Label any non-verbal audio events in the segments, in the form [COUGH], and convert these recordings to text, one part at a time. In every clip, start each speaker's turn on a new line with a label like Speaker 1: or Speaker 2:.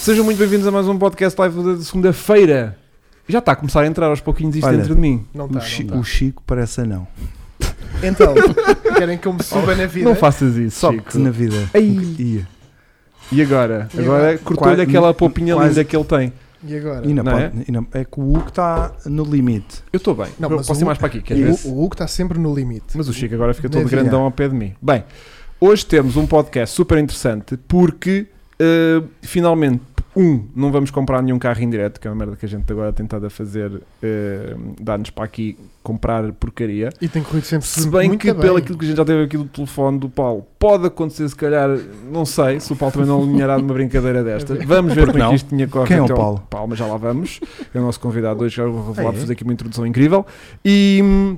Speaker 1: Sejam muito bem-vindos a mais um podcast live de segunda-feira. Já está a começar a entrar aos pouquinhos isto
Speaker 2: Olha,
Speaker 1: dentro de mim.
Speaker 3: Não
Speaker 2: O,
Speaker 3: está,
Speaker 2: Chi-
Speaker 3: não
Speaker 2: o Chico parece anão.
Speaker 3: está. Então, [LAUGHS] querem que eu me suba na vida?
Speaker 1: Não faças isso,
Speaker 2: Sobe-te
Speaker 1: Chico.
Speaker 2: na vida.
Speaker 1: Ei,
Speaker 2: Ia.
Speaker 1: e agora?
Speaker 3: E
Speaker 1: Agora
Speaker 3: agora?
Speaker 1: cortou-lhe
Speaker 2: Quase-
Speaker 1: aquela poupinha
Speaker 2: quase-
Speaker 1: linda que ele tem.
Speaker 3: E agora?
Speaker 2: E não
Speaker 1: Não
Speaker 2: pode- e não- é que o Hugo está no limite.
Speaker 1: Eu estou bem.
Speaker 3: Não,
Speaker 1: Eu
Speaker 3: mas
Speaker 1: posso ir
Speaker 3: o-
Speaker 1: mais para aqui, queres ver?
Speaker 3: O, o Hugo está sempre no limite.
Speaker 1: Mas o Chico agora fica todo
Speaker 3: Deve
Speaker 1: grandão
Speaker 2: virar.
Speaker 1: ao pé de mim. Bem, hoje temos um podcast super interessante porque eh, finalmente, um, não vamos comprar nenhum carro em direto, que é uma merda que a gente agora tem estado a fazer, eh, dar-nos para aqui comprar porcaria.
Speaker 3: E tem corrido sempre
Speaker 1: Se bem
Speaker 3: muito
Speaker 1: que,
Speaker 3: bem.
Speaker 1: pelo aquilo que a gente já teve aqui do telefone do Paulo, pode acontecer, se calhar, não sei, se o Paulo também não alinhará numa brincadeira desta. Vamos ver
Speaker 2: Porque
Speaker 1: como é
Speaker 2: não?
Speaker 1: que isto tinha corre
Speaker 2: Quem é o
Speaker 1: até ao-
Speaker 2: Paulo?
Speaker 1: mas já lá vamos. É o nosso convidado hoje, já vou revelar,
Speaker 2: Ah, é?
Speaker 1: fazer aqui uma introdução incrível. E.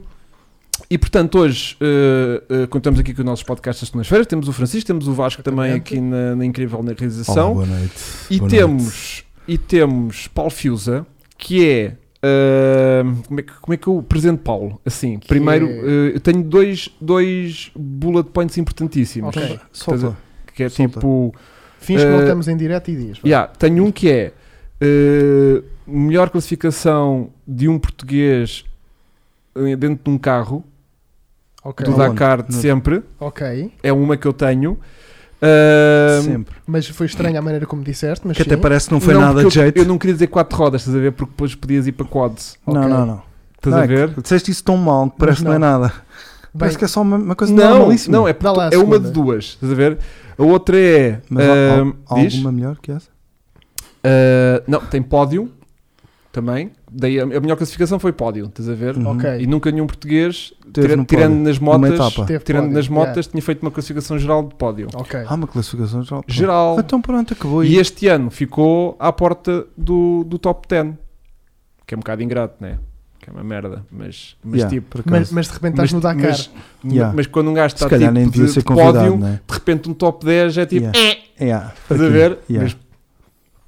Speaker 1: E portanto, hoje eh, eh, contamos aqui com os nossos podcasts das segundas-feiras. Temos o Francisco, temos o Vasco também
Speaker 3: Exatamente.
Speaker 1: aqui na, na incrível na
Speaker 2: Olá,
Speaker 1: realização.
Speaker 2: Oh, boa noite.
Speaker 1: E
Speaker 2: Boa
Speaker 1: temos, e temos Paulo Fiusa, que é. ah, como, é que, como é que eu apresento Paulo? Assim, primeiro,
Speaker 3: é-
Speaker 1: ah, eu tenho dois, dois bullet points importantíssimos.
Speaker 3: Ok.
Speaker 2: noite. Solta.
Speaker 1: Que é
Speaker 2: Solta.
Speaker 1: tipo.
Speaker 3: Fins que não
Speaker 1: Eh,
Speaker 3: estamos em direto e dias. vá.
Speaker 1: Yeah, tenho um que é. ah, melhor classificação de um português eh, dentro de um carro
Speaker 3: Ok.
Speaker 1: do
Speaker 2: Aonde?
Speaker 1: Dakar de
Speaker 2: É No-
Speaker 1: sempre.
Speaker 3: ok.
Speaker 1: É uma que eu tenho. Ah,
Speaker 2: Sempre.
Speaker 3: Mas foi estranha a maneira como disseste, mas
Speaker 2: Que até
Speaker 3: sim.
Speaker 2: parece que não foi nada
Speaker 1: porque
Speaker 2: de
Speaker 1: eu,
Speaker 2: jeito.
Speaker 1: Eu não queria dizer quatro rodas, estás a ver? Porque depois podias ir para quads.
Speaker 2: Não,
Speaker 3: Ok.
Speaker 2: não, não.
Speaker 1: Estás
Speaker 2: Não,
Speaker 1: a
Speaker 2: é que
Speaker 1: ver?
Speaker 2: Disseste isso tão mal que parece que não é
Speaker 3: não.
Speaker 2: nada.
Speaker 3: Bem,
Speaker 2: Parece que é só uma, uma coisa
Speaker 1: Não,
Speaker 2: normalíssima.
Speaker 1: não, é,
Speaker 3: Dá lá a
Speaker 1: é uma
Speaker 3: segunda.
Speaker 1: de duas, estás a ver? A outra é.
Speaker 2: Mas há-
Speaker 1: ahm,
Speaker 2: há, há
Speaker 1: diz?
Speaker 2: alguma melhor que essa?
Speaker 1: Ah, não, tem pódio também. Daí a, a melhor classificação foi pódio, estás a ver?
Speaker 2: Uhum.
Speaker 1: E
Speaker 3: ok.
Speaker 1: nunca nenhum português,
Speaker 2: Teve
Speaker 1: tira-
Speaker 2: no pódio.
Speaker 1: tirando nas motas,
Speaker 2: etapa.
Speaker 3: Teve
Speaker 1: tirando
Speaker 3: pódio,
Speaker 1: nas
Speaker 3: yeah.
Speaker 1: motas, tinha feito uma classificação geral de pódio.
Speaker 3: Ok.
Speaker 2: Há uma classificação geral.
Speaker 1: Geral.
Speaker 2: Então pronto, acabou
Speaker 1: E
Speaker 2: aí.
Speaker 1: este ano ficou à porta do, do top 10. Que é um bocado ingrato, né? Que é uma merda. Mas, mas
Speaker 2: Yeah,
Speaker 1: tipo.
Speaker 2: por acaso.
Speaker 3: Mas, mas de repente estás no Dakar.
Speaker 1: Mas,
Speaker 2: Yeah.
Speaker 1: mas quando um gajo está
Speaker 2: Se calhar
Speaker 1: tipo,
Speaker 2: nem devia
Speaker 1: de,
Speaker 2: ser
Speaker 1: de pódio,
Speaker 2: convidado, não é?
Speaker 1: de repente um top 10 é tipo.
Speaker 2: Yeah. Yeah.
Speaker 1: Estás a
Speaker 2: Aqui.
Speaker 1: ver?
Speaker 2: Yeah.
Speaker 1: Mas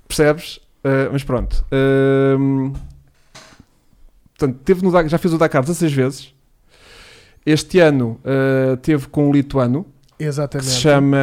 Speaker 1: percebes? Ah, mas pronto. Ahm, portanto, teve no Dakar- já fez o Dakar 16 vezes. Este ano ah, teve com um lituano que
Speaker 3: Exatamente.
Speaker 1: se chama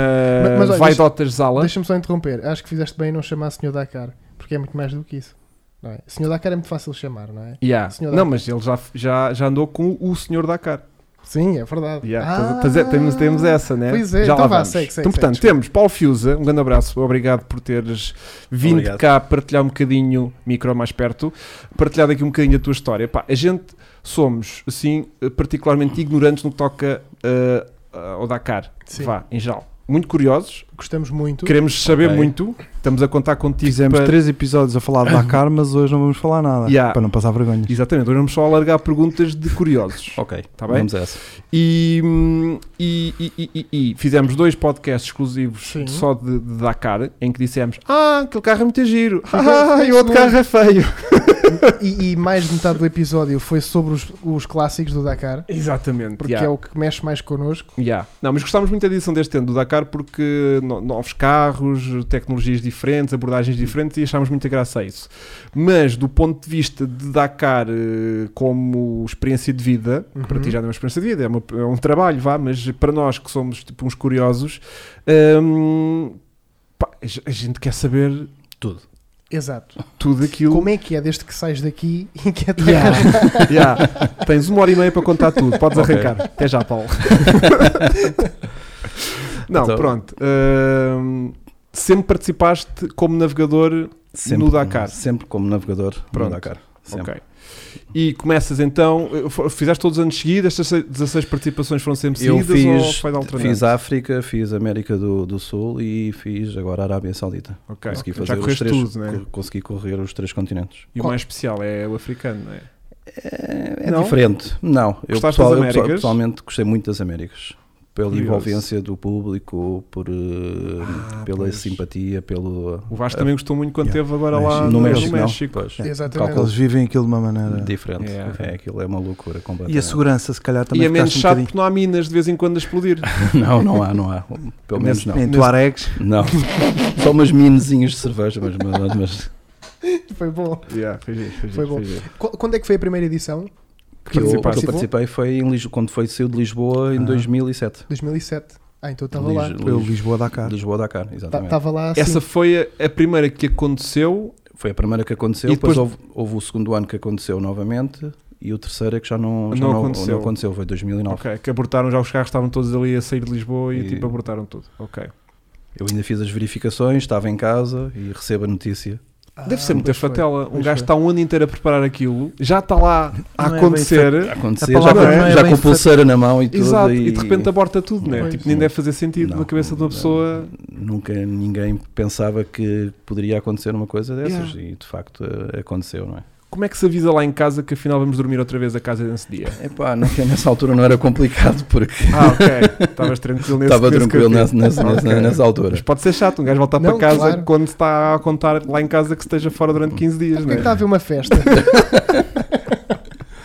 Speaker 3: Mas- mas olha,
Speaker 1: Vaidotas Zala.
Speaker 3: Deixa-me só interromper. Acho que fizeste bem em não chamar Senhor Dakar, porque é muito mais do que isso. Não é? Senhor Dakar é muito fácil chamar, não é?
Speaker 1: Yeah.
Speaker 3: Senhor
Speaker 1: Não,
Speaker 3: Dakar.
Speaker 1: mas ele já, já, já andou com o senhor Dakar.
Speaker 3: Sim, é verdade.
Speaker 1: Yeah.
Speaker 3: Ah,
Speaker 1: Estás a- estás a- temos, temos essa, né?
Speaker 3: Pois é,
Speaker 1: já
Speaker 3: então
Speaker 1: lá
Speaker 3: vá,
Speaker 1: vamos.
Speaker 3: segue, segue,
Speaker 1: Então, portanto,
Speaker 3: segue,
Speaker 1: temos Paulo Fiusa, um grande abraço, obrigado por teres vindo
Speaker 4: Obrigado.
Speaker 1: cá partilhar um bocadinho, micro mais perto, partilhar aqui um bocadinho a tua história. Pá, a gente somos, assim, particularmente ignorantes no que toca eh, ao Dakar,
Speaker 3: Sim.
Speaker 1: vá, em geral. Muito curiosos,
Speaker 3: Gostamos muito.
Speaker 1: queremos saber
Speaker 4: Ok.
Speaker 1: muito, estamos a contar contigo
Speaker 2: Fizemos
Speaker 1: para...
Speaker 2: três episódios a falar de Dakar, mas hoje não vamos falar nada.
Speaker 1: Yeah.
Speaker 2: Para não passar vergonha.
Speaker 1: Exatamente, hoje vamos só alargar perguntas de curiosos.
Speaker 4: Ok,
Speaker 1: Tá bem?
Speaker 4: vamos a essa.
Speaker 1: E, hum, e- e- e- e- e fizemos dois podcasts exclusivos
Speaker 3: Sim.
Speaker 1: só de, de Dakar, em que dissemos: Ah, aquele carro é muito giro,
Speaker 3: Fica-
Speaker 1: [LAUGHS] ah, e
Speaker 3: fica
Speaker 1: o outro
Speaker 3: isso
Speaker 1: carro é feio.
Speaker 3: E, e mais de metade do episódio foi sobre os, os clássicos do Dakar,
Speaker 1: Exatamente,
Speaker 3: porque é o que mexe mais connosco.
Speaker 1: Yeah. Não, mas gostámos muito da edição deste ano do Dakar porque no- novos carros, tecnologias diferentes, abordagens diferentes e achámos muita graça a isso. Mas do ponto de vista de Dakar eh, como experiência de vida, que para
Speaker 3: Uhum.
Speaker 1: ti já não é uma experiência de vida, é, uma- é um trabalho, vá, mas para nós que somos tipo uns curiosos, hum, pá, a ge- a gente quer saber
Speaker 4: Tudo.
Speaker 3: Exato.
Speaker 1: tudo aquilo.
Speaker 3: Como é que é desde que sais daqui [LAUGHS] e que é
Speaker 1: Yeah. [LAUGHS] Yeah. Tens uma hora e meia para contar tudo, podes
Speaker 4: Ok.
Speaker 1: arrancar. Até já,
Speaker 4: [LAUGHS]
Speaker 1: Paulo. Não,
Speaker 4: Então-
Speaker 1: pronto. Hum, sempre participaste como navegador.
Speaker 4: Sempre,
Speaker 1: No Dakar.
Speaker 4: Sempre como navegador
Speaker 1: Pronto.
Speaker 4: no Dakar. Sempre.
Speaker 1: Ok. E começas então, eh, f- fizeste todos os anos seguidos, estas 16 participações foram sempre
Speaker 4: Eu
Speaker 1: seguidas ou
Speaker 4: fiz,
Speaker 1: foi de alternância?
Speaker 4: fiz África, fiz América do, do Sul e fiz agora Arábia Saudita.
Speaker 1: Ok.
Speaker 4: Consegui
Speaker 1: Já
Speaker 4: fazer os
Speaker 1: correste
Speaker 4: três,
Speaker 1: tudo, né?
Speaker 4: co- consegui correr os três continentes.
Speaker 1: E o mais especial é o africano, não é?
Speaker 4: É, é
Speaker 1: Não?
Speaker 4: diferente. Não, eu,
Speaker 1: Gostaste das
Speaker 4: pessoal- eu
Speaker 1: Américas?
Speaker 4: pessoal- pessoalmente gostei muito das Américas. Pela
Speaker 1: Curioso.
Speaker 4: envolvência do público, por, eh, pela
Speaker 1: Ah, pois.
Speaker 4: simpatia, pelo.
Speaker 1: O Vasco também gostou muito quando
Speaker 2: yeah.
Speaker 1: esteve agora
Speaker 2: México.
Speaker 1: lá
Speaker 2: No
Speaker 1: Ah, no, no
Speaker 2: México,
Speaker 1: México.
Speaker 4: não. Pois.
Speaker 3: Exatamente.
Speaker 2: é Eles vivem aquilo de uma maneira.
Speaker 4: Diferente.
Speaker 1: Yeah.
Speaker 4: É, aquilo é uma loucura completamente.
Speaker 2: E a segurança, se calhar, também
Speaker 1: E é menos
Speaker 2: ficaste um
Speaker 1: chato
Speaker 2: bocadinho.
Speaker 1: porque não há minas de vez em quando a explodir.
Speaker 4: [LAUGHS] Não, não há, não há. Pelo menos
Speaker 2: Nesse-
Speaker 4: não.
Speaker 2: Em Tuaregs,
Speaker 4: Não, só umas minezinhas de cerveja, mas, mas, mas
Speaker 3: Foi bom.
Speaker 1: Yeah, foi giro, foi giro,
Speaker 3: Foi bom.
Speaker 1: foi giro.
Speaker 3: Qu- Quando é que foi a primeira edição?
Speaker 4: que eu, que eu
Speaker 1: Participaste?
Speaker 4: participei foi em Lisboa, quando foi saiu de Lisboa em
Speaker 2: Ah.
Speaker 4: 2007.
Speaker 3: 2007. Ah, então estava lá.
Speaker 4: Lis-
Speaker 2: Foi o
Speaker 4: Lis-
Speaker 2: Lisboa Dakar.
Speaker 4: Lisboa a Dakar, exatamente.
Speaker 2: Tá,
Speaker 3: Estava lá assim.
Speaker 1: Essa foi a, a primeira que aconteceu.
Speaker 4: Foi a primeira que aconteceu,
Speaker 1: E depois-
Speaker 4: depois, houve, houve o segundo ano que aconteceu novamente e o terceiro é que já não, já
Speaker 1: Não
Speaker 4: não, não
Speaker 1: aconteceu.
Speaker 4: aconteceu. foi 2009.
Speaker 1: Ok, que abortaram já os carros, estavam todos ali a sair de Lisboa e,
Speaker 4: E-
Speaker 1: tipo abortaram tudo. Ok.
Speaker 4: Eu ainda fiz as verificações, estava em casa e recebo a notícia.
Speaker 3: Ah,
Speaker 1: Deve ser muita
Speaker 3: pois foi.
Speaker 1: fatela. Um
Speaker 3: Pois
Speaker 1: gajo
Speaker 3: foi.
Speaker 1: está um ano inteiro a preparar aquilo, já está lá a
Speaker 2: Não é bem
Speaker 1: acontecer.
Speaker 4: A acontecer,
Speaker 2: A
Speaker 4: já,
Speaker 2: palavra
Speaker 4: com-
Speaker 2: não é
Speaker 4: já
Speaker 2: bem
Speaker 4: com
Speaker 2: feita.
Speaker 4: pulseira na mão e tudo.
Speaker 1: Exato, e de repente aborta tudo, né?
Speaker 3: Pois.
Speaker 1: Tipo, nem deve fazer sentido na
Speaker 4: Não,
Speaker 1: cabeça de uma
Speaker 4: não,
Speaker 1: pessoa.
Speaker 4: Nunca ninguém pensava que poderia acontecer uma coisa dessas
Speaker 1: Yeah.
Speaker 4: e de facto eh, aconteceu, não é?
Speaker 1: Como é que se avisa lá em casa que afinal vamos dormir outra vez a casa nesse dia?
Speaker 4: Epá, não- nessa altura não era complicado porque
Speaker 1: Ah, ok. Estavas tranquilo nesse
Speaker 4: estava
Speaker 1: nesse
Speaker 4: tranquilo
Speaker 1: cantinho.
Speaker 4: nessa, nessa, nessa-
Speaker 1: é Ok.
Speaker 4: nessa
Speaker 1: Mas
Speaker 4: altura.
Speaker 1: pode ser chato, um gajo voltar
Speaker 3: Não,
Speaker 1: para casa
Speaker 3: claro.
Speaker 1: quando se está a contar lá em casa que esteja fora durante 15
Speaker 3: Ah,
Speaker 1: dias,
Speaker 3: Porquê que
Speaker 1: né?
Speaker 3: está a haver
Speaker 1: [LAUGHS]
Speaker 3: uma festa?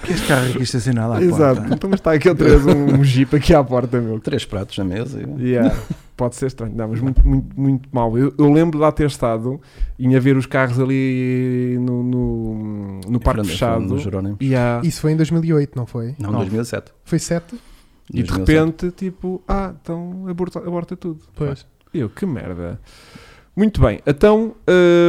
Speaker 2: Que assim este carro aqui estacionado é à
Speaker 1: Exato.
Speaker 2: porta.
Speaker 1: Então, mas está aqui outra vez um, um jeep aqui à porta, meu.
Speaker 4: Três pratos na mesa. e-
Speaker 1: Yeah. Pode ser estranho, não, mas muito, muito, muito mal. Eu, eu lembro de lá ter estado e a ver os carros ali no, no, no
Speaker 4: e
Speaker 1: parque
Speaker 4: pronto,
Speaker 1: fechado.
Speaker 4: No um Jerónimo.
Speaker 1: Yeah.
Speaker 3: Isso foi em 2008, não foi?
Speaker 4: Não,
Speaker 2: Não.
Speaker 4: 2007.
Speaker 3: Foi 7?
Speaker 1: E de
Speaker 4: 2007.
Speaker 1: repente, tipo, ah, então aborta, aborta tudo.
Speaker 3: Pois.
Speaker 1: E Eu, que merda. Muito bem, então,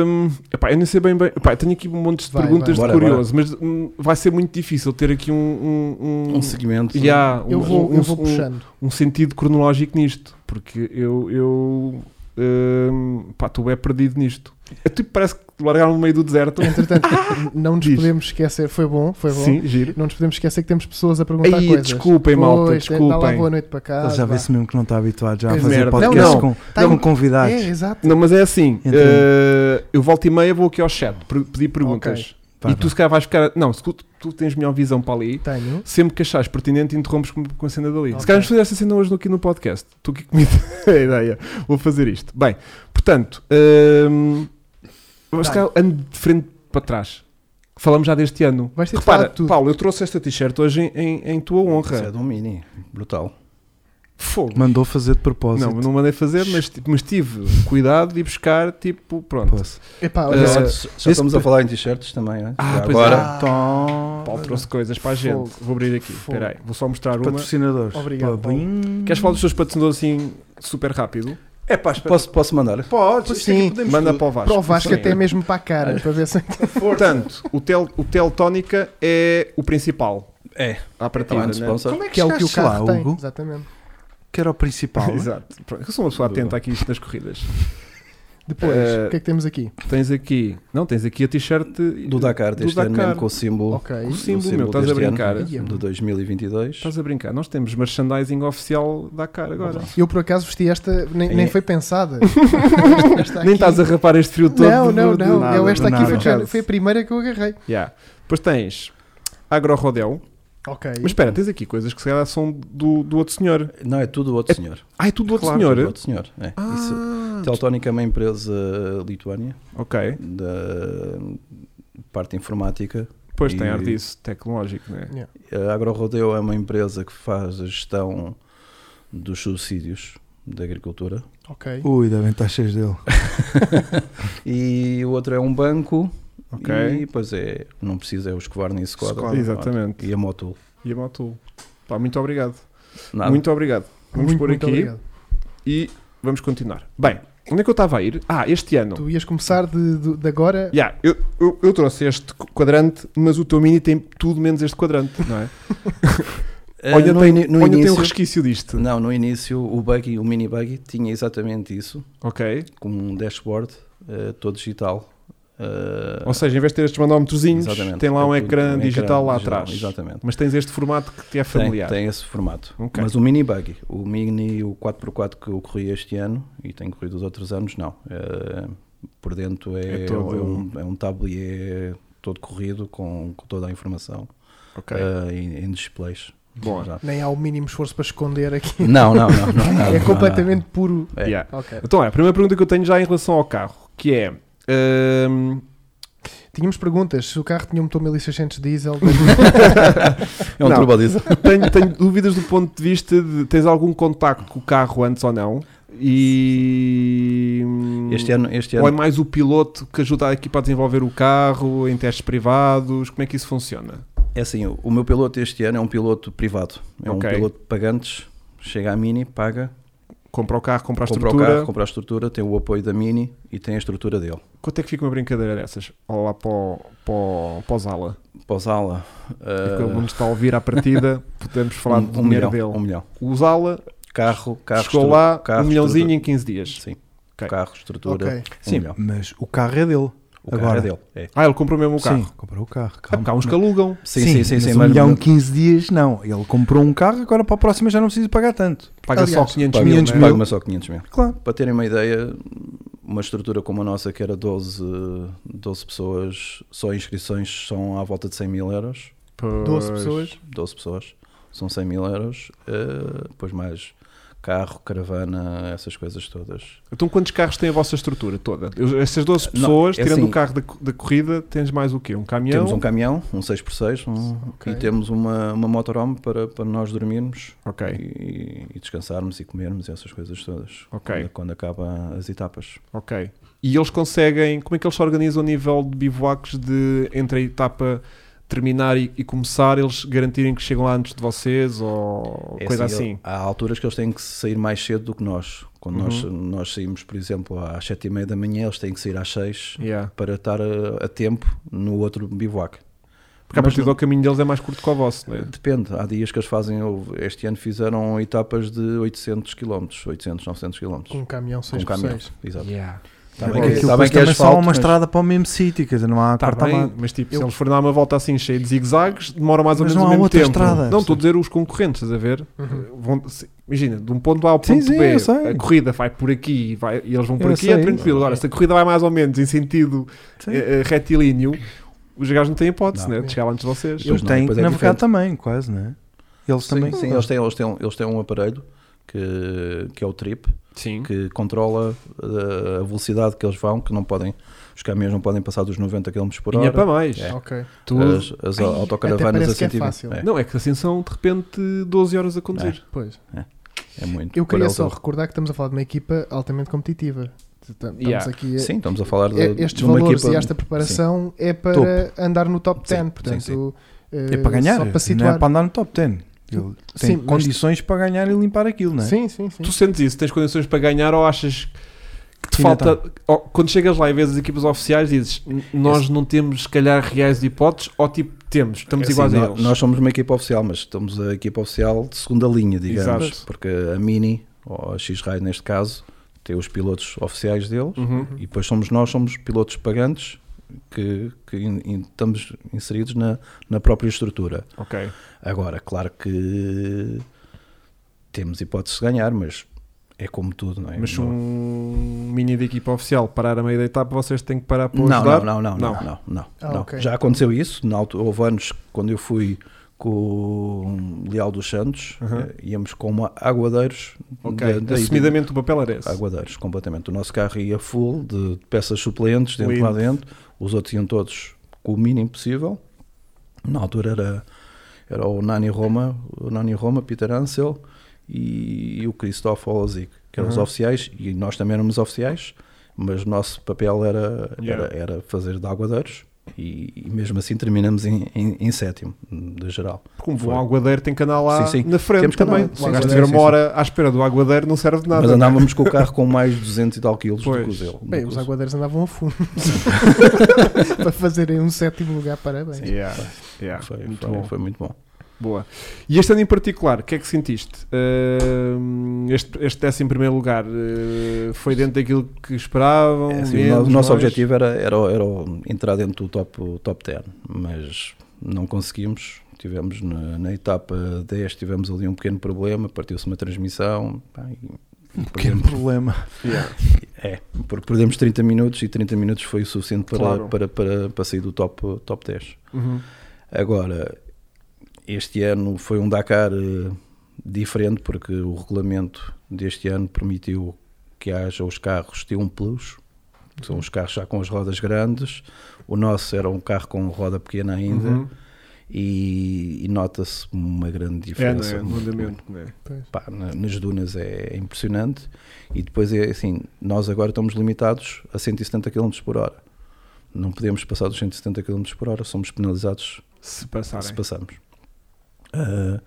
Speaker 1: hum, epá, eu não sei bem bem. epá, eu tenho aqui um monte de
Speaker 3: Vai,
Speaker 1: perguntas
Speaker 4: vai.
Speaker 1: de
Speaker 4: Bora,
Speaker 1: curioso, mas hum, vai ser muito difícil ter aqui um. um, um,
Speaker 4: um segmento.
Speaker 1: yeah, um-
Speaker 3: Eu vou,
Speaker 1: um-
Speaker 3: eu vou
Speaker 1: um-
Speaker 3: puxando.
Speaker 1: um sentido cronológico nisto, porque eu, eu hum, pá, tu é perdido nisto. É tipo, parece que te largaram no meio do deserto.
Speaker 3: Entretanto, não nos
Speaker 1: Diz.
Speaker 3: podemos esquecer. Foi bom, foi bom.
Speaker 1: Sim, giro.
Speaker 3: Não nos podemos esquecer que temos pessoas a perguntar
Speaker 1: Aí,
Speaker 3: coisas.
Speaker 1: desculpem, malta,
Speaker 3: Pois, é, dá lá boa
Speaker 1: desculpem.
Speaker 3: noite para cá.
Speaker 2: Ele já vê-se mesmo que não está habituado já a
Speaker 3: Pois
Speaker 2: fazer
Speaker 1: merda.
Speaker 2: podcast
Speaker 1: Não, não.
Speaker 2: com,
Speaker 3: Tá em-
Speaker 2: com convidados.
Speaker 3: É, exato.
Speaker 1: Não, mas é assim,
Speaker 2: Então.
Speaker 1: eh, eu volto e meia vou aqui ao chat per- pedir perguntas.
Speaker 2: Pá,
Speaker 1: e tu se calhar vais ficar. Não, se tu, tu tens melhor visão para ali,
Speaker 3: Tenho.
Speaker 1: sempre que achares pertinente, interrompes com, com a cena dali.
Speaker 3: Ok.
Speaker 1: Se calhar vamos fazer esta cena hoje aqui no podcast. Tu que [LAUGHS] me a ideia. Vou fazer isto. Bem, portanto, hum, vamos
Speaker 3: Vai.
Speaker 1: cá, ando é de frente para trás. Falamos já deste ano.
Speaker 3: Vais ter de falar
Speaker 1: Repara,
Speaker 3: de tudo.
Speaker 1: Paulo, eu trouxe esta t-shirt hoje em, em- em tua
Speaker 4: Isso é
Speaker 1: honra.
Speaker 4: de um mini. Brutal.
Speaker 1: Fogo.
Speaker 2: Mandou fazer de propósito.
Speaker 1: Não, não mandei fazer, mas, tipo, mas tive cuidado de ir buscar, tipo, pronto.
Speaker 2: Posso.
Speaker 3: Epá,
Speaker 1: Eh,
Speaker 3: olha,
Speaker 4: já
Speaker 1: esse-
Speaker 4: já estamos a falar em t-shirts também, não é?
Speaker 1: Ah,
Speaker 4: Já
Speaker 1: pois
Speaker 4: agora.
Speaker 2: Tom.
Speaker 1: Paulo trouxe coisas para a gente.
Speaker 3: Fogo.
Speaker 1: Vou abrir aqui.
Speaker 3: Fogo.
Speaker 1: Espera aí, vou só mostrar uma.
Speaker 2: Patrocinadores.
Speaker 3: Obrigado, Paulo.
Speaker 2: Plim.
Speaker 1: Queres falar dos teus patrocinadores assim, super rápido?
Speaker 4: É pá, posso, posso mandar?
Speaker 2: Pode,
Speaker 3: Pois sim,
Speaker 1: Manda para o Vasco.
Speaker 3: para o Vasco
Speaker 1: Sim.
Speaker 3: até é mesmo para a cara, para ver se...
Speaker 1: Portanto, o, tel, o Teltónica é o principal
Speaker 4: É.
Speaker 3: Então,
Speaker 1: à
Speaker 4: Está lá
Speaker 1: partida,
Speaker 4: no
Speaker 1: né?
Speaker 4: sponsor.
Speaker 2: é
Speaker 3: que é o que o
Speaker 2: chegaste
Speaker 3: carro
Speaker 2: lá,
Speaker 3: tem.
Speaker 2: Hugo?
Speaker 3: Exatamente.
Speaker 2: Que era o principal. né?
Speaker 3: né?
Speaker 1: Exato. Pronto, Eu sou uma pessoa atenta aqui nas corridas.
Speaker 3: Depois,
Speaker 1: Eh,
Speaker 3: o que é que temos aqui?
Speaker 1: Tens aqui... Não, tens aqui a t-shirt...
Speaker 4: Do Dakar deste
Speaker 1: Do
Speaker 4: ano,
Speaker 1: Dakar.
Speaker 4: mesmo com o símbolo.
Speaker 3: Ok.
Speaker 1: O
Speaker 4: o
Speaker 1: símbolo, meu, estás a
Speaker 4: deste ano,
Speaker 1: brincar.
Speaker 3: Ia,
Speaker 4: De 2022.
Speaker 1: Estás a brincar. Nós temos merchandising oficial Dakar agora.
Speaker 3: Eu por acaso vesti esta, nem, nem
Speaker 4: Em-
Speaker 3: foi pensada. Esta
Speaker 1: Nem
Speaker 3: aqui-
Speaker 1: estás a rapar este frio todo.
Speaker 3: Não, não,
Speaker 1: do- do-
Speaker 3: não.
Speaker 1: do-
Speaker 2: nada,
Speaker 3: eu esta
Speaker 2: do
Speaker 3: aqui foi,
Speaker 2: nada.
Speaker 3: já- foi a primeira que eu agarrei.
Speaker 1: Yeah. Depois tens Agro Rodel.
Speaker 3: Ok.
Speaker 1: Mas espera, tens aqui coisas que se calhar são do, do outro senhor.
Speaker 4: Não, é tudo outro
Speaker 1: É
Speaker 4: senhor.
Speaker 1: Ah, é tudo do outro
Speaker 4: Claro,
Speaker 1: senhor?
Speaker 4: tudo outro senhor. É. Isso.
Speaker 1: Ah,
Speaker 4: Teltónica é uma empresa lituânia
Speaker 1: ok.
Speaker 4: da parte informática.
Speaker 1: Pois tem
Speaker 4: E-
Speaker 1: ar disso, tecnológico, né?
Speaker 4: A AgroRodeo é uma empresa que faz a gestão dos subsídios da agricultura.
Speaker 3: Ok.
Speaker 2: Ui, devem estar cheios dele.
Speaker 4: E o outro é um banco.
Speaker 1: Ok.
Speaker 4: E pois é, não precisa, é o Escobar nem Skoda.
Speaker 2: Skoda.
Speaker 4: Pronto.
Speaker 1: Exatamente.
Speaker 4: E a Motul.
Speaker 1: E a Motul. Pá, muito obrigado.
Speaker 4: Nada.
Speaker 1: Muito obrigado. Vamos
Speaker 3: Muito,
Speaker 1: pôr
Speaker 3: muito
Speaker 1: aqui
Speaker 3: obrigado.
Speaker 1: e vamos continuar. Bem, onde é que eu estava a ir? Ah, este ano.
Speaker 3: Tu ias começar de, de, de agora.
Speaker 1: Yeah, eu, eu, eu trouxe este quadrante, mas o teu mini tem tudo menos este quadrante, não é?
Speaker 4: [LAUGHS] Eh,
Speaker 1: Olha,
Speaker 4: no,
Speaker 1: tem-
Speaker 4: ini- no
Speaker 1: Olha, tem
Speaker 4: início,
Speaker 1: um resquício disto.
Speaker 4: Não, no início o buggy, o mini buggy tinha exatamente isso,
Speaker 1: Ok?
Speaker 4: com um dashboard eh, todo digital. Eh,
Speaker 1: Ou seja, em vez de ter estes manómetrozinhos,
Speaker 4: exatamente.
Speaker 1: tem lá um
Speaker 4: É tudo-
Speaker 1: ecrã digital lá
Speaker 4: digital,
Speaker 1: atrás.
Speaker 4: Exatamente.
Speaker 1: Mas tens este formato que te é familiar.
Speaker 4: Tem, tem esse formato.
Speaker 1: Ok.
Speaker 4: Mas o mini buggy, o mini, o 4x4 que eu corri este ano e tenho corrido os outros anos, não. Eh, por dentro é,
Speaker 1: É todo-
Speaker 4: é um, é um tablier todo corrido com, com toda a informação
Speaker 1: Ok.
Speaker 4: eh, em, em displays.
Speaker 1: Bom.
Speaker 4: Já.
Speaker 3: Nem há o mínimo esforço para esconder aqui.
Speaker 4: Não, não, não. não, não,
Speaker 3: é
Speaker 4: não,
Speaker 3: completamente puro.
Speaker 4: não. É.
Speaker 1: Yeah.
Speaker 3: Ok.
Speaker 1: Então é, a primeira pergunta que eu tenho já em relação ao carro, que é. hum,
Speaker 3: Tínhamos perguntas. Se o carro tinha um motor 1600 diesel,
Speaker 4: É um
Speaker 1: Não.
Speaker 4: turbodiesel.
Speaker 1: [LAUGHS] tenho, tenho dúvidas do ponto de vista de tens algum contacto com o carro antes ou não? E
Speaker 4: Este ano, este
Speaker 1: ou é
Speaker 4: ano
Speaker 1: mais o piloto que ajuda a equipa a desenvolver o carro em testes privados? Como é que isso funciona?
Speaker 4: é assim, o o meu piloto este ano é um piloto privado. É
Speaker 1: Ok.
Speaker 4: um piloto de pagantes, chega à mini, paga
Speaker 1: Compra o carro, compra a
Speaker 4: Compra o
Speaker 1: estrutura.
Speaker 4: carro, compra a estrutura, tem o apoio da Mini e tem a estrutura dele.
Speaker 1: Quanto é que fica uma brincadeira dessas? Ou lá para, o- para, o- para o Zala.
Speaker 4: Pós-ala,
Speaker 1: Porque ele não nos está a ouvir à
Speaker 4: [LAUGHS]
Speaker 1: partida, podemos falar do dinheiro
Speaker 4: milhão,
Speaker 1: dele.
Speaker 4: Eh, ah, um milhão.
Speaker 1: O Zala
Speaker 4: Carro, carro,
Speaker 1: chegou
Speaker 4: estru-
Speaker 1: lá
Speaker 4: carro,
Speaker 1: um milhãozinho
Speaker 4: estrutura.
Speaker 1: em 15 dias.
Speaker 4: Sim,
Speaker 1: Ok.
Speaker 4: carro, estrutura,
Speaker 3: Ok.
Speaker 4: um
Speaker 1: Sim.
Speaker 4: milhão.
Speaker 2: Mas o carro é dele.
Speaker 4: O carro
Speaker 2: Agora.
Speaker 4: é dele. É.
Speaker 1: Ah, ele comprou mesmo o carro.
Speaker 2: Sim, comprou o carro.
Speaker 1: É porque há uns que alugam.
Speaker 4: Sim, sim, sim, sim,
Speaker 2: mas um
Speaker 4: mas-
Speaker 2: milhão 15 dias, não. Ele comprou um carro, agora para a próxima já não precisa pagar tanto.
Speaker 1: Paga
Speaker 3: Aliás,
Speaker 1: só 500
Speaker 4: Paga-
Speaker 1: mil.
Speaker 2: 500
Speaker 1: né?
Speaker 2: mil.
Speaker 4: Paga-me só 500 mil.
Speaker 2: Claro.
Speaker 4: Para terem uma ideia, uma estrutura como a nossa, que era 12, 12 pessoas, só inscrições são à volta de 100 mil euros.
Speaker 1: Pois.
Speaker 3: 12 pessoas.
Speaker 4: 12 pessoas são 100 mil euros. eh, depois mais carro, caravana, essas coisas todas.
Speaker 1: Então quantos carros tem a vossa estrutura toda? Eu- Essas 12
Speaker 4: Não,
Speaker 1: pessoas,
Speaker 4: é
Speaker 1: tirando
Speaker 4: assim.
Speaker 1: o carro da, co- da corrida, tens mais o quê? Um caminhão?
Speaker 4: Temos um caminhão, um 6x6, um-
Speaker 3: Ok.
Speaker 4: e temos uma, uma motorhome para, para nós dormirmos
Speaker 1: Ok,
Speaker 4: e, e descansarmos e comermos e essas coisas todas.
Speaker 1: ok,
Speaker 4: Quando, quando acaba as etapas.
Speaker 1: ok. E eles conseguem... Como é que eles se organizam a nível de bivuacos de entre a etapa terminar e, e começar, eles garantirem que chegam lá antes de vocês ou
Speaker 4: É
Speaker 1: coisa
Speaker 4: assim,
Speaker 1: assim?
Speaker 4: ele- Há alturas que eles têm que sair mais cedo do que nós. Quando nós,
Speaker 1: Uhum.
Speaker 4: nós saímos, por exemplo, às 7h30 da manhã, eles têm que sair às 6
Speaker 1: Yeah.
Speaker 4: para estar a, a tempo no outro bivouac.
Speaker 1: Porque a
Speaker 4: Mas
Speaker 1: partir
Speaker 4: não-
Speaker 1: do caminho deles é mais curto que o vosso, não é?
Speaker 4: Depende, há dias que eles fazem. houve- Este ano fizeram etapas de 800 km, 800, 900 km.
Speaker 3: Com um caminhão 6x6.
Speaker 4: Com caminhão. Exato. Está
Speaker 1: É
Speaker 4: bem
Speaker 1: porque
Speaker 4: que-
Speaker 2: aquilo
Speaker 4: está bem
Speaker 2: depois
Speaker 4: que é
Speaker 2: também só há
Speaker 4: asfalto,
Speaker 2: uma
Speaker 4: mas-
Speaker 2: estrada para o mesmo sítio, quer dizer, não há
Speaker 1: Tá
Speaker 2: quarta
Speaker 1: bem,
Speaker 2: mata.
Speaker 1: mas tipo,
Speaker 3: Eu-
Speaker 1: se eles forem dar uma volta assim cheia de zigue-zagues, demora mais ou
Speaker 2: Mas
Speaker 1: menos
Speaker 2: não
Speaker 1: o
Speaker 2: há
Speaker 1: mesmo
Speaker 2: outra
Speaker 1: tempo.
Speaker 2: estrada.
Speaker 1: Não, estou a dizer os concorrentes, estás a ver? Eh,
Speaker 3: Uhum.
Speaker 1: Vão- se- imagina, de um ponto A ao
Speaker 2: Sim,
Speaker 1: ponto
Speaker 2: sim,
Speaker 1: B,
Speaker 2: eu sei.
Speaker 1: a corrida vai por aqui e vai- e eles vão por
Speaker 2: Eu
Speaker 1: aqui, é
Speaker 2: sei.
Speaker 1: tranquilo. Agora, se a corrida vai mais ou menos em sentido
Speaker 2: Sim.
Speaker 1: eh, eh, retilíneo, os gajos não têm hipótese,
Speaker 4: Não.
Speaker 1: né? De chegar lá antes de vocês.
Speaker 4: Eu-
Speaker 2: Eles
Speaker 4: Pois não,
Speaker 2: têm
Speaker 4: depois
Speaker 2: que
Speaker 4: é
Speaker 2: navegar
Speaker 4: diferente.
Speaker 2: também, quase, não é? Eles
Speaker 4: Sim,
Speaker 2: também.
Speaker 4: sim, eles, têm, eles, têm, eles têm um aparelho que, que é o trip
Speaker 1: Sim.
Speaker 4: que controla eh, a velocidade que eles vão, que não podem, os caminhões não podem passar dos 90 km por
Speaker 1: Vinha para
Speaker 4: hora.
Speaker 1: mais.
Speaker 4: É.
Speaker 3: Ok.
Speaker 1: Tudo.
Speaker 4: As, as
Speaker 3: Ai, até
Speaker 4: autocaravanas
Speaker 3: parece
Speaker 4: a
Speaker 3: que é
Speaker 4: 120.
Speaker 3: fácil.
Speaker 4: É,
Speaker 1: Não, é que assim são de repente 12 horas a conduzir.
Speaker 3: Pois.
Speaker 4: é muito.
Speaker 3: Eu
Speaker 4: Para
Speaker 3: queria
Speaker 4: eles,
Speaker 3: só
Speaker 4: eles-
Speaker 3: recordar que estamos a falar de uma equipa altamente competitiva. Tam- Estamos
Speaker 1: Yeah.
Speaker 3: aqui a,
Speaker 4: Sim, estamos a falar de,
Speaker 3: é- estes
Speaker 4: de uma
Speaker 3: valores
Speaker 4: equipa.
Speaker 3: e esta preparação é para andar no top
Speaker 4: Sim,
Speaker 3: 10,
Speaker 4: sim,
Speaker 3: portanto,
Speaker 4: sim.
Speaker 3: eh,
Speaker 2: É para ganhar,
Speaker 3: só para
Speaker 2: não
Speaker 3: situar.
Speaker 2: é para andar no top 10. Ele
Speaker 3: Sim,
Speaker 2: tem
Speaker 3: mas-
Speaker 2: condições para ganhar e limpar aquilo, não é?
Speaker 3: Sim, sim, sim.
Speaker 1: Tu sentes isso? Tens condições para ganhar ou achas que te
Speaker 2: Sim,
Speaker 1: falta.
Speaker 4: tá.
Speaker 1: ou quando chegas lá e vês as equipas oficiais, dizes "N- nós não temos, se calhar, reais de hipóteses ou tipo temos,
Speaker 4: É
Speaker 1: estamos
Speaker 4: assim,
Speaker 1: iguais a
Speaker 4: nó-
Speaker 1: eles?
Speaker 4: Nós somos uma equipa oficial, mas estamos a equipa oficial de segunda linha, digamos.
Speaker 1: Exato.
Speaker 4: Porque a Mini, ou a X-Ray neste caso, tem os pilotos oficiais deles
Speaker 1: Uhum.
Speaker 4: e depois somos nós, somos pilotos pagantes que, que in- in- estamos inseridos na, na própria estrutura.
Speaker 1: Ok.
Speaker 4: Agora, claro que temos hipótese de ganhar, mas é como tudo, não é?
Speaker 1: Mas se
Speaker 4: não,
Speaker 1: um mini de equipa oficial parar a meio da etapa, vocês têm que parar para o
Speaker 4: não,
Speaker 1: ajudar?
Speaker 4: não, não, não, não,
Speaker 1: Não.
Speaker 4: não, não,
Speaker 3: Ah,
Speaker 4: não.
Speaker 3: ok.
Speaker 4: Já aconteceu isso, na altu- houve anos que quando eu fui com o Leal dos Santos,
Speaker 1: Uhum.
Speaker 4: eh, íamos com uma Aguadeiros,
Speaker 1: Ok.
Speaker 4: da- da-
Speaker 1: Assumidamente o papel era esse.
Speaker 4: Aguadeiros, completamente. O nosso carro ia full de de peças suplentes dentro
Speaker 1: Lindo.
Speaker 4: lá dentro, os outros iam todos com o mínimo possível. Na altura era, era o Nani Roma, o Nani Roma, Peter Ansel e, o Christoph Olazic, que eram os
Speaker 1: Uhum.
Speaker 4: oficiais, e nós também éramos oficiais, mas o nosso papel era,
Speaker 1: Yeah.
Speaker 4: era, era fazer de Aguadeiros. E, e mesmo assim terminamos em, em- em sétimo, de geral.
Speaker 1: Porque um bom
Speaker 4: Foi.
Speaker 1: aguadeiro tem que andar lá
Speaker 4: Sim, sim.
Speaker 1: na frente
Speaker 4: Temos que andar.
Speaker 1: também.
Speaker 4: Sim,
Speaker 1: Se o
Speaker 4: sim,
Speaker 1: gajo
Speaker 4: sim,
Speaker 1: estiver
Speaker 4: sim,
Speaker 1: uma
Speaker 4: sim.
Speaker 1: hora à espera do aguadeiro, não serve de nada.
Speaker 4: Mas andávamos com o carro com mais de 200 e tal quilos do que
Speaker 1: Pois.
Speaker 4: o Zeu.
Speaker 3: Bem, os aguadeiros andavam a fundo [LAUGHS] para fazerem um sétimo lugar, parabéns.
Speaker 1: Yeah, yeah,
Speaker 4: Foi,
Speaker 1: muito
Speaker 4: foi-
Speaker 1: bom.
Speaker 4: foi muito bom.
Speaker 1: Boa. E este ano em particular, o que é que sentiste? Ahm, este, este décimo primeiro lugar eh, foi dentro daquilo que esperavam?
Speaker 4: É, assim, o
Speaker 1: menos,
Speaker 4: no-
Speaker 1: mais?
Speaker 4: nosso objetivo era, era, era o- entrar dentro do top, o top 10, mas não conseguimos. Tivemos na, na etapa 10, tivemos ali um pequeno problema, partiu-se uma transmissão. pá, e- e
Speaker 2: Pequeno
Speaker 4: perdemos-
Speaker 2: problema.
Speaker 1: Yeah.
Speaker 4: é, porque perdemos 30 minutos e 30 minutos foi o suficiente para,
Speaker 1: Claro.
Speaker 4: para, para, para sair do top, top 10.
Speaker 1: Uhum.
Speaker 4: Agora, este ano foi um Dakar eh, diferente porque o regulamento deste ano permitiu que haja os carros T1 Plus, que são os carros já com as rodas grandes. O nosso era um carro com roda pequena ainda
Speaker 1: Uhum.
Speaker 4: e, e nota-se uma grande
Speaker 1: É, não
Speaker 4: diferença.
Speaker 1: é? No andamento, não é?
Speaker 4: Pá, na- nas dunas é impressionante e depois é assim, nós agora estamos limitados a 170 km por hora. Não podemos passar dos 170 km por hora, somos penalizados
Speaker 1: Se passarem.
Speaker 4: se passamos. Ah,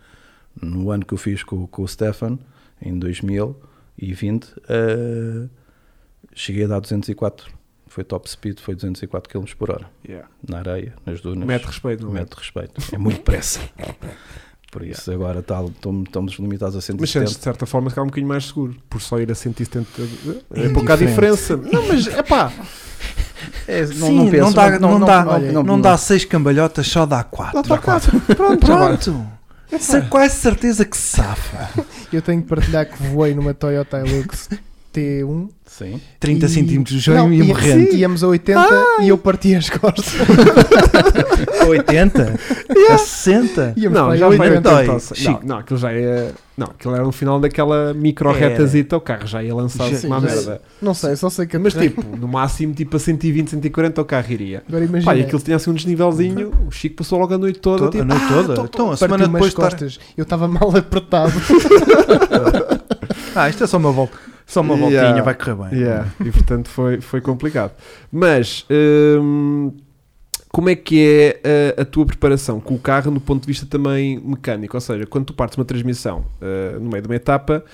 Speaker 4: no ano que eu fiz com, com o Stefan, em 2000, 2020, eh, cheguei a dar 204. Foi top speed, foi 204 km por hora.
Speaker 1: Yeah.
Speaker 4: Na areia, nas dunas.
Speaker 1: Mete respeito, não é?
Speaker 4: Mete respeito. É muito pressa. Por isso, agora tá- tom- estamos limitados a
Speaker 1: Mas sentes
Speaker 4: 170.
Speaker 1: de certa forma que há um bocadinho mais seguro por só ir a 170. É
Speaker 2: Indiferente.
Speaker 1: pouca a diferença. Não, mas é
Speaker 2: [LAUGHS]
Speaker 1: pá,
Speaker 4: É,
Speaker 2: Sim, não,
Speaker 4: penso,
Speaker 2: dá, não, dá,
Speaker 4: não- tá, não- não-
Speaker 2: dá seis cambalhotas, só dá quatro.
Speaker 1: lá está quase.
Speaker 2: [LAUGHS]
Speaker 1: Pronto, já vai.
Speaker 2: Pronto. Sa- Quase certeza que se safa.
Speaker 3: Eu tenho que partilhar que voei numa Toyota Hilux T1
Speaker 4: Sim.
Speaker 2: 30
Speaker 3: e-
Speaker 2: centímetros de
Speaker 3: Não,
Speaker 2: joelho e
Speaker 3: ia-
Speaker 2: morrendo.
Speaker 3: sim, Íamos a 80 e eu parti as costas.
Speaker 2: 80? A 60?
Speaker 3: Íamos
Speaker 1: Não,
Speaker 3: para
Speaker 1: já
Speaker 3: aí
Speaker 1: foi
Speaker 3: 80.
Speaker 2: oitenta.
Speaker 1: então,
Speaker 2: Chico.
Speaker 1: não, não, aquilo já é. Não, aquilo era no final daquela micro retazita, o carro já ia lançar-se
Speaker 3: Sim,
Speaker 1: uma
Speaker 3: já-
Speaker 1: merda.
Speaker 3: Não sei, só sei que
Speaker 1: Mas tipo, no máximo, tipo a 120, 140 o carro iria.
Speaker 3: Agora imagina.
Speaker 1: Pá, e aquilo tinha assim um desnivelzinho,
Speaker 4: Uhum.
Speaker 1: o Chico passou logo a noite toda,
Speaker 2: Toda,
Speaker 1: tipo,
Speaker 2: a
Speaker 3: Ah,
Speaker 2: noite toda? então, a semana
Speaker 3: partiu-me
Speaker 2: depois
Speaker 3: as
Speaker 2: de estar...
Speaker 3: costas. Eu estava mal [LAUGHS] apertado.
Speaker 2: Ah, isto é só uma volta. Só uma
Speaker 1: Yeah.
Speaker 2: voltinha, vai correr bem.
Speaker 1: Yeah, e portanto foi, foi complicado. Mas hum, como é que é a, a tua preparação com o carro no ponto de vista também mecânico? Ou seja, quando tu partes uma transmissão ah, no meio de uma etapa,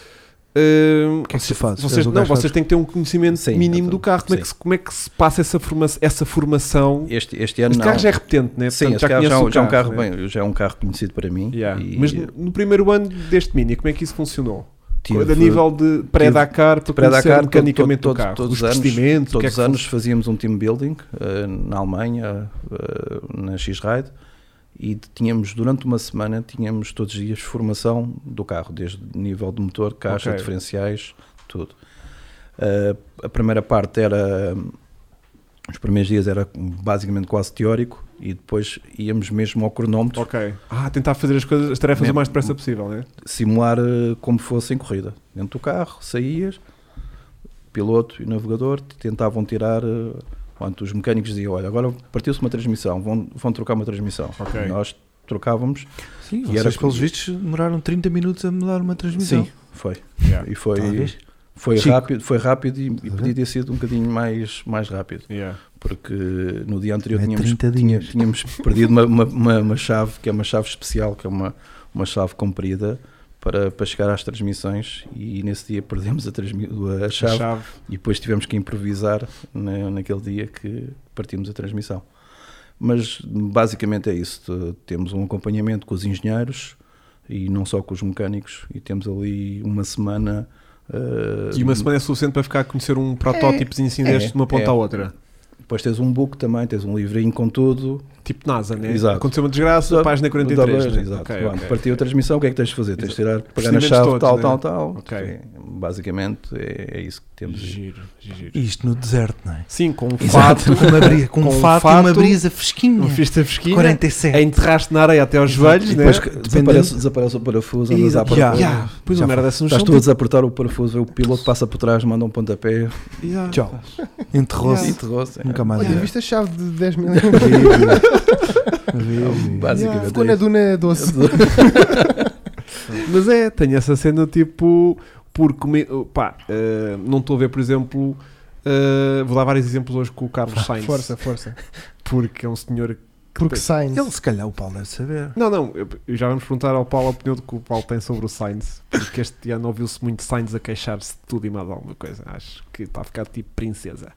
Speaker 1: hum,
Speaker 2: O que é que se faz?
Speaker 1: vocês, não, vocês têm que ter um conhecimento
Speaker 4: Sim,
Speaker 1: mínimo do
Speaker 4: exatamente.
Speaker 1: carro. Como é, que
Speaker 4: Sim.
Speaker 1: se, como é que se passa essa, forma, essa formação?
Speaker 4: Este, este ano
Speaker 1: Este
Speaker 4: não.
Speaker 1: carro já é repetente, né?
Speaker 4: Sim,
Speaker 1: Portanto,
Speaker 4: este carro já,
Speaker 1: conheces
Speaker 4: é um-
Speaker 1: o
Speaker 4: já é um carro
Speaker 1: né?
Speaker 4: bem, já é um carro conhecido para mim.
Speaker 1: Yeah.
Speaker 4: e
Speaker 1: Mas no, no primeiro ano deste Mini, como é que isso funcionou?
Speaker 4: tive-
Speaker 1: a nível de pré-Dakar, tu
Speaker 4: pré-Dakar,
Speaker 1: pré-Dakar
Speaker 4: todo-
Speaker 1: mecanicamente
Speaker 4: todo-
Speaker 1: o carro,
Speaker 4: todos
Speaker 1: os
Speaker 4: os anos-
Speaker 1: procedimentos, o que
Speaker 4: Todos
Speaker 1: é
Speaker 4: os
Speaker 1: que
Speaker 4: anos fazíamos um team building eh, na Alemanha, eh, na X-Ride, e tínhamos, durante uma semana, tínhamos todos os dias formação do carro, desde nível de motor, caixa,
Speaker 1: Ok.
Speaker 4: diferenciais, tudo. Eh, a primeira parte era, hum, os primeiros dias era basicamente quase teórico, e depois íamos mesmo ao cronómetro
Speaker 1: Ok. Ah, tentar fazer as coisas, as tarefas
Speaker 4: Mesmo-
Speaker 1: o mais depressa possível, né?
Speaker 4: simular eh, como fosse em corrida. Dentro do carro, saías, piloto e navegador te tentavam tirar. eh, Pronto, os mecânicos diziam: Olha, agora partiu-se uma transmissão, vão, vão trocar uma transmissão.
Speaker 1: Ok.
Speaker 4: Nós trocávamos.
Speaker 2: Sim,
Speaker 4: E
Speaker 2: vocês,
Speaker 4: era-
Speaker 2: pelos vistos, demoraram 30 minutos a mudar uma transmissão.
Speaker 4: Sim, foi.
Speaker 1: Yeah.
Speaker 4: E foi,
Speaker 2: Talvez.
Speaker 4: foi
Speaker 2: Chico.
Speaker 4: rápido, foi rápido e, e podia ter sido um bocadinho mais, mais rápido,
Speaker 1: Yeah.
Speaker 4: porque no dia anterior
Speaker 2: É
Speaker 4: tínhamos,
Speaker 2: 30
Speaker 4: tinha-
Speaker 2: dias.
Speaker 4: tínhamos perdido uma, uma, uma- uma chave, que é uma chave especial, que é uma, uma chave comprida. Para, para chegar às transmissões e nesse dia perdemos a, transmi- a
Speaker 1: A
Speaker 4: chave
Speaker 1: chave.
Speaker 4: E depois tivemos que improvisar na, naquele dia que partimos a transmissão. Mas basicamente é isso. T- Temos um acompanhamento com os engenheiros e não só com os mecânicos. E temos ali uma semana. eh,
Speaker 1: E uma semana é suficiente para ficar a conhecer um protótipo de deste
Speaker 4: é,
Speaker 1: de uma ponta
Speaker 4: é.
Speaker 1: à outra.
Speaker 4: Depois tens um book também, tens um livrinho com tudo.
Speaker 1: Tipo NASA, né?
Speaker 4: Exato.
Speaker 1: Aconteceu uma desgraça, página 43. né?
Speaker 4: Exato.
Speaker 1: Ok,
Speaker 4: Bom,
Speaker 1: ok.
Speaker 4: Partiu a transmissão, o que é que tens de fazer? Tens de tirar, pegar na
Speaker 1: Procedimentos
Speaker 4: chave,
Speaker 1: todos,
Speaker 4: tal,
Speaker 1: né?
Speaker 4: tal, tal.
Speaker 1: Ok.
Speaker 4: Sim, Basicamente é, é isso que temos.
Speaker 1: Giro, giro.
Speaker 2: E isto no deserto, não é?
Speaker 1: Sim, com um fato,
Speaker 2: Fato, [LAUGHS] uma brisa, com,
Speaker 1: Com
Speaker 2: um
Speaker 1: um
Speaker 2: fato, e uma
Speaker 1: fato,
Speaker 2: brisa fresquinha.
Speaker 1: uma festa fresquinha,
Speaker 2: 47.
Speaker 1: enterraste na areia até aos joelhos, né?
Speaker 4: E depois que desaparece,
Speaker 2: dependendo-
Speaker 4: desaparece o parafuso, andas à
Speaker 1: Exato.
Speaker 4: procura.
Speaker 2: Já.
Speaker 1: Yeah. Pois
Speaker 2: Já
Speaker 1: uma merda dessa no
Speaker 4: Estás
Speaker 1: chão.
Speaker 4: tu a desapertar o parafuso, o piloto passa por trás, manda um pontapé
Speaker 1: tipo, yeah.
Speaker 2: Tchau. [LAUGHS] Enterrou-se.
Speaker 4: e terrou-se.
Speaker 2: Nunca mais. é.
Speaker 3: Olha,
Speaker 2: vi.
Speaker 3: viste a chave de
Speaker 2: [LAUGHS]
Speaker 3: 10 milímetros?
Speaker 2: Vi, vi.
Speaker 4: Então, Basicamente. é
Speaker 3: Ficou
Speaker 1: é
Speaker 3: na Duna 12.
Speaker 1: Mas é, tenho essa cena tipo. Porque, me- pá, eh, não estou a ver, por exemplo. eh, vou dar vários exemplos hoje com o Carlos Sainz.
Speaker 3: Força, força.
Speaker 1: Porque é um senhor.
Speaker 3: Porque Sainz.
Speaker 2: Ele, se calhar, o Paulo deve saber.
Speaker 1: Não, não, eu- eu já vamos perguntar ao Paulo a opinião que o Paulo tem sobre o Sainz. Porque este ano ouviu-se muito Sainz a queixar-se de tudo e mais alguma coisa. Acho que está a ficar tipo princesa.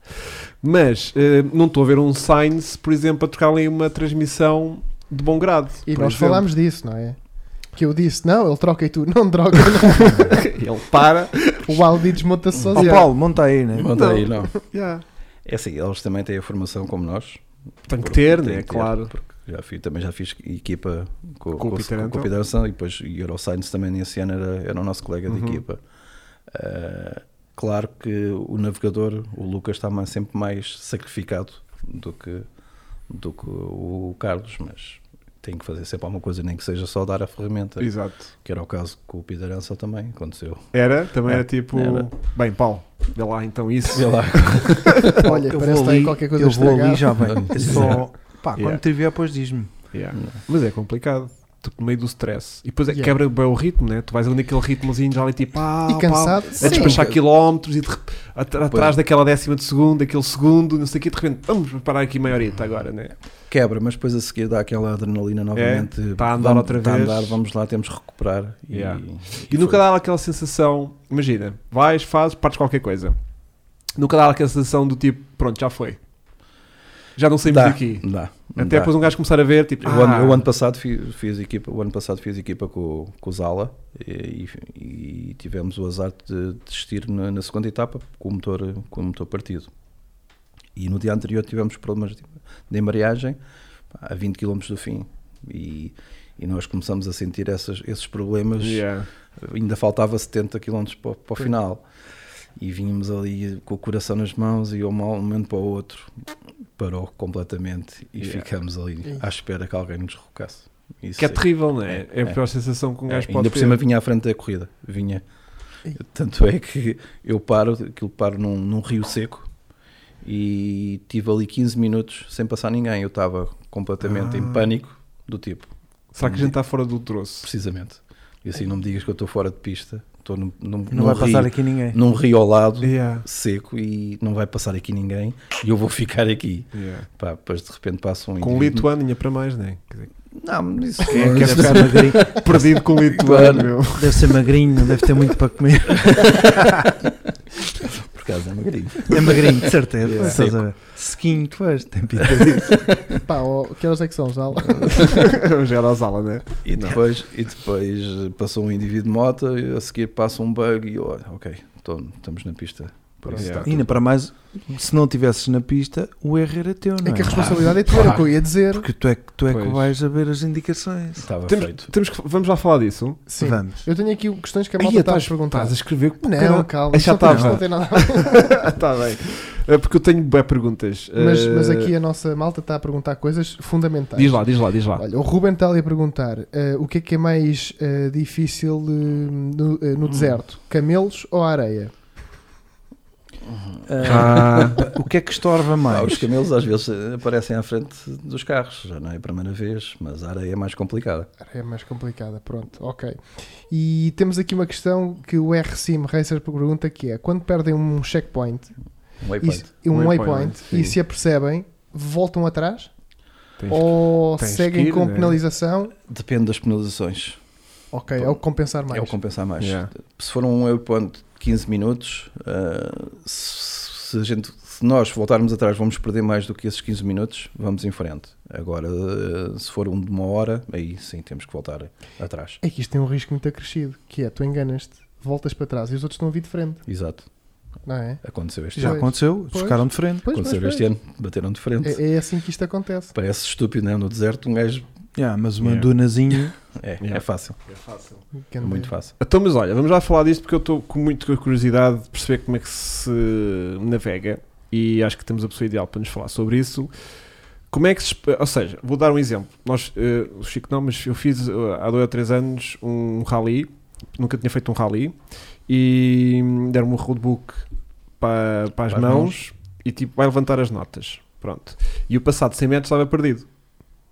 Speaker 1: Mas eh, não estou a ver um Sainz, por exemplo, a trocar ali uma transmissão de bom grado.
Speaker 3: E
Speaker 1: por
Speaker 3: nós
Speaker 1: exemplo.
Speaker 3: falámos disso, não é? Que eu disse, não, ele troca e tu não troca.
Speaker 2: [LAUGHS]
Speaker 3: não.
Speaker 1: Ele para.
Speaker 3: [LAUGHS] o Aldi desmonta
Speaker 2: Ó
Speaker 3: sozinho.
Speaker 2: Paulo, monta aí, né?
Speaker 4: Manda
Speaker 1: Não.
Speaker 4: aí, [LAUGHS] não.
Speaker 1: Yeah.
Speaker 4: É assim, eles também têm a formação como nós.
Speaker 1: Tem que
Speaker 4: Porque
Speaker 1: ter,
Speaker 4: tem
Speaker 1: né?
Speaker 4: que ter.
Speaker 1: Claro.
Speaker 4: Já fiz, também já fiz equipa com,
Speaker 1: Com o
Speaker 4: com,
Speaker 1: Peter
Speaker 4: com,
Speaker 1: Anton.
Speaker 4: o Peter Anson e depois e Euroscience também nesse ano era, era o nosso colega
Speaker 1: Uhum.
Speaker 4: de equipa. Ah, claro que o navegador, o Lucas, está mais- sempre mais sacrificado do que, do que o Carlos, mas tem que fazer sempre alguma coisa, nem que seja só dar a ferramenta,
Speaker 1: Exato.
Speaker 4: que era o caso com o Peter Anson também, aconteceu.
Speaker 1: Era? Também era
Speaker 4: É,
Speaker 1: tipo.
Speaker 4: era.
Speaker 1: Bem, Paulo, vê lá então isso.
Speaker 4: Vê lá. [LAUGHS]
Speaker 3: Olha,
Speaker 2: Eu
Speaker 3: parece
Speaker 2: vou
Speaker 3: que tem
Speaker 2: ali-
Speaker 3: qualquer coisa
Speaker 2: Eu vou ali
Speaker 3: estragada.
Speaker 2: já vem.
Speaker 3: [LAUGHS]
Speaker 2: É Só, pá, quando
Speaker 4: Yeah.
Speaker 2: te vier, depois diz-me.
Speaker 1: Yeah. Mas é complicado. Tipo, no meio do stress. E depois é que
Speaker 3: Yeah.
Speaker 1: quebra bem o ritmo, né? Tu vais ali naquele ritmozinho já ali tipo. Ah,
Speaker 3: E cansado.
Speaker 1: pá, a
Speaker 3: Sim.
Speaker 1: despachar quilómetros e de rep- at- atrás daquela décima de segundo, aquele segundo, não sei o quê, de repente, vamos parar aqui meia horita agora, né?
Speaker 4: Quebra, mas depois a seguir dá aquela adrenalina novamente.
Speaker 1: tá a andar
Speaker 4: vamos,
Speaker 1: outra
Speaker 4: tá a
Speaker 1: vez.
Speaker 4: andar, vamos lá, temos que recuperar. E,
Speaker 1: Yeah.
Speaker 4: e
Speaker 1: E nunca
Speaker 4: foi.
Speaker 1: dá aquela sensação, imagina, vais, fazes, partes qualquer coisa. Nunca dá aquela sensação do tipo, pronto, já foi. Já não saímos
Speaker 4: Dá,
Speaker 1: daqui.
Speaker 4: dá,
Speaker 1: Até
Speaker 4: dá.
Speaker 1: depois um gajo começar a ver, tipo,
Speaker 4: Eu, ano,
Speaker 1: ah,
Speaker 4: eu ano passado fiz, fiz equipa, o ano passado fiz equipa com, o- com o Zala e, e tivemos o azar de desistir na, na segunda etapa com o, motor, com o motor partido. E no dia anterior tivemos problemas de, de embreagem pá, a 20 km do fim e, e nós começamos a sentir essas- esses problemas.
Speaker 1: yeah.
Speaker 4: Ainda faltava 70 km para, para o final. E vínhamos ali com o coração nas mãos e de um momento para o outro parou completamente e
Speaker 1: Yeah.
Speaker 4: ficamos ali à espera que alguém nos rocasse. Isso
Speaker 1: que é
Speaker 4: é-
Speaker 1: terrível, não é?
Speaker 4: É,
Speaker 1: É, a
Speaker 4: é.
Speaker 1: pior sensação que um
Speaker 4: é,
Speaker 1: gajo pode
Speaker 4: ainda
Speaker 1: ter.
Speaker 4: por cima vinha à frente da corrida. Vinha.
Speaker 3: Ei.
Speaker 4: Tanto é que eu paro, aquilo paro num, num rio seco e tive ali 15 minutos sem passar ninguém. Eu estava completamente
Speaker 1: Ah.
Speaker 4: em pânico do tipo,
Speaker 1: Será que a gente está fora do troço?
Speaker 4: precisamente. E assim, não me digas que eu estou fora de pista, estou num, num,
Speaker 2: Não
Speaker 4: num
Speaker 2: vai
Speaker 4: rio,
Speaker 2: passar aqui ninguém.
Speaker 4: num rio ao lado
Speaker 1: Yeah.
Speaker 4: seco e não vai passar aqui ninguém e eu vou ficar aqui.
Speaker 1: Yeah.
Speaker 4: Pá, depois de repente passa um
Speaker 1: Com
Speaker 4: indivíduo-
Speaker 1: Lituânia para mais, não é? Quer
Speaker 4: [LAUGHS]
Speaker 1: dizer,
Speaker 4: Não, mas isso
Speaker 1: Quem é que
Speaker 2: Deve
Speaker 1: é
Speaker 2: ser
Speaker 1: ficar
Speaker 2: magrinho,
Speaker 1: perdido com Lituânia,
Speaker 4: Claro.
Speaker 1: meu?
Speaker 2: deve ser magrinho, não deve ter muito para comer.
Speaker 4: por causa é magrinho.
Speaker 2: É magrinho, de certeza.
Speaker 1: Yeah.
Speaker 2: Estás a ver? Sequinho, tu és, tem pinta.
Speaker 3: Pá, ó, que horas é que são, Zal?
Speaker 1: [LAUGHS] Já era a sala, não é?
Speaker 4: E depois, e depois passou um indivíduo de moto, e a seguir passa um bug e eu, olha, ok, então estamos na pista. Por isso
Speaker 1: Yeah.
Speaker 4: está
Speaker 2: E ainda
Speaker 4: tudo.
Speaker 2: para mais, se não estivesses na pista, o erro era teu, não
Speaker 3: É
Speaker 2: é?
Speaker 3: que a responsabilidade é tua, era o que eu ia dizer.
Speaker 2: Porque tu é, que- tu é que
Speaker 1: Pois.
Speaker 2: vais a ver as indicações.
Speaker 4: Estava
Speaker 1: Temos,
Speaker 4: tá, feito.
Speaker 1: temos que, vamos lá falar disso?
Speaker 3: Sim.
Speaker 2: Vamos.
Speaker 3: Eu tenho aqui questões que a
Speaker 1: Ia,
Speaker 3: malta está a
Speaker 1: estás-
Speaker 3: perguntar.
Speaker 1: Estás a escrever que
Speaker 3: Não, calma.
Speaker 1: Já
Speaker 3: só porque
Speaker 1: estava.
Speaker 3: isto Não tem nada a ver.
Speaker 2: [LAUGHS]
Speaker 1: [LAUGHS] Está bem. É porque eu tenho bué perguntas.
Speaker 3: Mas,
Speaker 1: Eh,
Speaker 3: mas aqui é a nossa malta está a perguntar coisas fundamentais.
Speaker 1: Diz lá, diz lá, diz lá.
Speaker 3: Olha, o Ruben está ali a perguntar eh, o que é que é mais eh, difícil eh, no, eh, no deserto, camelos ou areia?
Speaker 2: o que é que estorva
Speaker 4: Ah,
Speaker 2: mais?
Speaker 4: os camelos às vezes eh, aparecem à frente dos carros, já não é a primeira vez, mas a areia é mais complicada.
Speaker 3: Areia é mais complicada, pronto, ok. E temos aqui uma questão que o RCIM Racer pergunta que é, quando perdem um checkpoint,
Speaker 4: Um
Speaker 3: e
Speaker 4: waypoint.
Speaker 3: se- um
Speaker 1: Waypoint,
Speaker 3: waypoint,
Speaker 1: sim.
Speaker 3: e se apercebem, voltam atrás?
Speaker 1: Tens-
Speaker 3: ou
Speaker 1: tens
Speaker 3: seguem
Speaker 1: que ir,
Speaker 3: com
Speaker 1: né?
Speaker 3: penalização?
Speaker 4: Depende das penalizações.
Speaker 3: Ok,
Speaker 4: Pô,
Speaker 3: é o que compensar mais.
Speaker 4: É o compensar mais.
Speaker 1: Yeah.
Speaker 4: Se for um waypoint de 15 minutos, ah, se, se a gente, se nós voltarmos atrás, vamos perder mais do que esses 15 minutos, vamos em frente. Agora, ah, se for um de uma hora, aí sim temos que voltar atrás.
Speaker 3: É que isto tem um risco muito acrescido, que é, tu enganas-te, voltas para trás e os outros estão a vir de frente,
Speaker 4: Exato.
Speaker 3: não é?
Speaker 4: Aconteceu este
Speaker 2: Já
Speaker 4: ano.
Speaker 3: Pois.
Speaker 2: aconteceu,
Speaker 3: Pois.
Speaker 2: ficaram de frente.
Speaker 3: Pois,
Speaker 4: Aconteceu
Speaker 3: pois,
Speaker 4: este ano, bateram de frente.
Speaker 3: pois. É, é assim que isto acontece.
Speaker 4: Parece estúpido, né? No deserto, um gajo.
Speaker 2: Yeah, mas uma
Speaker 1: Yeah.
Speaker 2: dunazinha.
Speaker 4: É,
Speaker 1: Yeah.
Speaker 4: é fácil. É
Speaker 3: Ganda-
Speaker 4: muito fácil.
Speaker 1: Então, mas olha, vamos lá falar disto porque eu estou com muita curiosidade de perceber como é que se navega e acho que temos a pessoa ideal para nos falar sobre isso. Como é que se. espe- Ou seja, vou dar um exemplo. Nós, eh, o Chico não, mas eu fiz eh, há dois ou três anos um rally, nunca tinha feito um rally, e deram-me um roadbook para, para as
Speaker 4: Para as
Speaker 1: mãos,
Speaker 4: mãos.
Speaker 1: e tipo, vai levantar as notas. Pronto. E o passado de 100 metros estava perdido.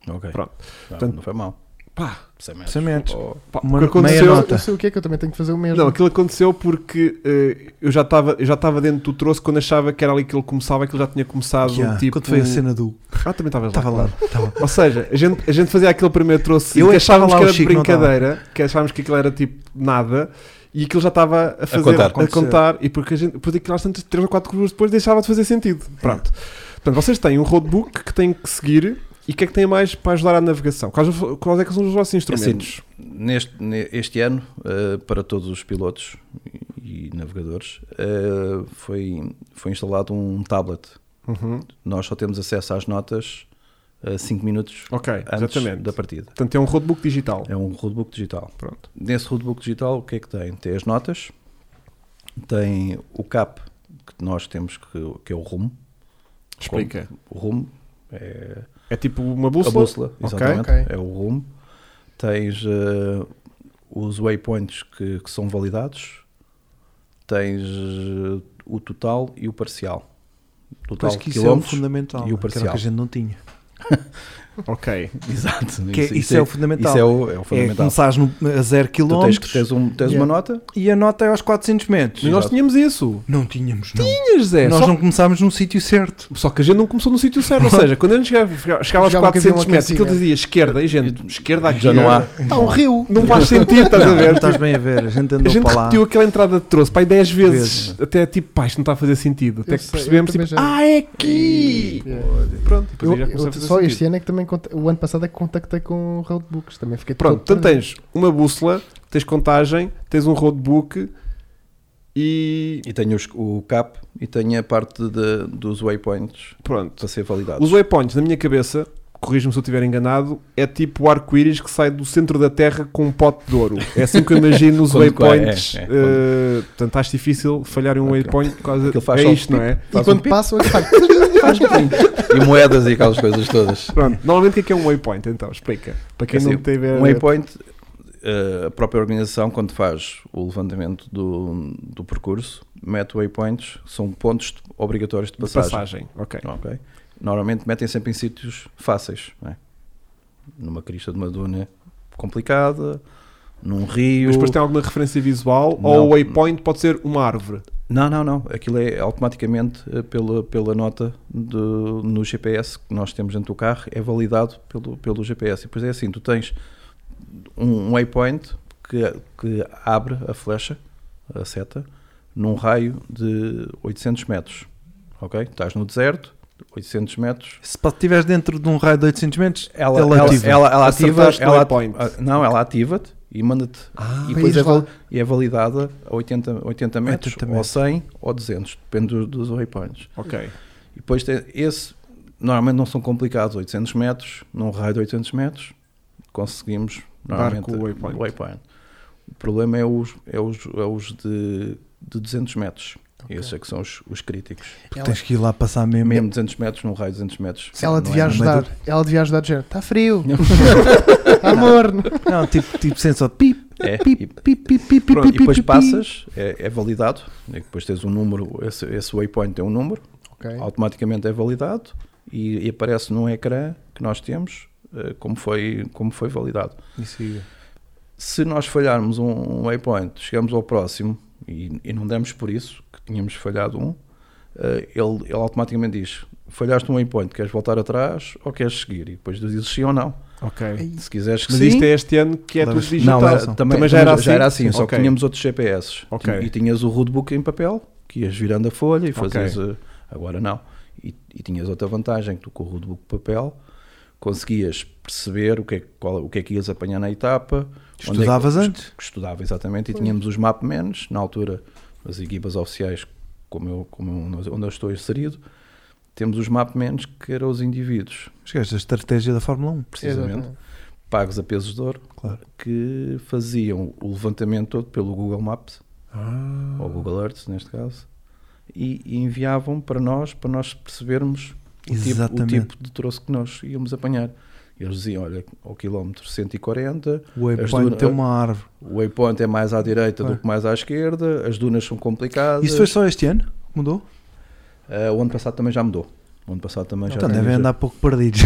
Speaker 4: Ok.
Speaker 1: Pronto.
Speaker 4: Não,
Speaker 1: Portanto-
Speaker 4: não foi mal.
Speaker 1: Pá,
Speaker 4: 100 metros.
Speaker 2: 100 metros.
Speaker 4: Oh,
Speaker 1: pá,
Speaker 2: Uma
Speaker 1: o que
Speaker 2: no- meia
Speaker 1: aconteceu-
Speaker 2: nota.
Speaker 3: Eu sei o que é que eu também tenho que fazer o mesmo.
Speaker 1: Não, aquilo aconteceu porque eh, eu já estava eu já estava dentro do troço quando achava que era ali que ele começava, aquilo já tinha começado
Speaker 2: Yeah.
Speaker 1: tipo.
Speaker 2: Quando foi a cena do.
Speaker 1: Ah, também estavas lá.
Speaker 2: Estava lá.
Speaker 1: claro.
Speaker 2: Estava.
Speaker 1: Ou seja, a gente, a gente fazia aquele primeiro troço e
Speaker 2: Eu é
Speaker 1: que
Speaker 2: que
Speaker 1: achávamos que
Speaker 2: estava lá,
Speaker 1: era
Speaker 2: o
Speaker 1: de
Speaker 2: Chico não estava.
Speaker 1: brincadeira, que achávamos que aquilo era tipo nada. E aquilo já estava a fazer,
Speaker 4: contar.
Speaker 1: a contar,
Speaker 2: Acontecer.
Speaker 1: e porque a gente, depois daquilo às tantas 3 ou 4 curvas depois deixava de fazer sentido. Pronto. Portanto, vocês têm um roadbook que têm que seguir e o que é que têm mais para ajudar à navegação? Quais, quais é que são os vossos instrumentos?
Speaker 4: Assim, Neste, ne- este ano, eh, para todos os pilotos e, e navegadores, eh, foi, foi instalado um tablet.
Speaker 1: Uhum.
Speaker 4: Nós só temos acesso às notas 5 minutos
Speaker 1: Ok,
Speaker 4: antes
Speaker 1: exatamente.
Speaker 4: da partida.
Speaker 1: Portanto, é um roadbook digital.
Speaker 4: É um roadbook digital.
Speaker 1: Pronto.
Speaker 4: Nesse roadbook digital, o que é que tem? Tem as notas, tem o CAP, que nós temos, que, que é o rumo.
Speaker 1: Explica.
Speaker 4: O rumo é
Speaker 1: É tipo uma bússola?
Speaker 4: a bússola, exatamente,
Speaker 3: ok.
Speaker 4: é o rumo. Tens eh, os waypoints que, que são validados, tens eh, o total e o parcial. Total
Speaker 2: Acho
Speaker 4: de
Speaker 2: que isso é um
Speaker 4: quilómetros.
Speaker 2: fundamental.
Speaker 4: e o
Speaker 2: que era
Speaker 4: parcial.
Speaker 2: que a gente não tinha.
Speaker 1: Ok.
Speaker 4: [LAUGHS] Exato.
Speaker 2: Que é- isso, é, o fundamental.
Speaker 4: Isso é o, é o
Speaker 2: É,
Speaker 4: fundamental.
Speaker 2: começares no- a 0
Speaker 4: tu tens, que-
Speaker 2: km
Speaker 4: tens, um, tens
Speaker 3: Yeah.
Speaker 4: uma nota,
Speaker 2: e a nota é aos 400 metros.
Speaker 1: Mas nós tínhamos isso.
Speaker 2: Não tínhamos, não.
Speaker 1: Tinhas, Zé.
Speaker 2: Nós
Speaker 1: só,
Speaker 2: não começámos no sítio certo.
Speaker 1: só que a gente não começou no sítio certo. Ou seja, quando a gente chegava, chegava aos
Speaker 3: Chegava que havia uma
Speaker 1: 400 metros, aquilo
Speaker 3: cantiga.
Speaker 1: dizia esquerda, e gente, esquerda aqui. é.
Speaker 4: já não há.
Speaker 3: Está um rio.
Speaker 1: Não faz sentido, estás a
Speaker 2: Não, não
Speaker 1: ver?
Speaker 2: estás bem a ver, a gente
Speaker 1: A
Speaker 2: [LAUGHS] andou
Speaker 1: gente
Speaker 2: para lá.
Speaker 1: repetiu aquela entrada de troço, pai, 10 vezes.
Speaker 2: Vezes.
Speaker 1: Até tipo, pá, isto não está a fazer sentido. Até
Speaker 3: Eu
Speaker 1: que
Speaker 3: sei,
Speaker 1: percebemos,
Speaker 3: eu também
Speaker 1: tipo,
Speaker 3: já-
Speaker 1: ah, é aqui!
Speaker 3: Yeah.
Speaker 1: Pronto, Tipo, depois
Speaker 3: É. Eu-
Speaker 1: aí já começou
Speaker 3: eu-
Speaker 1: a fazer
Speaker 3: só
Speaker 1: sentido.
Speaker 3: este ano é que também conta- o ano passado é que contactei com roadbooks também fiquei
Speaker 1: Pronto,
Speaker 3: todo
Speaker 1: portanto tens uma bússola, tens contagem, tens um roadbook e
Speaker 4: E tenho os- o CAP e tenho a parte de- dos waypoints
Speaker 1: pronto.
Speaker 4: a ser validados.
Speaker 1: Os waypoints, na minha cabeça, corrijo-me se eu estiver enganado, é tipo o arco-íris que sai do centro da Terra com um pote de ouro. É assim que eu imagino os
Speaker 4: [LAUGHS] Quando-
Speaker 1: waypoints.
Speaker 4: é, é,
Speaker 1: eh, portanto, acho difícil falhar um waypoint por causa
Speaker 4: Aquilo faz
Speaker 1: é
Speaker 4: só um
Speaker 1: isto, não é?
Speaker 3: E
Speaker 4: faz um
Speaker 3: quando
Speaker 4: pi-
Speaker 3: passa, olha, faz-
Speaker 4: E moedas e aquelas coisas todas.
Speaker 1: Pronto, normalmente o que é que é um waypoint então? Explica. Para quem
Speaker 4: É
Speaker 1: não
Speaker 4: assim,
Speaker 1: teve
Speaker 4: Um waypoint, eh, a própria organização, quando faz o levantamento do, do percurso, mete waypoints, são pontos de- obrigatórios de
Speaker 1: de
Speaker 4: passagem.
Speaker 1: passagem. Ok.
Speaker 4: Ok? Normalmente metem sempre em sítios fáceis, não é? numa crista de uma duna complicada, num rio.
Speaker 1: Mas depois tem alguma referência visual
Speaker 4: Não.
Speaker 1: ou o waypoint pode ser uma árvore.
Speaker 4: Não, não, não. Aquilo é automaticamente eh, pela, pela nota do- no GPS que nós temos dentro do carro, é validado pelo, pelo GPS. E depois é assim: tu tens um, um waypoint que, que abre a flecha, a seta, num raio de 800 metros. Ok? Estás no deserto, 800 metros.
Speaker 2: Se estiveres dentro de um raio de 800 metros,
Speaker 4: Ela,
Speaker 2: Ela
Speaker 4: ela,
Speaker 2: ativa.
Speaker 4: ela, ela ativa.
Speaker 1: Acertaste no
Speaker 4: Ela,
Speaker 1: waypoint.
Speaker 4: ah, não, ela ativa-te e manda-te. e
Speaker 3: para
Speaker 4: depois
Speaker 3: ires
Speaker 4: é, val-
Speaker 3: lá.
Speaker 4: e é validada a 80, 80 metros,
Speaker 2: 80
Speaker 4: ou
Speaker 2: metros.
Speaker 4: 100 ou 200, depende dos, dos waypoints.
Speaker 1: Ok.
Speaker 4: E depois tem esse, normalmente não são complicados, 800 metros, num raio de 800 metros, conseguimos
Speaker 1: Dar
Speaker 4: normalmente
Speaker 1: com o waypoint.
Speaker 4: O problema é os, é os, é os de, de 200 metros. Esses é que são os, os críticos.
Speaker 2: porque
Speaker 3: Ela-
Speaker 2: tens que ir lá passar mesmo.
Speaker 4: Mesmo 200 metros, num raio de 200 metros.
Speaker 3: ela
Speaker 4: não
Speaker 3: devia
Speaker 4: é-
Speaker 3: ajudar. Ela devia ajudar de género. Está frio. [LAUGHS] Tá Amor.
Speaker 2: Não, tipo, tipo sensor. Pip,
Speaker 4: É,
Speaker 2: pip,
Speaker 4: e-
Speaker 2: pip, pip, pip, pip,
Speaker 4: Pronto, e
Speaker 2: pip,
Speaker 4: depois
Speaker 2: pip.
Speaker 4: passas, é, é validado, e depois tens um número, esse, esse waypoint tem um número,
Speaker 3: Ok.
Speaker 4: automaticamente é validado e, e aparece num ecrã que nós temos eh, como foi, como foi validado. Se nós falharmos um, um waypoint, chegamos ao próximo e, e não demos por isso, que tínhamos falhado um, eh, ele, ele automaticamente diz, falhaste um waypoint, queres voltar atrás ou queres seguir? E depois tu dizes sim ou não.
Speaker 1: Ok.
Speaker 4: Se quiseres É que
Speaker 1: Mas
Speaker 4: sim,
Speaker 1: isto é este ano que é tudo
Speaker 2: Levas-
Speaker 1: digital.
Speaker 4: Não, era-
Speaker 2: Também-
Speaker 4: também,
Speaker 1: também
Speaker 4: já era assim, só
Speaker 1: Ok.
Speaker 4: que tínhamos outros GPS.
Speaker 1: Ok.
Speaker 4: E tinhas o roadbook em papel, que ias virando a folha e
Speaker 1: Ok.
Speaker 4: fazias. eh, Agora não. E, e tinhas outra vantagem, que tu com o roadbook de papel conseguias perceber o que é, que- qual- o que, é que ias apanhar na etapa. onde é que-
Speaker 2: Estudavas antes?
Speaker 4: que estudava exatamente e tínhamos os mapmans na altura as equipas oficiais como eu, como eu- onde eu estou inserido temos os mapmans que eram os indivíduos
Speaker 2: Chegaste a estratégia da Fórmula 1.
Speaker 4: precisamente
Speaker 3: Exatamente.
Speaker 4: pagos a pesos de ouro
Speaker 2: Claro.
Speaker 4: que faziam o levantamento todo pelo Google Maps
Speaker 2: Ah.
Speaker 4: ou Google Earth neste caso e, e enviavam para nós para nós percebermos o tipo, o
Speaker 2: Exatamente.
Speaker 4: tipo de troço que nós íamos apanhar eles diziam, olha, ao quilómetro 140
Speaker 2: O
Speaker 4: As
Speaker 2: waypoint
Speaker 4: dunas-
Speaker 2: tem uma árvore.
Speaker 4: o waypoint é mais à direita
Speaker 2: Claro.
Speaker 4: do que mais à esquerda, as dunas são complicadas.
Speaker 2: Isso foi só este ano? Mudou?
Speaker 4: Ah, o ano passado também já mudou. O ano passado também já
Speaker 2: Então
Speaker 4: tinha- assim.
Speaker 2: devem andar pouco
Speaker 4: [LAUGHS]
Speaker 2: perdidos.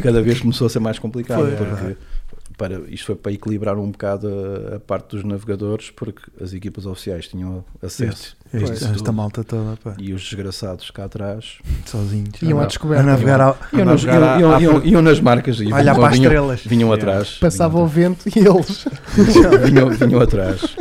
Speaker 4: cada vez começou a ser mais complicado.
Speaker 2: Foi.
Speaker 4: porque para, isto foi para equilibrar um bocado a, a parte dos navegadores, porque as equipas oficiais tinham acesso a
Speaker 2: Este-
Speaker 4: isso
Speaker 2: Esta,
Speaker 4: tudo.
Speaker 2: malta toda, pá,
Speaker 4: e os desgraçados cá atrás
Speaker 2: sozinhos.
Speaker 3: Iam à
Speaker 4: Não.
Speaker 2: a
Speaker 3: descoberta.
Speaker 2: navegar ao,
Speaker 4: iam, nas,
Speaker 1: jogar à-
Speaker 4: iam-
Speaker 1: à-
Speaker 4: iam- iam nas marcas e
Speaker 2: a olhar para as
Speaker 4: vinham,
Speaker 2: estrelas.
Speaker 4: vinham
Speaker 1: Yeah.
Speaker 4: atrás.
Speaker 3: Passava
Speaker 4: vinham
Speaker 3: o vento e eles.
Speaker 2: [LAUGHS]
Speaker 4: vinham, vinham atrás.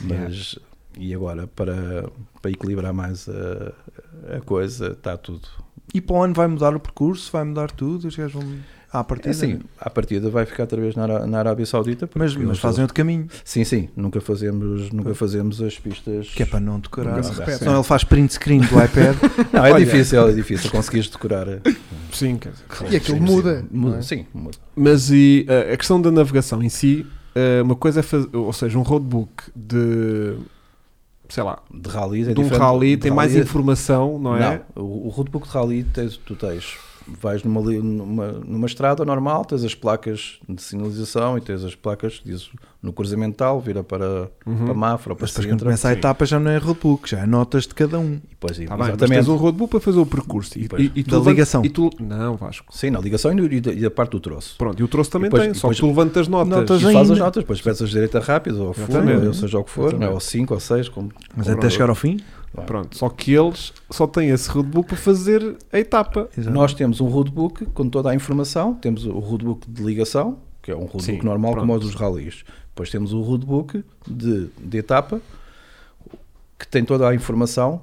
Speaker 4: Mas, e agora, para, para equilibrar mais a, a coisa, está tudo.
Speaker 2: E para o ano vai mudar o percurso, vai mudar tudo, os gajos vão à partida.
Speaker 4: É assim, à partida vai ficar outra vez na, Ará- na Arábia Saudita. porque
Speaker 2: Mas, mas
Speaker 4: eles-
Speaker 2: fazem outro caminho,
Speaker 4: Sim, sim, nunca fazemos, nunca fazemos as pistas.
Speaker 2: que é para não decorar.
Speaker 4: Nunca se repete.
Speaker 2: Senão ele faz print screen do
Speaker 4: [LAUGHS]
Speaker 2: iPad.
Speaker 4: Não, é
Speaker 1: Olha.
Speaker 4: difícil, é difícil conseguires decorar.
Speaker 1: Sim, quer dizer.
Speaker 3: E aquilo muda. não
Speaker 4: Muda,
Speaker 3: é?
Speaker 4: sim, muda.
Speaker 1: Mas e uh, a questão da navegação em si, uh, uma coisa é fazer, ou seja, um roadbook de sei lá,
Speaker 4: De rally é
Speaker 1: de um
Speaker 4: diferente.
Speaker 1: rally
Speaker 4: De
Speaker 1: tem mais
Speaker 4: rally é-
Speaker 1: informação, não é?
Speaker 4: Não, o, o roadbook de rally tens, tu tens vais numa, li- numa, numa estrada normal, tens as placas de sinalização e tens as placas, diz no cruzamento tal, vira para, para Mafra ou para
Speaker 2: Mas depois quando
Speaker 4: Sintra.
Speaker 2: começa a
Speaker 1: sim.
Speaker 2: etapa já não é roadbook, já é notas de cada um.
Speaker 4: E depois,
Speaker 1: Tá bem, mas
Speaker 4: é, exatamente.
Speaker 1: tens um roadbook para fazer o percurso. E,
Speaker 4: Pois.
Speaker 1: e- e tu
Speaker 2: Da
Speaker 1: levanta-
Speaker 2: ligação.
Speaker 1: E tu, não, Vasco.
Speaker 4: Sim, na ligação e, no- e da, e da parte do troço.
Speaker 1: Pronto, e o troço também
Speaker 4: E depois-
Speaker 1: tem, só
Speaker 4: depois-
Speaker 1: que tu levantas notas.
Speaker 2: notas
Speaker 4: E faz as
Speaker 2: ainda.
Speaker 4: notas, depois peças direita rápido, ou full,
Speaker 1: Exatamente.
Speaker 4: ou seja o que for, não é? ou 5 ou 6, como
Speaker 2: Mas
Speaker 4: como-
Speaker 2: até chegar ao fim,
Speaker 1: Pronto, só que eles só têm esse roadbook para fazer a etapa.
Speaker 2: exato.
Speaker 4: Nós temos um roadbook com toda a informação, temos o roadbook de ligação, que é um roadbook
Speaker 1: Sim,
Speaker 4: normal como o
Speaker 1: pronto.
Speaker 4: dos ralis. Depois temos o roadbook de, de etapa, que tem toda a informação,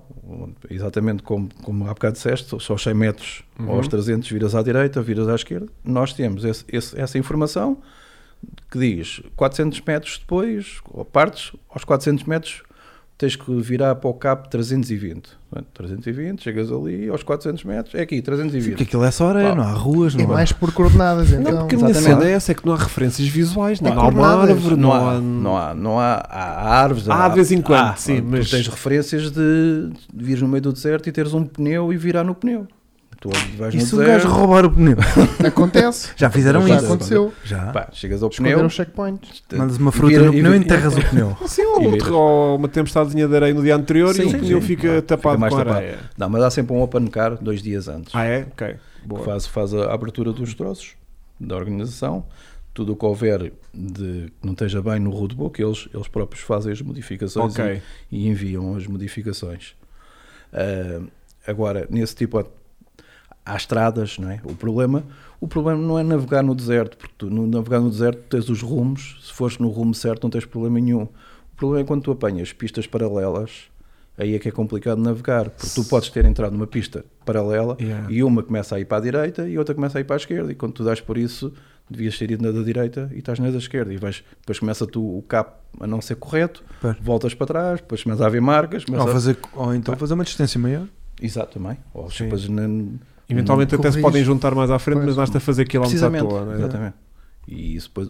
Speaker 4: exatamente como, como há bocado disseste, só aos 100 metros ou
Speaker 1: Uhum.
Speaker 4: aos 300 viras à direita, viras à esquerda. Nós temos esse- esse- essa informação que diz 400 metros depois, ou partes, aos 400 metros tens que virar para o cabo 320. Portanto, 320, chegas ali, aos 400 metros, é aqui,
Speaker 2: Sim,
Speaker 4: 320.
Speaker 2: Porque aquilo é só areia,
Speaker 4: Pá.
Speaker 2: não há ruas,
Speaker 3: É
Speaker 2: não há.
Speaker 3: mais por coordenadas,
Speaker 1: Não,
Speaker 3: então.
Speaker 1: porque a minha
Speaker 4: exatamente.
Speaker 1: cena é essa, é que não há referências visuais, não,
Speaker 3: Não há
Speaker 1: há uma
Speaker 3: coordenadas,
Speaker 1: árvore,
Speaker 4: não há,
Speaker 1: não
Speaker 4: não há, não há, há árvores.
Speaker 1: Há de vez em quando,
Speaker 4: há.
Speaker 1: sim,
Speaker 4: Tu
Speaker 1: mas-
Speaker 4: tens referências de, de vires no meio do deserto e teres um pneu e virar no pneu. Tu vais
Speaker 2: E
Speaker 4: no
Speaker 2: se um
Speaker 4: deserto,
Speaker 2: gajo roubar o pneu?
Speaker 3: é Acontece.
Speaker 2: Já fizeram
Speaker 4: Já
Speaker 3: Já
Speaker 2: isso.
Speaker 3: aconteceu.
Speaker 2: Já.
Speaker 4: pá, chegas ao
Speaker 3: Esconderam
Speaker 4: pneu,
Speaker 3: os checkpoints.
Speaker 2: Mandas uma fruta
Speaker 4: vira-
Speaker 2: no
Speaker 4: e
Speaker 2: pneu e
Speaker 4: vira-
Speaker 2: enterras
Speaker 4: [LAUGHS]
Speaker 2: o pneu.
Speaker 1: Sim, ou,
Speaker 4: E
Speaker 1: um
Speaker 4: vira.
Speaker 1: ter- ou uma tempestadezinha de areia no dia anterior e
Speaker 4: Sim,
Speaker 1: o pneu
Speaker 4: sim.
Speaker 1: fica
Speaker 4: Fica
Speaker 1: tapado
Speaker 4: mais
Speaker 1: com
Speaker 4: tapado.
Speaker 1: areia.
Speaker 4: não, mas há sempre um open car dois dias antes.
Speaker 1: Ah, é? Ok. Boa.
Speaker 4: que faz, faz a abertura dos troços da organização. Tudo o que houver de que não esteja bem no roadbook, eles, eles próprios fazem as modificações e-
Speaker 1: Ok.
Speaker 4: e enviam as modificações. Ah, agora, nesse tipo há estradas, não é? O problema, o problema não é navegar no deserto, porque tu no navegar no deserto tens os rumos, se fores no rumo certo não tens problema nenhum. O problema é quando tu apanhas pistas paralelas, aí é que é complicado navegar, porque tu podes ter entrado numa pista paralela
Speaker 1: Yeah.
Speaker 4: É. e uma começa a ir para a direita e outra começa a ir para a esquerda, e quando tu dás por isso, devias ter ido na da direita e estás na da esquerda, e vais, depois começa tu o capo a não ser correto,
Speaker 2: Pois.
Speaker 4: voltas para trás, depois começa a haver marcas, começa
Speaker 2: Ou,
Speaker 4: a-
Speaker 2: fazer, ou então fazer uma distância maior.
Speaker 4: Exato, também. Ou
Speaker 1: Sim.
Speaker 4: depois na-
Speaker 1: Eventualmente até se
Speaker 3: corriges.
Speaker 1: podem juntar mais à frente,
Speaker 3: Pois.
Speaker 1: mas basta fazer quilómetros à
Speaker 4: Precisamente.
Speaker 1: toa, não é?
Speaker 4: Exatamente. E isso depois.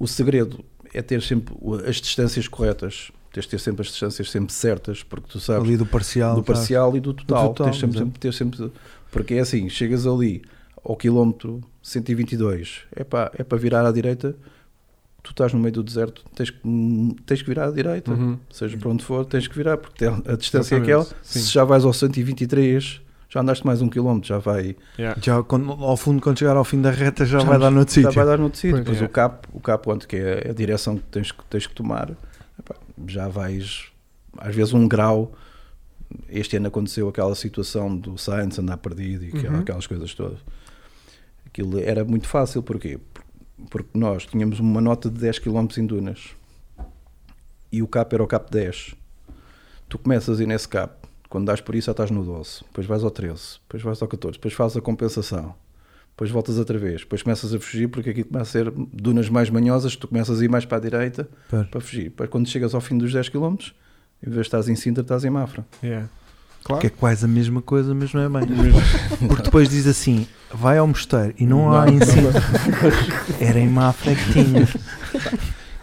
Speaker 4: O segredo é ter sempre o- as distâncias corretas. Tens de ter sempre as distâncias sempre certas, porque tu sabes
Speaker 2: Ali do parcial.
Speaker 4: do
Speaker 2: tá.
Speaker 4: parcial e do total.
Speaker 2: total,
Speaker 4: tens sempre,
Speaker 2: exato.
Speaker 4: tens sempre- porque é assim, chegas ali ao quilómetro 122, é para, é para virar à direita, tu estás no meio do deserto, tens que, hum, tens que virar à direita,
Speaker 1: Uhum.
Speaker 4: seja para onde for, tens que virar, porque tem- a distância é aquela.
Speaker 1: Exatamente, sim.
Speaker 4: Se já vais ao 123, já andaste mais um quilómetro, já vai...
Speaker 1: Yeah.
Speaker 2: Já quando- ao fundo, quando chegar ao fim da reta, já, vai dar no outro
Speaker 4: Já vai
Speaker 2: sítio.
Speaker 4: dar no outro sítio.
Speaker 3: Pois.
Speaker 4: Depois
Speaker 1: É.
Speaker 4: o capo, o capo onde que é a direção que tens que, tens que tomar, epá, já vais, às vezes, um grau. Este ano aconteceu aquela situação do Sainz andar perdido e aquela-
Speaker 3: Uhum.
Speaker 4: aquelas coisas todas. Aquilo era muito fácil, porquê? Porque nós tínhamos uma nota de 10 km em dunas e o capo era o capo 10. Tu começas a ir nesse capo, quando dás por isso já estás no 12, depois vais ao 13, depois vais ao 14, depois fazes a compensação depois voltas outra vez, depois começas a fugir porque aqui começa a ser dunas mais manhosas, tu começas a ir mais para a direita
Speaker 2: Pois.
Speaker 4: para fugir. Depois quando chegas ao fim dos 10 km, em vez de estás em Sintra, estás em Mafra.
Speaker 1: Yeah.
Speaker 2: Que é quase a mesma coisa, mas não é bem. Porque depois diz assim: vai ao mosteiro e não, há em si. Era em Mafra que tinha.
Speaker 4: [LAUGHS]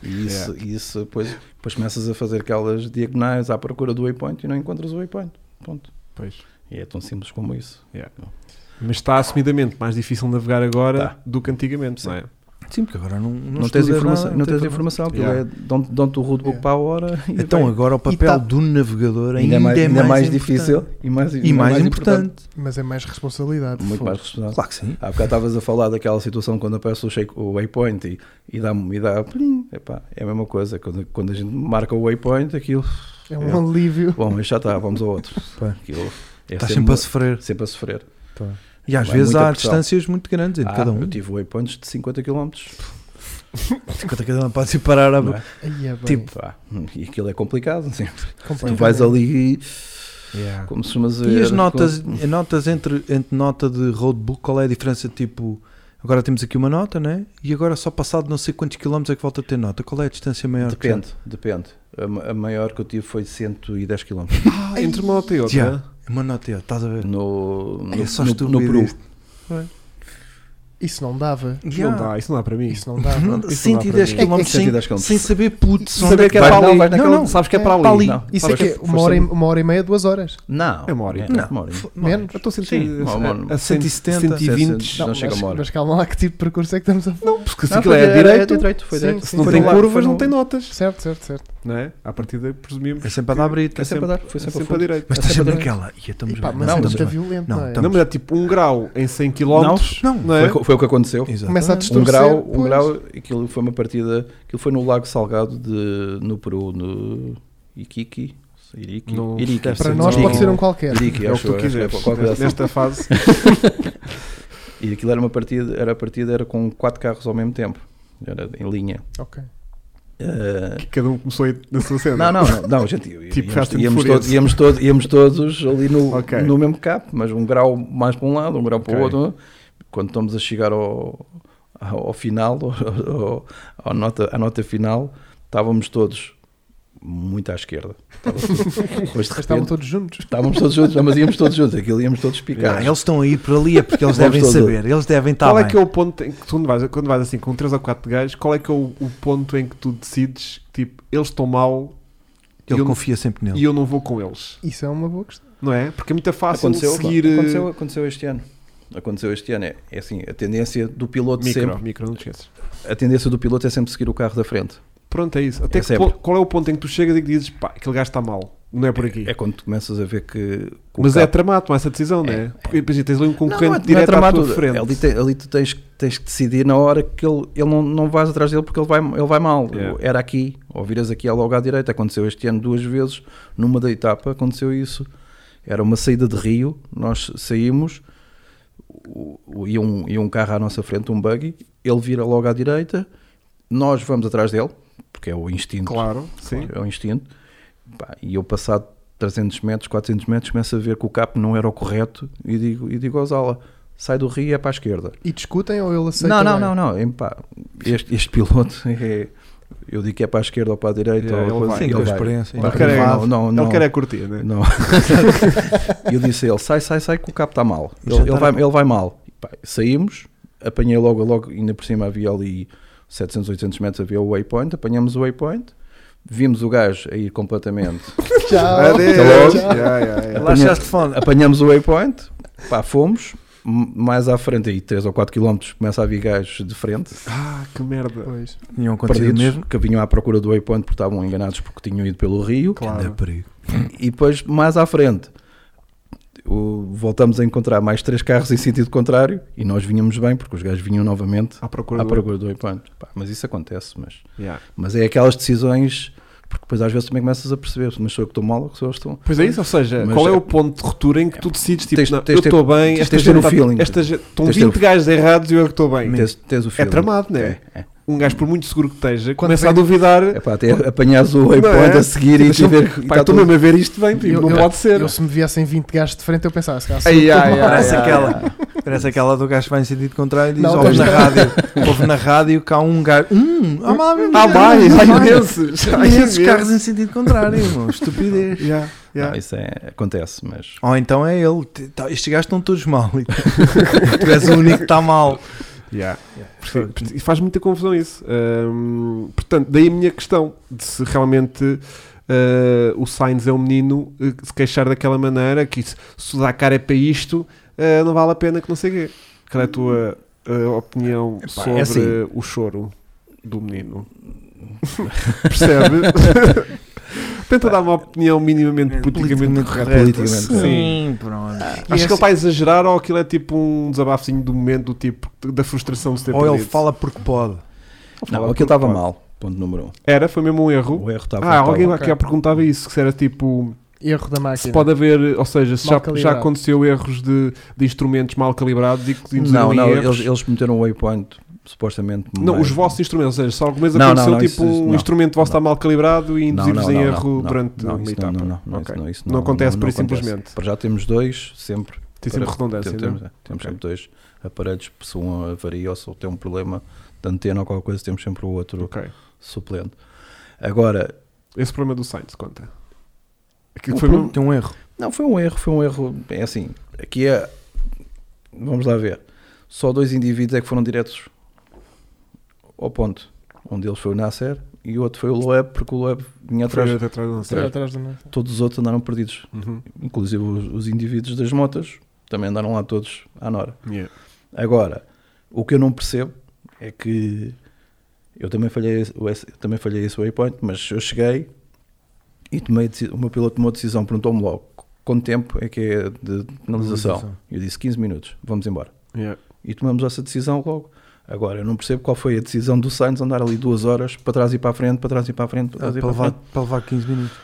Speaker 4: E isso, e isso depois, depois começas a fazer aquelas diagonais à procura do waypoint e não encontras o waypoint. Ponto.
Speaker 1: Pois.
Speaker 4: E é tão simples como isso.
Speaker 1: Mas está assumidamente mais difícil navegar agora
Speaker 4: Tá.
Speaker 1: do que antigamente, não é?
Speaker 2: Sim, porque agora não, não,
Speaker 4: Não, tens
Speaker 2: estudas
Speaker 4: informação,
Speaker 2: nada,
Speaker 4: não tens
Speaker 2: tem-
Speaker 4: informação, aquilo
Speaker 1: Yeah.
Speaker 4: é dão- dão-te o roadbook
Speaker 3: Yeah.
Speaker 4: para a hora. e
Speaker 2: Então
Speaker 4: vai.
Speaker 2: agora o papel
Speaker 3: tá-
Speaker 2: do navegador ainda,
Speaker 4: ainda, é mais, ainda mais
Speaker 2: importante.
Speaker 4: difícil e mais,
Speaker 2: E mais, importante.
Speaker 3: Mas é mais responsabilidade.
Speaker 4: Muito mais responsável.
Speaker 2: Claro que sim.
Speaker 4: Há bocado estavas a falar daquela situação quando aparece o, shake, o waypoint e, e dá, e dá plim. Epá, é a mesma coisa. Quando, quando a gente marca o waypoint, aquilo.
Speaker 3: É um alívio.
Speaker 4: Bom, mas já está, vamos ao outro.
Speaker 2: Pá.
Speaker 4: Aquilo é
Speaker 2: Estás Tá sempre a
Speaker 4: sempre,
Speaker 2: sofrer.
Speaker 4: sempre a sofrer.
Speaker 2: E às
Speaker 4: É
Speaker 2: vezes
Speaker 4: muita
Speaker 2: há
Speaker 4: pressão.
Speaker 2: distâncias muito grandes entre
Speaker 4: Ah,
Speaker 2: cada um.
Speaker 4: Eu tive waypoints de 50 km.
Speaker 2: Enquanto cada um pode ir parar a...
Speaker 4: Não é?
Speaker 3: Aí é bem.
Speaker 2: Tipo, é.
Speaker 4: Pá, e aquilo é complicado. sempre. Tu
Speaker 3: completamente.
Speaker 4: vais ali e,
Speaker 1: Yeah.
Speaker 4: como se chamas
Speaker 2: E as notas, as notas entre, entre nota de roadbook, qual é a diferença? Tipo, agora temos aqui uma nota, né? E agora só passado não sei quantos quilómetros é que volta a ter nota. Qual é a distância maior? que
Speaker 4: Depende, depende. A, ma- a maior que eu tive foi 110 km.
Speaker 2: [LAUGHS]
Speaker 1: Ah, entre uma nota e outra. é?
Speaker 2: É Já. Uma nota, e outra, estás a ver?
Speaker 4: No, no,
Speaker 2: É só
Speaker 4: no, no
Speaker 2: estúpido
Speaker 4: Peru.
Speaker 2: isto.
Speaker 3: Isso não dava.
Speaker 1: Isso
Speaker 2: Yeah.
Speaker 1: Não dá, isso não dá para mim.
Speaker 3: Isso não
Speaker 4: [LAUGHS]
Speaker 3: dava.
Speaker 1: dá para
Speaker 2: 110
Speaker 1: mim.
Speaker 2: km
Speaker 3: É que-
Speaker 2: sem,
Speaker 4: 110 km.
Speaker 2: sem saber putz onde é
Speaker 1: Saber
Speaker 2: que
Speaker 1: que é
Speaker 4: Vai-
Speaker 1: para
Speaker 4: não,
Speaker 1: ali.
Speaker 4: vai
Speaker 1: Não,
Speaker 4: naquela-
Speaker 1: não, sabes que é para
Speaker 3: É,
Speaker 1: ali.
Speaker 4: Não.
Speaker 3: Isso é
Speaker 4: Sabes
Speaker 3: que é
Speaker 4: que
Speaker 3: uma hora, e,
Speaker 4: foste-
Speaker 3: uma hora e meia, duas horas.
Speaker 4: Não.
Speaker 1: É uma hora e-
Speaker 4: Não,
Speaker 2: Não.
Speaker 4: uma hora e-
Speaker 3: Menos.
Speaker 1: Eu estou a
Speaker 4: Sim,
Speaker 1: sentir
Speaker 4: uma- uma-
Speaker 1: a 170, 120.
Speaker 4: Não,
Speaker 1: Não,
Speaker 4: chega
Speaker 3: mas,
Speaker 4: a uma hora.
Speaker 3: mas calma lá, que tipo de percurso é que estamos a falar?
Speaker 1: não, porque se
Speaker 4: Não,
Speaker 1: aquilo
Speaker 4: Ah, foi-
Speaker 1: é direito,
Speaker 4: foi
Speaker 3: Sim,
Speaker 4: direito.
Speaker 1: se não
Speaker 3: Foi
Speaker 1: tem
Speaker 3: lá, foi
Speaker 1: curvas,
Speaker 3: no-
Speaker 1: não tem notas.
Speaker 3: Certo, certo, certo.
Speaker 1: Não é? À partida, presumimos.
Speaker 2: É sempre a dar brito.
Speaker 1: que é sempre a
Speaker 4: dar, foi sempre a
Speaker 1: sempre a
Speaker 4: fundo.
Speaker 1: direito.
Speaker 2: Mas
Speaker 4: É
Speaker 2: estás sempre
Speaker 4: sempre-
Speaker 2: naquela. E estamos
Speaker 3: Epá,
Speaker 2: bem,
Speaker 3: mas
Speaker 2: não,
Speaker 3: é
Speaker 4: mas
Speaker 2: estamos
Speaker 3: muito
Speaker 2: bem.
Speaker 3: violento,
Speaker 2: Não,
Speaker 3: não é?
Speaker 2: estamos-
Speaker 1: Não, mas é tipo 1 um grau em 100 km.
Speaker 4: Não.
Speaker 2: Não.
Speaker 1: não é?
Speaker 4: Foi, foi o que aconteceu.
Speaker 3: Começa a
Speaker 2: Exatamente.
Speaker 3: distorcer.
Speaker 4: Um grau, um
Speaker 3: pois.
Speaker 4: grau, aquilo foi uma partida, aquilo foi no Lago Salgado de, no Peru, no Iquique, Irique,
Speaker 1: Não,
Speaker 4: Irique.
Speaker 1: deve
Speaker 3: Para
Speaker 1: Sim,
Speaker 3: nós
Speaker 1: sim.
Speaker 3: pode
Speaker 1: Sim.
Speaker 3: ser um qualquer.
Speaker 4: Irique,
Speaker 1: É o que
Speaker 4: acho
Speaker 1: tu
Speaker 4: eu, acho
Speaker 1: quiseres.
Speaker 4: que é qualquer coisa assim.
Speaker 1: Nesta fase,
Speaker 4: E aquilo era uma partida, era a partida era com quatro carros ao mesmo tempo, era em linha.
Speaker 3: Ok.
Speaker 4: Eh,
Speaker 1: que cada um começou a ir na sua cena.
Speaker 4: não, não, não,
Speaker 1: [LAUGHS]
Speaker 4: não, gente, íamos,
Speaker 1: Tipo Fast and
Speaker 4: íamos,
Speaker 1: Furious.
Speaker 4: todos, íamos, todos, íamos todos ali no,
Speaker 1: Ok.
Speaker 4: no mesmo cap, mas um grau mais para um lado, um grau para o
Speaker 1: Ok.
Speaker 4: outro. Quando estamos a chegar ao, ao, ao final, [LAUGHS] ao, ao- ao nota, à nota final, estávamos todos muito
Speaker 3: [LAUGHS]
Speaker 4: à esquerda. Estava tudo- Mas de
Speaker 3: Mas estavam
Speaker 4: repente,
Speaker 3: todos juntos.
Speaker 4: estávamos todos juntos, não, mas íamos todos juntos, aquilo íamos todos
Speaker 2: Ah,
Speaker 4: picar.
Speaker 1: um
Speaker 2: eles estão a ir por ali é porque eles
Speaker 4: Vamos
Speaker 2: devem
Speaker 4: todos.
Speaker 2: saber. Eles devem estar
Speaker 4: Tá
Speaker 1: qual
Speaker 2: bem.
Speaker 1: é que é o ponto em que tu, quando vais, quando vais assim com 3 ou 4 gajos, qual é que é o, o ponto em que tu decides, tipo, eles estão mal
Speaker 2: Ele
Speaker 1: eu-
Speaker 2: confia sempre nele.
Speaker 1: e eu não vou com eles?
Speaker 3: Isso é uma boa questão.
Speaker 1: Não é? Porque é muito fácil
Speaker 4: aconteceu,
Speaker 1: seguir eh,
Speaker 4: aconteceu, aconteceu este ano. Aconteceu este ano, é, é assim, a tendência do piloto
Speaker 1: micro,
Speaker 4: sempre,
Speaker 1: micro, não te esqueças.
Speaker 4: a tendência do piloto é sempre seguir o carro da frente.
Speaker 1: Pronto, é isso. Até
Speaker 4: É
Speaker 1: que
Speaker 4: sempre.
Speaker 1: po- qual é o ponto em que tu chegas e que dizes, pá, aquele gajo está mal, não é por aqui.
Speaker 4: É quando tu começas a ver que que o
Speaker 1: Mas é
Speaker 4: carro-
Speaker 1: tramado tomar essa decisão, não é? Porque depois tens ali um
Speaker 4: Não,
Speaker 1: concorrente
Speaker 4: não é- não é
Speaker 1: direto à
Speaker 4: tramado.
Speaker 1: tua frente.
Speaker 4: Ali, te- ali tu tens, tens que decidir na hora que ele, ele não, não vais atrás dele porque ele vai, ele vai mal.
Speaker 1: Yeah.
Speaker 4: Era aqui, ou viras aqui é logo à direita. Aconteceu este ano duas vezes, numa da etapa aconteceu isso. Era uma saída de Rio, nós saímos, o- o- ia um, ia um carro à nossa frente, um buggy, ele vira logo à direita, nós vamos atrás dele, porque é o instinto
Speaker 1: Claro, sim.
Speaker 4: é um instinto. Pá, e eu passado 300 metros, 400 metros, começo a ver que o capo não era o correto e digo, e digo ao Zala, sai do rio e é para a esquerda.
Speaker 3: E discutem ou ele aceita?
Speaker 4: não, não,
Speaker 3: bem?
Speaker 4: não, não, em pá, este, este piloto [LAUGHS] é... Eu digo que é para a esquerda ou para a direita.
Speaker 1: É,
Speaker 4: ou
Speaker 1: ele
Speaker 4: coisa-
Speaker 1: vai.
Speaker 4: assim,
Speaker 2: Sim,
Speaker 4: ele
Speaker 2: com a
Speaker 4: vai.
Speaker 2: experiência.
Speaker 4: Vai.
Speaker 1: Ele quer é-
Speaker 4: Não, não, não.
Speaker 1: Ele quer é curtir, né?
Speaker 4: Não. eu disse a ele: sai, sai, sai, que o capo está mal. Ele,
Speaker 2: Já
Speaker 4: ele
Speaker 2: tá-
Speaker 4: vai, ele vai mal. E pá, saímos, apanhei logo, logo, ainda por cima havia ali 700, 800 metros, havia o waypoint. Apanhamos o waypoint, vimos o gajo a ir completamente.
Speaker 3: [LAUGHS]
Speaker 4: É
Speaker 3: Tchau.
Speaker 1: Adeus.
Speaker 3: Tchau.
Speaker 1: Yeah, yeah, yeah.
Speaker 4: Lá achaste
Speaker 2: fone.
Speaker 4: apanhamos o waypoint, pá, fomos. m- Mais à frente, aí 3 ou 4 km, começa a vir gajos de frente,
Speaker 1: Ah, que merda.
Speaker 3: Pois.
Speaker 2: Tinham acontecido
Speaker 4: perdidos,
Speaker 2: mesmo.
Speaker 4: que vinham à procura do waypoint porque estavam enganados porque tinham ido pelo rio.
Speaker 2: Anda
Speaker 1: Claro.
Speaker 2: perigo.
Speaker 4: E depois, mais à frente, o- voltamos a encontrar mais três carros em sentido contrário e nós vinhamos bem, porque os gajos vinham novamente
Speaker 1: À procura
Speaker 4: à
Speaker 1: do-
Speaker 4: procura do waypoint. Pá, mas isso acontece, mas,
Speaker 1: Yeah.
Speaker 4: mas é aquelas decisões, porque depois às vezes também começas a perceber, mas sou eu que estou mal ou que sou eu que estou...
Speaker 1: Pois é isso, ou seja,
Speaker 4: Mas
Speaker 1: qual é
Speaker 4: é-
Speaker 1: o ponto de ruptura em que tu decides, tipo,
Speaker 4: Tens-
Speaker 1: não,
Speaker 4: tens
Speaker 1: eu
Speaker 4: ter-
Speaker 1: estou bem,
Speaker 4: tens-
Speaker 1: esta
Speaker 4: tens ter
Speaker 1: gente
Speaker 4: o
Speaker 1: tá-
Speaker 4: feeling.
Speaker 1: esta gente- estão
Speaker 4: Tens
Speaker 1: 20
Speaker 4: ter o-
Speaker 1: gajos errados e eu é que estou bem.
Speaker 4: Tens, tens o
Speaker 1: É
Speaker 4: feeling.
Speaker 1: tramado, não é?
Speaker 4: É, é.
Speaker 1: Um gajo, por muito seguro que esteja,
Speaker 3: Quando
Speaker 1: começa
Speaker 3: vem-
Speaker 1: a duvidar.
Speaker 4: É pá,
Speaker 1: [LAUGHS]
Speaker 4: até apanhares o
Speaker 1: Não
Speaker 4: waypoint
Speaker 1: é?
Speaker 4: a seguir e,
Speaker 1: Deixa eu-
Speaker 4: ver
Speaker 1: Pá,
Speaker 4: que está
Speaker 1: estou
Speaker 4: tudo-
Speaker 1: mesmo a ver isto bem, tipo,
Speaker 3: Eu-
Speaker 1: não
Speaker 3: eu-
Speaker 1: pode ser.
Speaker 3: Eu se me viessem 20 gajos de frente, eu pensava, se calhar sou
Speaker 1: Ai,
Speaker 3: eu.
Speaker 1: ai, ai,
Speaker 2: Parece
Speaker 1: ai,
Speaker 2: aquela.
Speaker 1: ai.
Speaker 2: Parece aquela do gajo que vai em sentido contrário e diz:
Speaker 3: Não,
Speaker 2: ouve
Speaker 3: não.
Speaker 2: na rádio. Ouve na rádio que há um gajo. Hum, há mais.
Speaker 1: Há mais,
Speaker 2: há
Speaker 1: há
Speaker 2: mais.
Speaker 1: Ah, imensos. há
Speaker 2: E esses
Speaker 1: imensos.
Speaker 2: carros em sentido contrário, irmão. Estupidez.
Speaker 1: Yeah,
Speaker 4: Não,
Speaker 1: yeah.
Speaker 4: isso é, acontece, mas...
Speaker 2: Ou então é ele. t- tá- Estes gajos estão todos mal. [LAUGHS] E tu- tu és o único que está mal.
Speaker 1: Yeah. Percebo. E faz muita confusão isso. Hum, portanto, daí a minha questão de se realmente eh, o Sainz é um menino eh, que se queixar daquela maneira, que se, se o Dakar é para isto, eh, não vale a pena que não sei o quê. Qual é a tua eh, opinião
Speaker 4: Epá,
Speaker 1: sobre
Speaker 4: é assim.
Speaker 1: o choro do menino? [LAUGHS] Percebe? Tenta dar uma opinião minimamente politicamente
Speaker 2: Politicamente
Speaker 1: correta.
Speaker 2: correto.
Speaker 4: Politicamente
Speaker 1: Sim.
Speaker 2: Sim, pronto.
Speaker 1: Acho
Speaker 4: é
Speaker 1: que ele
Speaker 4: assim.
Speaker 1: está a exagerar ou aquilo é tipo um desabafozinho do momento, do tipo, da frustração de se ter
Speaker 2: Ou ele
Speaker 1: perdido?
Speaker 2: fala porque pode.
Speaker 4: Não,
Speaker 1: Fala
Speaker 4: aquilo
Speaker 1: por-
Speaker 4: estava mal, ponto número um.
Speaker 1: Era, foi mesmo um erro.
Speaker 4: O erro estava
Speaker 1: Ah, alguém
Speaker 4: estava-
Speaker 1: aqui já perguntava isso, que se era tipo,
Speaker 3: Erro da
Speaker 1: se
Speaker 3: máquina.
Speaker 1: pode haver, ou seja, se
Speaker 3: Mal
Speaker 1: já, já
Speaker 3: calibrado.
Speaker 1: aconteceu erros de, de instrumentos mal calibrados e que induziram
Speaker 4: Não,
Speaker 1: em
Speaker 4: não,
Speaker 1: erros.
Speaker 4: eles, eles meteram o waypoint, supostamente.
Speaker 1: Não,
Speaker 4: mais-
Speaker 1: os vossos instrumentos, ou seja, se alguma vez
Speaker 4: Não, não,
Speaker 1: aconteceu
Speaker 4: não,
Speaker 1: tipo
Speaker 4: isso- isso
Speaker 1: um
Speaker 4: não.
Speaker 1: instrumento vosso está
Speaker 4: Não.
Speaker 1: mal calibrado e
Speaker 4: Não,
Speaker 1: induzir-vos
Speaker 4: não,
Speaker 1: em
Speaker 4: não,
Speaker 1: erro
Speaker 4: não,
Speaker 1: durante
Speaker 4: não,
Speaker 1: uma
Speaker 4: isso
Speaker 1: etapa.
Speaker 4: não, não, não, não,
Speaker 1: Ok.
Speaker 4: isso não, isso
Speaker 1: Não acontece
Speaker 4: não
Speaker 1: por isso
Speaker 4: acontece.
Speaker 1: simplesmente.
Speaker 4: Para já temos dois, sempre.
Speaker 1: Tem sempre
Speaker 4: Para-
Speaker 1: redundância,
Speaker 4: temos
Speaker 1: não é?
Speaker 4: temos- temos
Speaker 1: Ok.
Speaker 4: sempre dois aparelhos, se um avaria ou se tem um problema de antena ou qualquer coisa, temos sempre o outro
Speaker 1: Ok.
Speaker 4: suplente. Agora,
Speaker 1: Esse é problema do Sainz, conta. Aquilo
Speaker 2: O
Speaker 1: foi
Speaker 2: problema
Speaker 1: mesmo...
Speaker 2: Tem um erro.
Speaker 4: não, foi um erro, foi um erro. É assim, aqui é. Vamos lá ver. Só dois indivíduos é que foram diretos ao ponto. Um deles foi o Nasser e o outro foi o Loeb, porque o Loeb vinha atrás.
Speaker 1: Foi atrás do
Speaker 3: Será
Speaker 1: Nasser.
Speaker 3: atrás do Nasser.
Speaker 4: Todos os outros andaram perdidos,
Speaker 1: Uhum.
Speaker 4: inclusive os, os indivíduos das motas também andaram lá todos à Nora.
Speaker 1: Yeah.
Speaker 4: Agora, o que eu não percebo é que eu também falhei, esse- o esse- eu também falhei esse waypoint, mas eu cheguei e tomei, a deci- o meu piloto tomou a decisão, perguntou-me logo quanto tempo é que é de penalização. Eu disse 15 minutos, vamos embora.
Speaker 1: Yeah.
Speaker 4: E tomamos essa decisão logo. Agora, eu não percebo qual foi a decisão do Sainz andar ali duas horas para trás e para a frente, para trás e para a frente, para
Speaker 2: Ah,
Speaker 4: trás e
Speaker 2: para,
Speaker 4: para a
Speaker 2: levar,
Speaker 4: frente,
Speaker 2: para levar 15 minutos.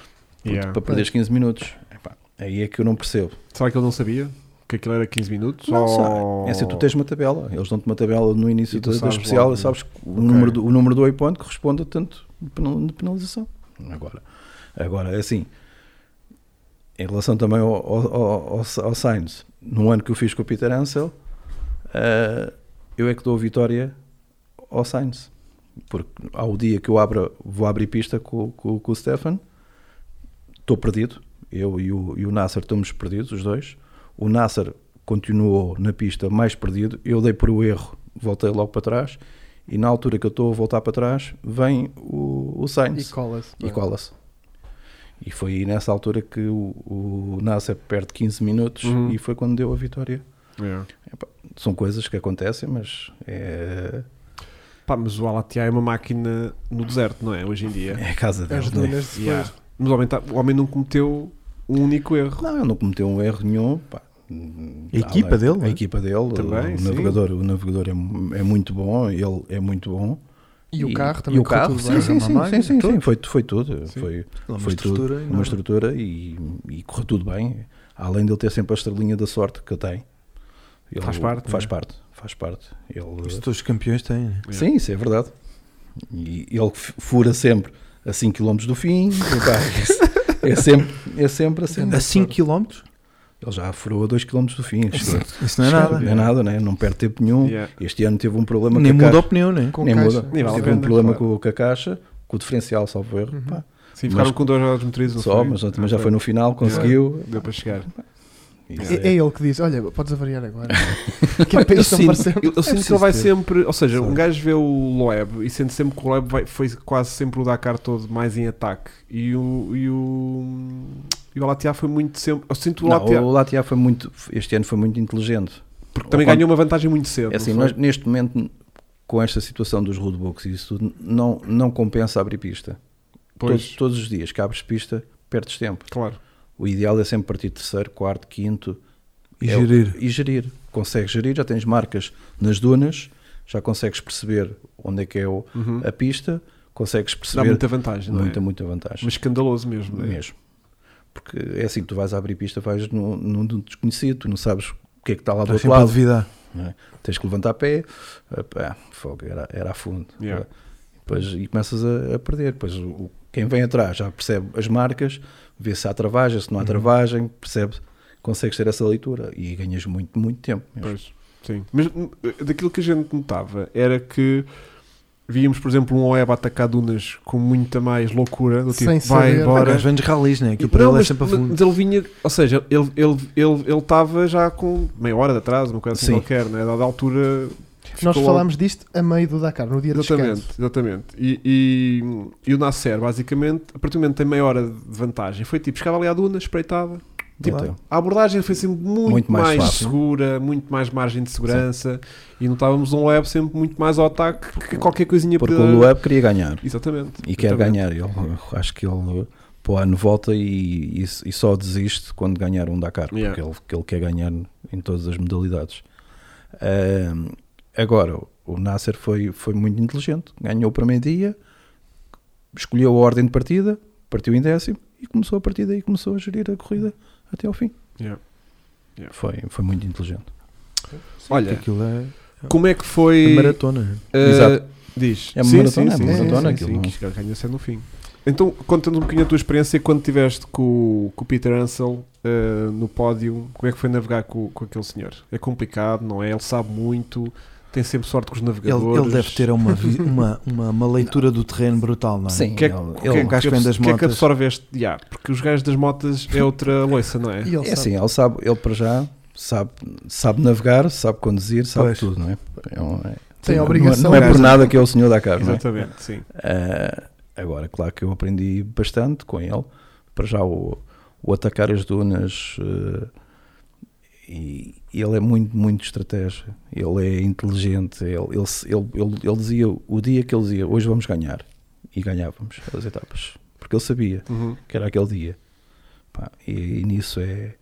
Speaker 1: Yeah.
Speaker 4: para perderes 15 minutos. Epá, aí é que eu não percebo.
Speaker 1: Será que ele não sabia que aquilo era 15 minutos?
Speaker 4: Não,
Speaker 1: Ou-
Speaker 4: sabe. É assim, tu tens uma tabela. Eles dão-te uma tabela no
Speaker 1: E
Speaker 4: início
Speaker 1: tu
Speaker 4: da, da
Speaker 1: sabes
Speaker 4: especial
Speaker 1: logo,
Speaker 4: e sabes que o,
Speaker 1: Ok.
Speaker 4: número do, o número do waypoint corresponde a tanto de penal- de penalização. Agora, agora é assim, em relação também ao, ao, ao, ao- ao Sainz, no ano que eu fiz com o Peter Ansel, eh, eu é que dou a vitória ao Sainz. Porque ao dia que eu abra, vou abrir pista com, com, com o Stefan, estou perdido. Eu e o, e o Nasser estamos perdidos, os dois. O Nasser continuou na pista mais perdido. Eu dei por o erro, voltei logo para trás. E na altura que eu estou a voltar para trás, vem o, o
Speaker 3: E
Speaker 4: Sainz
Speaker 3: cola-se.
Speaker 4: e cola-se. E foi aí nessa altura que o, o Nasser perde 15 minutos
Speaker 1: Uhum.
Speaker 4: e foi quando deu a vitória.
Speaker 1: Yeah.
Speaker 4: São coisas que acontecem, mas é,
Speaker 1: Pá, mas o Alatia é uma máquina no deserto, não é? Hoje em dia.
Speaker 4: é a casa
Speaker 3: As
Speaker 4: deles. não é?
Speaker 3: dunas depois.
Speaker 1: Yeah. Mas o homem, tá- o homem não cometeu um único erro.
Speaker 4: Não, ele não cometeu um erro nenhum. pá. Hum,
Speaker 2: A equipa dele,
Speaker 4: A
Speaker 2: né?
Speaker 4: equipa dele.
Speaker 1: Também,
Speaker 4: o,
Speaker 1: sim.
Speaker 4: navegador, o navegador é, mu- é muito bom, ele é muito bom.
Speaker 3: E o carro também
Speaker 4: E o
Speaker 3: correu
Speaker 4: carro,
Speaker 3: tudo
Speaker 4: sim,
Speaker 3: bem.
Speaker 4: sim,
Speaker 2: Uma
Speaker 4: sim,
Speaker 2: máquina,
Speaker 4: sim, sim,
Speaker 2: tudo.
Speaker 4: foi, foi tudo.
Speaker 1: Sim.
Speaker 4: Foi,
Speaker 2: é Uma
Speaker 4: Foi tudo.
Speaker 2: estrutura
Speaker 4: uma
Speaker 2: enorme.
Speaker 4: estrutura e, e correu tudo bem. Além de ele ter sempre a estrelinha da sorte que ele tem. Ele
Speaker 1: Faz parte,
Speaker 4: Faz
Speaker 1: né?
Speaker 4: parte, faz parte. Ele,
Speaker 2: Isto todos os campeões têm. né?
Speaker 4: Sim, isso é verdade. E ele f- fura sempre a 5 km do fim. Epá, é, sempre, é sempre assim.
Speaker 2: A 5 km?
Speaker 4: Ele já furou a 2 km do fim. Isto é-
Speaker 2: Isso não é
Speaker 4: não
Speaker 2: nada.
Speaker 4: é nada, né? não perde tempo nenhum.
Speaker 1: Yeah.
Speaker 4: Este ano teve um problema
Speaker 2: Nem
Speaker 4: com a
Speaker 2: muda a
Speaker 4: caixa.
Speaker 2: opinião, né?
Speaker 3: Com
Speaker 4: Nem
Speaker 3: caixa.
Speaker 4: muda.
Speaker 1: Nem vale a
Speaker 4: Teve um
Speaker 1: pena,
Speaker 4: problema
Speaker 1: claro.
Speaker 4: com, com a caixa, com o diferencial, salvo erro.
Speaker 3: Uhum.
Speaker 4: pá.
Speaker 1: Sim, ficaram
Speaker 4: Mas-
Speaker 1: com dois rodas motrizes, não
Speaker 4: Só,
Speaker 1: foi? Ah,
Speaker 4: mas, mas já foi no final, conseguiu.
Speaker 1: Deu para chegar.
Speaker 4: Isso
Speaker 3: É, é
Speaker 4: é-
Speaker 3: ele que diz: Olha, podes avariar agora. que é para isto não parecer.
Speaker 1: eu, eu sinto que
Speaker 2: preciso
Speaker 1: ele vai
Speaker 2: ter.
Speaker 1: sempre. Ou seja, um
Speaker 4: Sim.
Speaker 1: gajo vê o Loeb e sente sempre que o Loeb vai- foi quase sempre o Dakar todo mais em ataque. E o. E o, e o Alatia foi muito sempre. Eu sinto o
Speaker 4: Não,
Speaker 1: Alatia.
Speaker 4: o Latia foi muito, este ano foi muito inteligente.
Speaker 1: Porque também
Speaker 4: o-
Speaker 1: ganhou uma vantagem muito cedo.
Speaker 4: É assim,
Speaker 1: não foi?
Speaker 4: nós, neste momento, com esta situação dos roadbooks e isso tudo, não, não compensa abrir pista. Todos,
Speaker 1: Pois,
Speaker 4: todos os dias que abres pista, perdes tempo.
Speaker 1: claro.
Speaker 4: O ideal é sempre partir de terceiro, quarto, quinto
Speaker 2: E
Speaker 4: É o-
Speaker 2: gerir.
Speaker 4: e gerir. Consegues gerir, já tens marcas nas dunas, já consegues perceber onde é que é o-
Speaker 1: Uhum.
Speaker 4: a pista, consegues
Speaker 1: Dá
Speaker 4: perceber
Speaker 1: muita vantagem, não é?
Speaker 4: muita, muita vantagem.
Speaker 1: Mas escandaloso mesmo. não é?
Speaker 4: mesmo. Porque é assim, tu vais abrir pista, vais num, num desconhecido, tu não sabes o que é que está lá do
Speaker 2: Estás
Speaker 4: outro
Speaker 2: sempre a
Speaker 4: lado.
Speaker 2: duvidar.
Speaker 4: não é? Tens que levantar a pé, epá, fogo, era, era a fundo.
Speaker 1: Yeah.
Speaker 4: Depois, e começas a, a perder. Depois, o, o- quem vem atrás já percebe as marcas, vê se há travagem, se não
Speaker 1: Uhum.
Speaker 4: há travagem, percebe, consegues ter essa leitura e ganhas muito, muito tempo. mesmo.
Speaker 1: Pois, sim. Mas hum, daquilo que a gente notava era que víamos, por exemplo, um Oeba atacar dunas com muita mais loucura, do tipo,
Speaker 3: Sem
Speaker 1: vai
Speaker 3: saber.
Speaker 1: embora.
Speaker 2: Agora, os velhos ralis, né? Aquilo
Speaker 1: Não,
Speaker 2: para ele é
Speaker 1: mas,
Speaker 2: sempre a
Speaker 1: mas-
Speaker 2: fundo.
Speaker 1: mas ele vinha, ou seja, ele estava ele, ele, ele estava já com meia hora de atraso, uma coisa assim
Speaker 4: Sim.
Speaker 1: qualquer, né? dada a altura.
Speaker 3: Nós
Speaker 1: ficou
Speaker 3: falámos disto a meio do Dakar, no dia do
Speaker 1: Exatamente,
Speaker 3: descanso.
Speaker 1: exatamente. E, e, e o Nasser, basicamente, a partir do momento que tem meia hora de vantagem, foi tipo, chegava ali à duna, espreitava, Tipo,
Speaker 4: Então,
Speaker 1: A abordagem foi sempre muito,
Speaker 4: Muito mais
Speaker 1: mais,
Speaker 4: fácil.
Speaker 1: segura, muito mais margem de segurança e notávamos um web sempre muito mais ao ataque que qualquer coisinha
Speaker 4: porque
Speaker 1: podia-
Speaker 4: o Lueb queria ganhar.
Speaker 1: Exatamente.
Speaker 4: E quer
Speaker 1: Exatamente.
Speaker 4: ganhar. Ele, eu acho que ele para o ano volta e, e- e só desiste quando ganhar um Dakar, porque
Speaker 1: Yeah.
Speaker 4: ele, que ele quer ganhar em todas as modalidades. Ahm, agora, o Nasser foi, foi muito inteligente, ganhou o primeiro dia, escolheu a ordem de partida, partiu em décimo e começou a partida e começou a gerir a corrida até ao fim.
Speaker 1: Yeah. Yeah.
Speaker 4: Foi, foi muito inteligente.
Speaker 1: Olha,
Speaker 2: Aquilo é
Speaker 1: como é que
Speaker 2: é
Speaker 1: foi.
Speaker 2: maratona.
Speaker 1: ah,
Speaker 4: Exato.
Speaker 1: Diz.
Speaker 4: É uma
Speaker 1: Sim,
Speaker 4: maratona,
Speaker 1: sim,
Speaker 4: é
Speaker 1: sim,
Speaker 4: uma
Speaker 1: sim,
Speaker 4: maratona,
Speaker 1: sim,
Speaker 4: aquilo
Speaker 1: sim,
Speaker 4: não-
Speaker 1: que isto ganha ser no fim. Então, conta-nos um bocadinho a tua experiência quando estiveste com, com o Peter Ansel ah, no pódio. Como é que foi navegar com, com aquele senhor? É complicado, não é? Ele sabe muito, tem sempre sorte com os
Speaker 2: Ele,
Speaker 1: navegadores.
Speaker 2: ele deve ter uma, vi- uma, uma, uma leitura do terreno brutal, não é?
Speaker 4: Sim,
Speaker 1: O que é que-
Speaker 4: ele-
Speaker 1: o que é
Speaker 4: ele-
Speaker 1: que
Speaker 2: um gajo
Speaker 1: abs-
Speaker 2: vem das
Speaker 1: o que é que
Speaker 2: motas.
Speaker 1: absorve este? Ya, porque os gajos das motas é outra loiça, não é?
Speaker 3: E
Speaker 4: [LAUGHS]
Speaker 3: ele
Speaker 4: É
Speaker 3: sabe.
Speaker 4: assim, ele sabe, ele para já sabe, sabe navegar, sabe conduzir, sabe
Speaker 2: Pois.
Speaker 4: tudo, não é? É um- é-
Speaker 3: Tem
Speaker 4: não-
Speaker 3: obrigação.
Speaker 4: Não é, por
Speaker 3: Gaza.
Speaker 4: nada que é o senhor da carne, não é?
Speaker 1: Exatamente, sim.
Speaker 4: Ah, agora, claro que eu aprendi bastante com ele. Para já, o, o atacar as dunas. eh, e ele é muito, muito estratégia. Ele é inteligente. Ele, ele, se- ele, ele, ele dizia o dia que ele dizia hoje vamos ganhar. E ganhávamos as etapas. Porque ele sabia
Speaker 1: Uhum.
Speaker 4: que era aquele dia. Pá, e, e nisso é,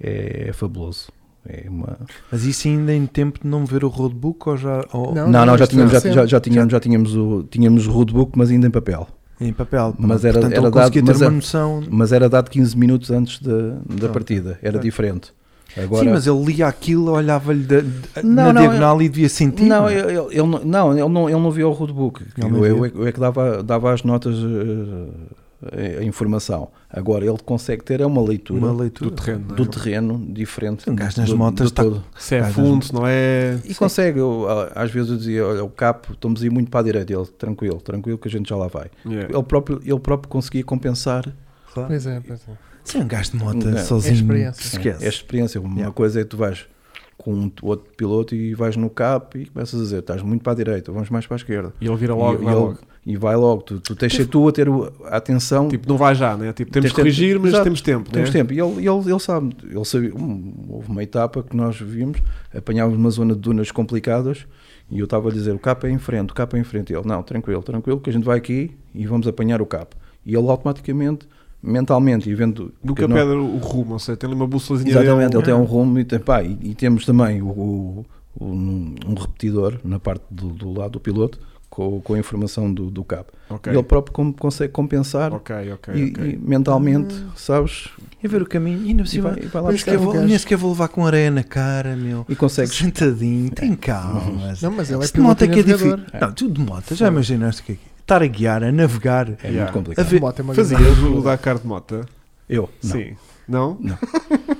Speaker 4: é, é fabuloso. É uma...
Speaker 2: Mas isso ainda é em tempo de não ver o roadbook ou já ou-
Speaker 3: Não.
Speaker 4: Não, não, já,
Speaker 3: isto
Speaker 4: tínhamos, já,
Speaker 3: era
Speaker 4: já,
Speaker 3: sempre.
Speaker 4: já tínhamos, já tínhamos o, tínhamos o roadbook, mas ainda em papel.
Speaker 2: em papel?
Speaker 4: Mas era-
Speaker 2: Portanto,
Speaker 4: era
Speaker 2: ele conseguia
Speaker 4: dado-
Speaker 2: ter
Speaker 4: mas
Speaker 2: uma
Speaker 4: era-
Speaker 2: noção.
Speaker 4: mas era dado 15 minutos antes da, da
Speaker 2: Ah,
Speaker 4: partida, era
Speaker 2: ok.
Speaker 4: diferente. Agora,
Speaker 2: Sim, mas ele lia aquilo, olhava-lhe da- da-
Speaker 4: Não,
Speaker 2: na
Speaker 4: não,
Speaker 2: diagonal e devia sentir.
Speaker 4: não,
Speaker 2: é?
Speaker 4: ele, ele- ele não- não, ele não, ele não via o roadbook,
Speaker 2: Ele
Speaker 4: eu,
Speaker 2: não
Speaker 4: eu
Speaker 2: via.
Speaker 4: é que- eu é que dava, dava as notas, eh, a informação. Agora ele consegue ter é uma leitura
Speaker 2: uma
Speaker 1: Do
Speaker 2: leitura.
Speaker 1: terreno. não é?
Speaker 4: do terreno diferente.
Speaker 2: Um gajo nas
Speaker 4: do-
Speaker 2: motas
Speaker 4: do
Speaker 2: tá-
Speaker 4: todo.
Speaker 1: Se é
Speaker 2: Gajas-
Speaker 1: fundo, se não é.
Speaker 4: E consegue, eu, ah, às vezes eu dizia, olha, o capo, estamos a ir muito para a direita, ele, tranquilo, tranquilo que a gente já lá vai.
Speaker 1: Yeah.
Speaker 4: Ele próprio, ele próprio conseguia compensar
Speaker 2: Claro.
Speaker 3: Pois é, pois é.
Speaker 2: Sim, um gajo de moto
Speaker 4: Não.
Speaker 2: sozinho.
Speaker 3: É
Speaker 2: se
Speaker 3: experiência.
Speaker 4: É a
Speaker 2: Esquece.
Speaker 4: experiência. Uma
Speaker 2: Yeah.
Speaker 4: coisa é que tu vais com um t- outro piloto e vais no cap e começas a dizer: estás muito para a direita, vamos mais para a esquerda.
Speaker 1: E ele vira
Speaker 4: E-
Speaker 1: logo,
Speaker 4: e,
Speaker 1: vai
Speaker 4: ele-
Speaker 1: logo.
Speaker 4: e vai logo. Tu, tu tens de ser tu a ter o- a atenção.
Speaker 1: Tipo, não vai já, né? Tipo, temos
Speaker 4: Tens
Speaker 1: que
Speaker 4: tempo-
Speaker 1: corrigir, mas
Speaker 4: Exato.
Speaker 1: temos tempo.
Speaker 4: Temos
Speaker 1: né?
Speaker 4: tempo. E ele, ele, ele sabe. Ele sabia. Hum, houve uma etapa que nós vimos, apanhávamos uma zona de dunas complicadas e eu estava a dizer: o cap é em frente, o cap é em frente. E ele: não, tranquilo, tranquilo, que a gente vai aqui e vamos apanhar o cap. E ele automaticamente, mentalmente, e vendo.
Speaker 1: Nunca
Speaker 4: eu não-
Speaker 1: pede o rumo, ou seja, tem ali uma bússolazinha
Speaker 4: Exatamente,
Speaker 1: dele. né?
Speaker 4: ele tem um rumo e, tem, pá, e, e temos também o, o- um, um repetidor na parte do, do lado do piloto com, com a informação do, do cabo.
Speaker 1: Ok,
Speaker 4: E ele próprio com- consegue compensar
Speaker 1: ok, ok.
Speaker 4: e,
Speaker 1: ok.
Speaker 4: e mentalmente, sabes?
Speaker 2: E É ver o caminho. E ainda por
Speaker 4: E
Speaker 2: cima,
Speaker 4: vai, e vai lá
Speaker 2: nem
Speaker 4: buscar.
Speaker 2: sequer
Speaker 3: um
Speaker 2: vou-
Speaker 3: gajo.
Speaker 2: nem sequer vou levar com areia na cara, meu.
Speaker 4: E consegues.
Speaker 2: Sentadinho, tem calma.
Speaker 3: Não, mas ele é
Speaker 2: Se de moto
Speaker 3: piloto
Speaker 2: é que é
Speaker 3: e navegador.
Speaker 2: difícil. Não, tu de moto, já imaginaste o que é que é? Estar a guiar, a navegar.
Speaker 4: É
Speaker 1: Yeah.
Speaker 4: muito
Speaker 2: A
Speaker 4: complicado.
Speaker 2: ver-
Speaker 3: Moto é uma grande
Speaker 1: Fazias o
Speaker 3: loucura.
Speaker 1: Dakar de moto?
Speaker 4: Eu? Não.
Speaker 1: Sim. Não?
Speaker 4: Não.
Speaker 1: [LAUGHS]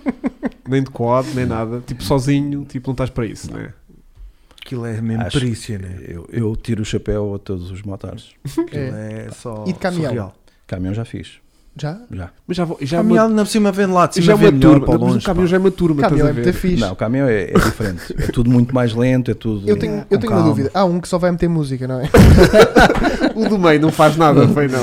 Speaker 1: nem de quad, nem nada. Tipo, sozinho, tipo, não estás para isso, né?
Speaker 2: Aquilo é mesmo
Speaker 4: Acho-
Speaker 2: perícia, né?
Speaker 4: Eu, eu tiro o chapéu a todos os motards.
Speaker 2: Aquilo é, só.
Speaker 3: E de caminhão?
Speaker 2: surreal.
Speaker 4: Caminhão já fiz.
Speaker 3: Já?
Speaker 4: Já.
Speaker 1: Mas já, vou- já é uma-
Speaker 2: Caminhão, ainda por cima, vem lá de cima,
Speaker 1: já é
Speaker 2: vem
Speaker 1: uma
Speaker 2: melhor
Speaker 1: turma.
Speaker 2: para
Speaker 1: Mas o
Speaker 2: longe.
Speaker 1: caminhão
Speaker 2: pá.
Speaker 1: já é uma turma,
Speaker 3: Caminhão
Speaker 1: estás
Speaker 3: é
Speaker 1: a
Speaker 3: muito
Speaker 1: ver?
Speaker 3: fixe.
Speaker 4: Não, o caminhão é, é diferente. É tudo muito mais lento, é tudo.
Speaker 3: Eu tenho,
Speaker 4: com
Speaker 3: eu tenho uma
Speaker 4: calma.
Speaker 3: dúvida. Há um que só vai meter
Speaker 1: [LAUGHS]
Speaker 3: música, não é?
Speaker 1: O do meio não faz nada, foi não.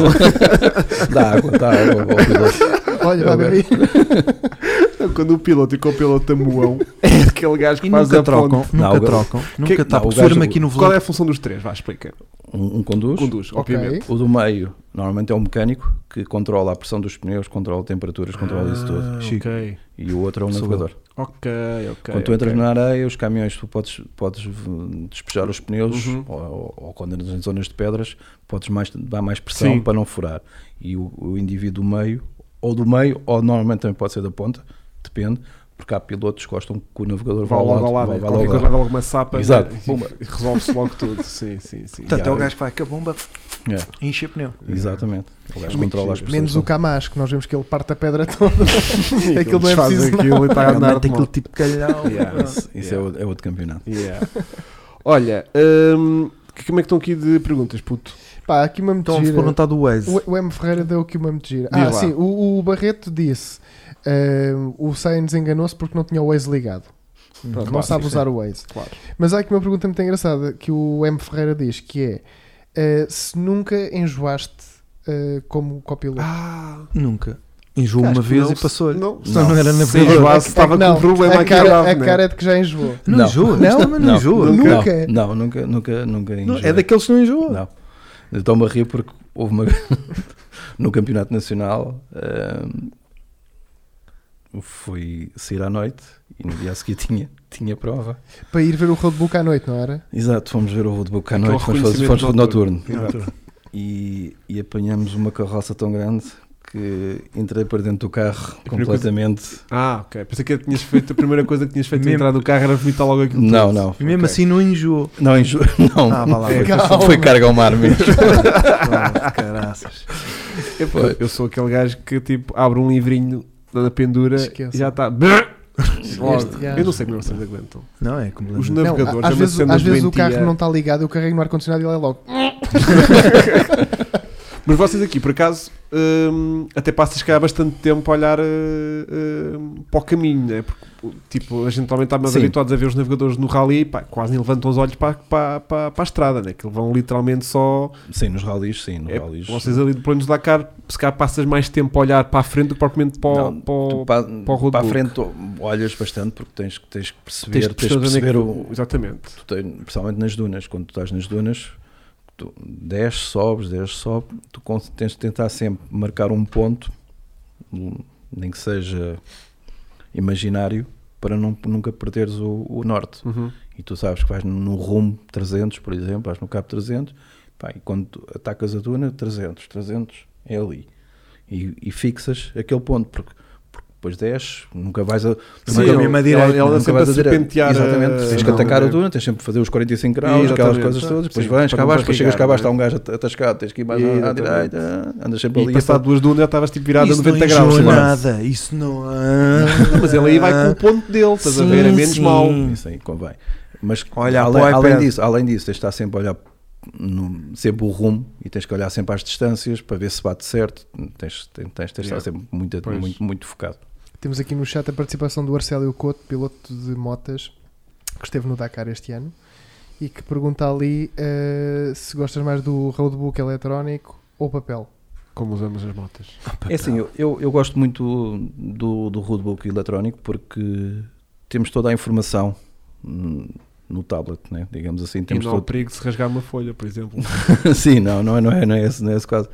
Speaker 4: Dá água, dá [LAUGHS] água. ao piloto.
Speaker 3: Olha, vai ver.
Speaker 1: Não, [LAUGHS] Quando o piloto e com o piloto amuam, é aquele gajo que
Speaker 2: E
Speaker 1: faz
Speaker 2: nunca
Speaker 1: a
Speaker 2: trocam,
Speaker 1: ponte.
Speaker 4: Não,
Speaker 2: nunca
Speaker 4: o gajo-
Speaker 2: trocam,
Speaker 1: não,
Speaker 2: nunca tapam.
Speaker 4: o
Speaker 2: Fura-me
Speaker 4: gajo-
Speaker 2: aqui no
Speaker 1: Qual é
Speaker 2: volante.
Speaker 1: a função dos três? Vá, explica.
Speaker 4: Um, um conduz.
Speaker 1: Conduz,
Speaker 3: Ok.
Speaker 1: obviamente.
Speaker 4: O do meio, normalmente é um mecânico que controla a pressão dos pneus, controla temperaturas, controla isso tudo.
Speaker 2: Chico.
Speaker 1: Ah, Ok,
Speaker 4: E o outro é um
Speaker 2: Sou
Speaker 4: navegador.
Speaker 1: ok, ok.
Speaker 4: quando tu entras
Speaker 1: ok.
Speaker 4: na areia, os caminhões, tu podes, podes hum, despejar os pneus,
Speaker 1: Uhum.
Speaker 4: ou, ou- ou quando entras em zonas de pedras, podes mais, dar mais pressão
Speaker 1: Sim.
Speaker 4: para não furar. E o, o indivíduo do meio, ou do meio, ou normalmente também pode ser da ponta, depende, porque há pilotos que gostam que o navegador
Speaker 1: Vai
Speaker 4: vá
Speaker 1: logo ao lado,
Speaker 4: vá-
Speaker 1: né? qualquer
Speaker 4: vá logo ao
Speaker 1: coisa
Speaker 4: lado.
Speaker 1: leva logo uma sapa
Speaker 4: Exato.
Speaker 1: né?
Speaker 4: Pumba.
Speaker 1: e resolve-se logo tudo. Sim, sim, sim.
Speaker 2: Portanto, é o
Speaker 4: Yeah.
Speaker 2: gajo que vai com a bomba,
Speaker 4: É,
Speaker 2: enche a pneu.
Speaker 4: Exatamente. O gajo
Speaker 1: Muito
Speaker 4: controla as
Speaker 1: giro.
Speaker 4: pressões.
Speaker 3: Menos o Camacho, que nós vemos que ele parte a pedra toda.
Speaker 1: Sim,
Speaker 3: Aquilo não é
Speaker 1: desfaz
Speaker 3: preciso
Speaker 1: aquilo e está Tá a andar
Speaker 2: Realmente
Speaker 1: de
Speaker 2: aquele
Speaker 1: moto.
Speaker 2: tipo de
Speaker 1: [LAUGHS]
Speaker 2: calhau. [LAUGHS]
Speaker 1: Yeah.
Speaker 4: Isso, isso é
Speaker 1: Yeah.
Speaker 4: outro- é outro campeonato.
Speaker 1: Yeah. Olha, hum, que- como é que estão aqui de perguntas, puto?
Speaker 3: Pá, aqui uma
Speaker 1: Então,
Speaker 2: Estão
Speaker 3: muito
Speaker 2: a
Speaker 3: gira.
Speaker 2: Então, perguntar do Waze.
Speaker 3: O, o M. Ferreira deu aqui uma muito gira.
Speaker 1: um Diz
Speaker 3: ah,
Speaker 1: lá.
Speaker 3: sim, o, o Barreto disse: ehm, o Sainz enganou-se porque não tinha o Waze ligado.
Speaker 1: Pronto,
Speaker 3: não
Speaker 1: vá,
Speaker 3: sabe
Speaker 1: sim,
Speaker 3: usar o Waze.
Speaker 1: Claro.
Speaker 3: Mas há aqui uma pergunta muito engraçada que o M. Ferreira diz: que é eh, se nunca enjoaste eh, como copiloto.
Speaker 1: Ah,
Speaker 2: Nunca. Enjoou
Speaker 1: acho
Speaker 2: uma
Speaker 1: que
Speaker 2: vez
Speaker 1: não,
Speaker 2: e passou-lhe. Não,
Speaker 1: Não,
Speaker 2: não era
Speaker 1: Se
Speaker 2: navegador.
Speaker 1: enjoasse, estava com
Speaker 3: é não,
Speaker 1: um problema
Speaker 3: a
Speaker 1: aqui
Speaker 3: cara,
Speaker 1: grave,
Speaker 3: a
Speaker 1: né?
Speaker 3: cara é de que já enjoou.
Speaker 4: Não.
Speaker 2: enjoa. Não, também não, enjoa.
Speaker 3: Nunca.
Speaker 4: Não, nunca, nunca, nunca.
Speaker 2: Não,
Speaker 4: enjoei.
Speaker 2: é daqueles que não enjoa.
Speaker 4: Não. Eu Estou-me a rir porque houve uma. [LAUGHS] no Campeonato Nacional ahm, fui sair à noite e no dia a seguir [LAUGHS] tinha, tinha prova.
Speaker 3: Para ir ver o roadbook à noite, não era?
Speaker 4: Exato, fomos ver o roadbook à
Speaker 1: Aquele
Speaker 4: noite, fomos fazer
Speaker 1: reconhecimento
Speaker 4: fomos fazer noturno.
Speaker 1: Exato.
Speaker 4: E, e apanhamos uma carroça tão grande que entrei para dentro do carro
Speaker 1: A primeira coisa-
Speaker 4: completamente.
Speaker 1: Ah, ok. Pensei que tinhas feito a primeira coisa que tinhas feito
Speaker 2: Mesmo-
Speaker 1: Mesmo... entrar no carro era vomitar logo aquilo.
Speaker 4: Não,
Speaker 1: tudo.
Speaker 4: não.
Speaker 2: E mesmo
Speaker 1: Ok.
Speaker 2: assim não [LAUGHS] enjoou.
Speaker 4: Não, enjo... [LAUGHS] não.
Speaker 2: Ah, vá lá.
Speaker 4: Foi-
Speaker 3: Calma.
Speaker 4: foi carga ao mar mesmo.
Speaker 2: Ah, caraças.
Speaker 1: É porque eu sou aquele gajo que tipo abre um livrinho na pendura
Speaker 3: Esqueça.
Speaker 1: e já está.
Speaker 3: Este gajo.
Speaker 1: Eu não sei como é que vocês aguentam.
Speaker 2: Não é como
Speaker 1: Os
Speaker 3: Não,
Speaker 1: navegadores,
Speaker 3: a-
Speaker 1: é
Speaker 3: às
Speaker 1: uma
Speaker 3: vezes,
Speaker 1: cena
Speaker 3: às vezes o
Speaker 1: doentia.
Speaker 3: carro não está ligado, eu carrego no ar-condicionado e ele é logo.
Speaker 1: Mas vocês aqui, por acaso, hum, até passam se calhar bastante tempo a olhar eh, eh, para o caminho, né? Porque, tipo, a gente também está mais
Speaker 4: Sim.
Speaker 1: habituados a ver os navegadores no rally e pá, quase nem levantam os olhos para, para, para, para a estrada, né? Que eles vão literalmente só.
Speaker 4: Sim, nos rallies, sim, nos
Speaker 1: É,
Speaker 4: rallies.
Speaker 1: vocês ali do plano de Dakar, se calhar passas mais tempo a olhar para a frente do que propriamente para, o-
Speaker 4: Não,
Speaker 1: para, o-
Speaker 4: tu pa-
Speaker 1: o roadbook.
Speaker 4: para a frente tu olhas bastante porque tens, que- tens que
Speaker 1: tens
Speaker 4: perceber,
Speaker 1: de
Speaker 4: tens
Speaker 1: perceber
Speaker 4: que
Speaker 1: onde é que
Speaker 4: perceber
Speaker 1: tu-
Speaker 4: o,
Speaker 1: Exatamente.
Speaker 4: tu tens- principalmente nas dunas, quando tu estás nas dunas, tu desces, sobes, desces, sobe, tu con- tens de tentar sempre marcar um ponto, hum, nem que seja imaginário, para não, nunca perderes o, o norte.
Speaker 1: Uhum.
Speaker 4: E tu sabes que vais no rumo 300, por exemplo, vais no cabo 300, pá, e quando tu atacas a duna, 300, 300 é ali. E, e fixas aquele ponto, porque, porque depois desces, nunca vais a.
Speaker 1: Sim,
Speaker 4: nunca-
Speaker 1: ele-
Speaker 2: mesma direita,
Speaker 1: ela- ela
Speaker 4: nunca
Speaker 1: sempre
Speaker 4: vais
Speaker 1: a
Speaker 4: a direita.
Speaker 1: serpentear,
Speaker 4: Exatamente,
Speaker 1: eh,
Speaker 4: tens que
Speaker 1: não,
Speaker 4: atacar a
Speaker 1: é.
Speaker 4: duna, tens sempre que fazer os 45 graus, aquelas
Speaker 1: Exatamente.
Speaker 4: coisas todas, depois
Speaker 1: Sim,
Speaker 4: vais
Speaker 1: para
Speaker 4: cá
Speaker 1: não
Speaker 4: abaixo, depois chegas cá
Speaker 1: barrigar,
Speaker 4: abaixo, está um gajo at- atascado, tens que ir mais à- à
Speaker 1: Exatamente.
Speaker 4: direita, andas sempre
Speaker 1: E
Speaker 4: ali.
Speaker 1: passar duas dunas já estavas tipo virado a
Speaker 2: isso
Speaker 1: 90
Speaker 2: não
Speaker 1: graus.
Speaker 2: enjoa
Speaker 1: sei lá.
Speaker 2: nada, isso não...
Speaker 1: Não, Mas ele aí vai com o ponto dele, estás a
Speaker 2: Sim,
Speaker 1: ver? É menos
Speaker 2: sim.
Speaker 1: mau.
Speaker 4: Isso aí convém. Mas
Speaker 2: Olhar
Speaker 4: além,
Speaker 2: para o
Speaker 4: além
Speaker 2: iPad.
Speaker 4: disso, além disso, tens de estar sempre a olhar no, sempre o rumo e tens que olhar sempre às distâncias para ver se bate certo. Tens, tens, tens de estar
Speaker 1: Yeah.
Speaker 4: sempre muito,
Speaker 1: Pois.
Speaker 4: muito, muito focado.
Speaker 3: Temos aqui no chat a participação do Arcélio Couto, piloto de motas, que esteve no Dakar este ano, e que pergunta ali eh, se gostas mais do roadbook eletrónico ou papel.
Speaker 1: Como usamos as motas.
Speaker 4: É assim, eu, eu, eu gosto muito do, do roadbook eletrónico porque temos toda a informação hum, no tablet, né? digamos assim.
Speaker 1: E
Speaker 4: Temos
Speaker 1: não há
Speaker 4: todo-
Speaker 1: perigo de se rasgar uma folha, por exemplo.
Speaker 4: [LAUGHS] Sim, não, não é, não, é, não, é esse, não é esse caso.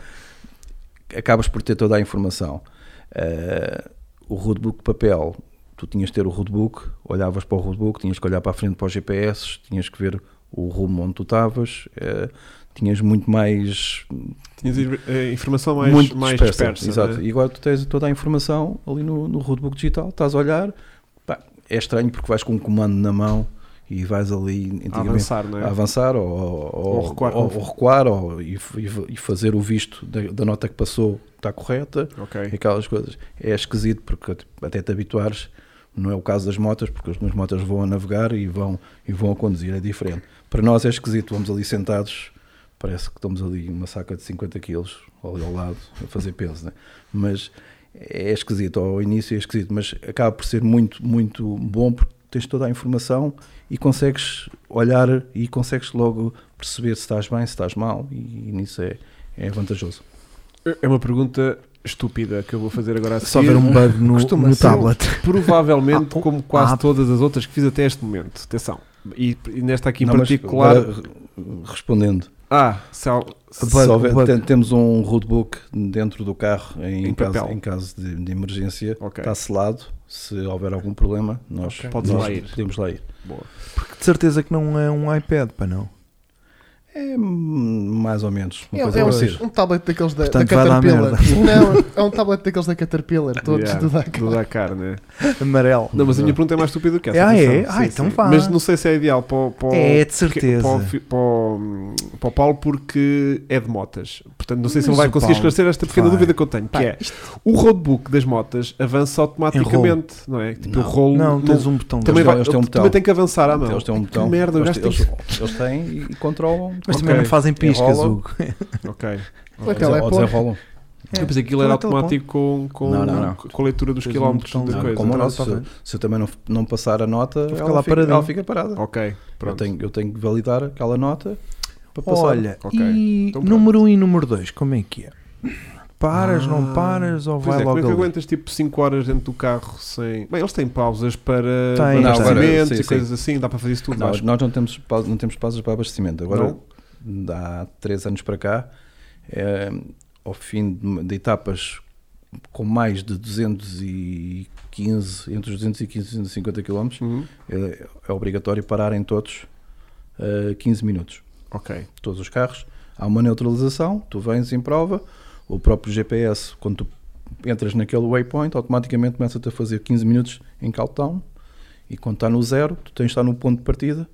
Speaker 4: Acabas por ter toda a informação. Eh, o roadbook de papel, tu tinhas de ter o roadbook, olhavas para o roadbook, tinhas que olhar para a frente para os GPS, tinhas que ver o rumo onde tu estavas, eh, tinhas muito mais
Speaker 1: Tinhas eh, informação mais,
Speaker 4: muito
Speaker 1: mais
Speaker 4: dispersa,
Speaker 1: dispersa.
Speaker 4: exato.
Speaker 1: né?
Speaker 4: E agora tu tens toda a informação ali no, no roadbook digital, estás a olhar, pá, é estranho porque vais com um comando na mão e vais ali
Speaker 1: A
Speaker 4: antigamente
Speaker 1: avançar, não é?
Speaker 4: a avançar ou, ou,
Speaker 1: Ou recuar,
Speaker 4: ou-
Speaker 1: como-
Speaker 4: ou recuar, ou- e, e- e fazer o visto da, da nota que passou está correta,
Speaker 1: Ok.
Speaker 4: aquelas coisas. É esquisito porque tipo, até te habituares, não é o caso das motas, porque as minhas motas vão a navegar e vão, e vão a conduzir, é diferente. Para nós é esquisito, vamos ali sentados, parece que estamos ali uma saca de 50 quilos ali ao lado a fazer peso, né? mas é esquisito, ao início é esquisito, mas acaba por ser muito, muito bom porque tens toda a informação e consegues olhar e consegues logo perceber se estás bem, se estás mal, e, nisso é, é vantajoso.
Speaker 1: É uma pergunta estúpida que eu vou fazer agora a
Speaker 2: Só
Speaker 1: seguir.
Speaker 2: ver um bug no,
Speaker 3: Costuma
Speaker 2: no
Speaker 3: ser um-
Speaker 2: tablet.
Speaker 1: [LAUGHS] Provavelmente,
Speaker 4: [LAUGHS]
Speaker 2: Ah,
Speaker 1: como quase
Speaker 2: ah.
Speaker 1: todas as outras que fiz até este momento. Atenção. E, e nesta aqui em
Speaker 4: Não, mas
Speaker 1: particular.
Speaker 4: agora, re- respondendo,
Speaker 1: Ah, se há-
Speaker 4: se
Speaker 2: Bug,
Speaker 4: houver-
Speaker 2: bug.
Speaker 4: tem- temos um roadbook dentro do carro em,
Speaker 1: Em
Speaker 4: caso,
Speaker 1: papel.
Speaker 4: em caso de, de emergência,
Speaker 1: Ok.
Speaker 4: está selado. Se houver algum problema, nós,
Speaker 3: Ok.
Speaker 1: Podes
Speaker 4: nós
Speaker 1: lá ir.
Speaker 4: podemos lá ir.
Speaker 1: Boa.
Speaker 2: De certeza que não é um iPad, pá, não.
Speaker 4: É hum, mais ou menos uma
Speaker 3: É,
Speaker 4: coisa
Speaker 3: é
Speaker 4: parecida.
Speaker 3: um, um tablet daqueles da,
Speaker 2: Portanto,
Speaker 3: da
Speaker 2: vai dar
Speaker 3: Caterpillar.
Speaker 2: [LAUGHS]
Speaker 3: [LAUGHS] Não, é um tablet daqueles da Caterpillar, todos
Speaker 1: Yeah,
Speaker 3: do Dakar.
Speaker 1: do Dakar, né?
Speaker 2: Amarelo.
Speaker 1: Não, mas a minha pergunta é mais estúpida do que essa.
Speaker 2: Ah, é?
Speaker 1: atenção.
Speaker 2: Ah,
Speaker 1: Sim,
Speaker 2: então
Speaker 1: sim.
Speaker 2: vá.
Speaker 1: Mas não sei se é ideal para, o- para o-
Speaker 2: É, de
Speaker 1: que-
Speaker 2: certeza.
Speaker 1: Para, o fi- para o- para o Paulo, porque é de motas. Portanto, não sei se
Speaker 2: Mas
Speaker 1: ele vai
Speaker 2: o
Speaker 1: conseguir
Speaker 2: Paulo
Speaker 1: esclarecer esta pequena
Speaker 2: vai.
Speaker 1: dúvida que eu tenho, que
Speaker 2: Pá,
Speaker 1: é o roadbook das motas avança automaticamente, não é? Tipo, o
Speaker 4: Não.
Speaker 1: rolo.
Speaker 2: Não, tens um botão.
Speaker 1: Também,
Speaker 4: Eles
Speaker 1: vai,
Speaker 4: têm- eles têm um
Speaker 1: também
Speaker 4: botão.
Speaker 1: tem que avançar à mão.
Speaker 4: Eles têm um
Speaker 1: Ah, Que
Speaker 4: botão,
Speaker 1: merda, o
Speaker 4: eles,
Speaker 1: gajo tem
Speaker 4: eles,
Speaker 1: que-
Speaker 4: eles têm e controlam.
Speaker 2: Mas também
Speaker 1: Ok. É
Speaker 2: não fazem piscas,
Speaker 1: [LAUGHS]
Speaker 4: Enrola.
Speaker 2: Hugo.
Speaker 4: um-
Speaker 1: Ok.
Speaker 3: Ou aquela é
Speaker 4: ou
Speaker 3: pouco.
Speaker 4: desenrolam.
Speaker 1: Eu pensei que aquilo era
Speaker 2: Não é tão bom.
Speaker 1: automático com, com,
Speaker 4: Não, não, não.
Speaker 1: com a leitura dos
Speaker 2: Tens um
Speaker 1: quilómetros
Speaker 2: botão
Speaker 1: da
Speaker 2: lá.
Speaker 4: Não,
Speaker 1: coisa.
Speaker 4: como o
Speaker 2: Não,
Speaker 4: nosso,
Speaker 2: tá
Speaker 4: se,
Speaker 2: bem.
Speaker 4: se eu também não, não passar a nota,
Speaker 2: Fica
Speaker 4: ela,
Speaker 2: lá
Speaker 4: fica,
Speaker 2: paradinho.
Speaker 4: ela fica parada.
Speaker 1: Ok, pronto.
Speaker 4: Eu tenho, eu tenho que validar aquela nota para passar.
Speaker 2: Olha,
Speaker 1: Ok.
Speaker 2: e
Speaker 1: Então pronto.
Speaker 2: número 1 um e número 2, como é que é? Paras,
Speaker 1: Ah.
Speaker 2: não paras ou
Speaker 1: Pois
Speaker 2: vai
Speaker 1: é, como
Speaker 2: logo
Speaker 1: é que
Speaker 2: ali?
Speaker 1: aguentas tipo 5 horas dentro do carro sem. Bem, eles têm pausas para
Speaker 2: Têm,
Speaker 1: para
Speaker 2: Não, agora,
Speaker 1: abastecimentos
Speaker 4: sim,
Speaker 1: e coisas assim, dá para fazer isso tudo.
Speaker 4: Nós,
Speaker 1: acho.
Speaker 4: nós não temos pa- não temos pausas para abastecimento. Agora,
Speaker 1: Não?
Speaker 4: há três anos para cá, eh, ao fim de, de etapas com mais de 215, entre os 215 e 250 km,
Speaker 1: Uhum.
Speaker 4: é, é obrigatório pararem todos eh, 15 minutos.
Speaker 1: Ok.
Speaker 4: todos os carros. Há uma neutralização, tu vens em prova, o próprio GPS, quando tu entras naquele waypoint, automaticamente começa-te a fazer 15 minutos em countdown e quando está no zero, tu tens de estar no ponto de partida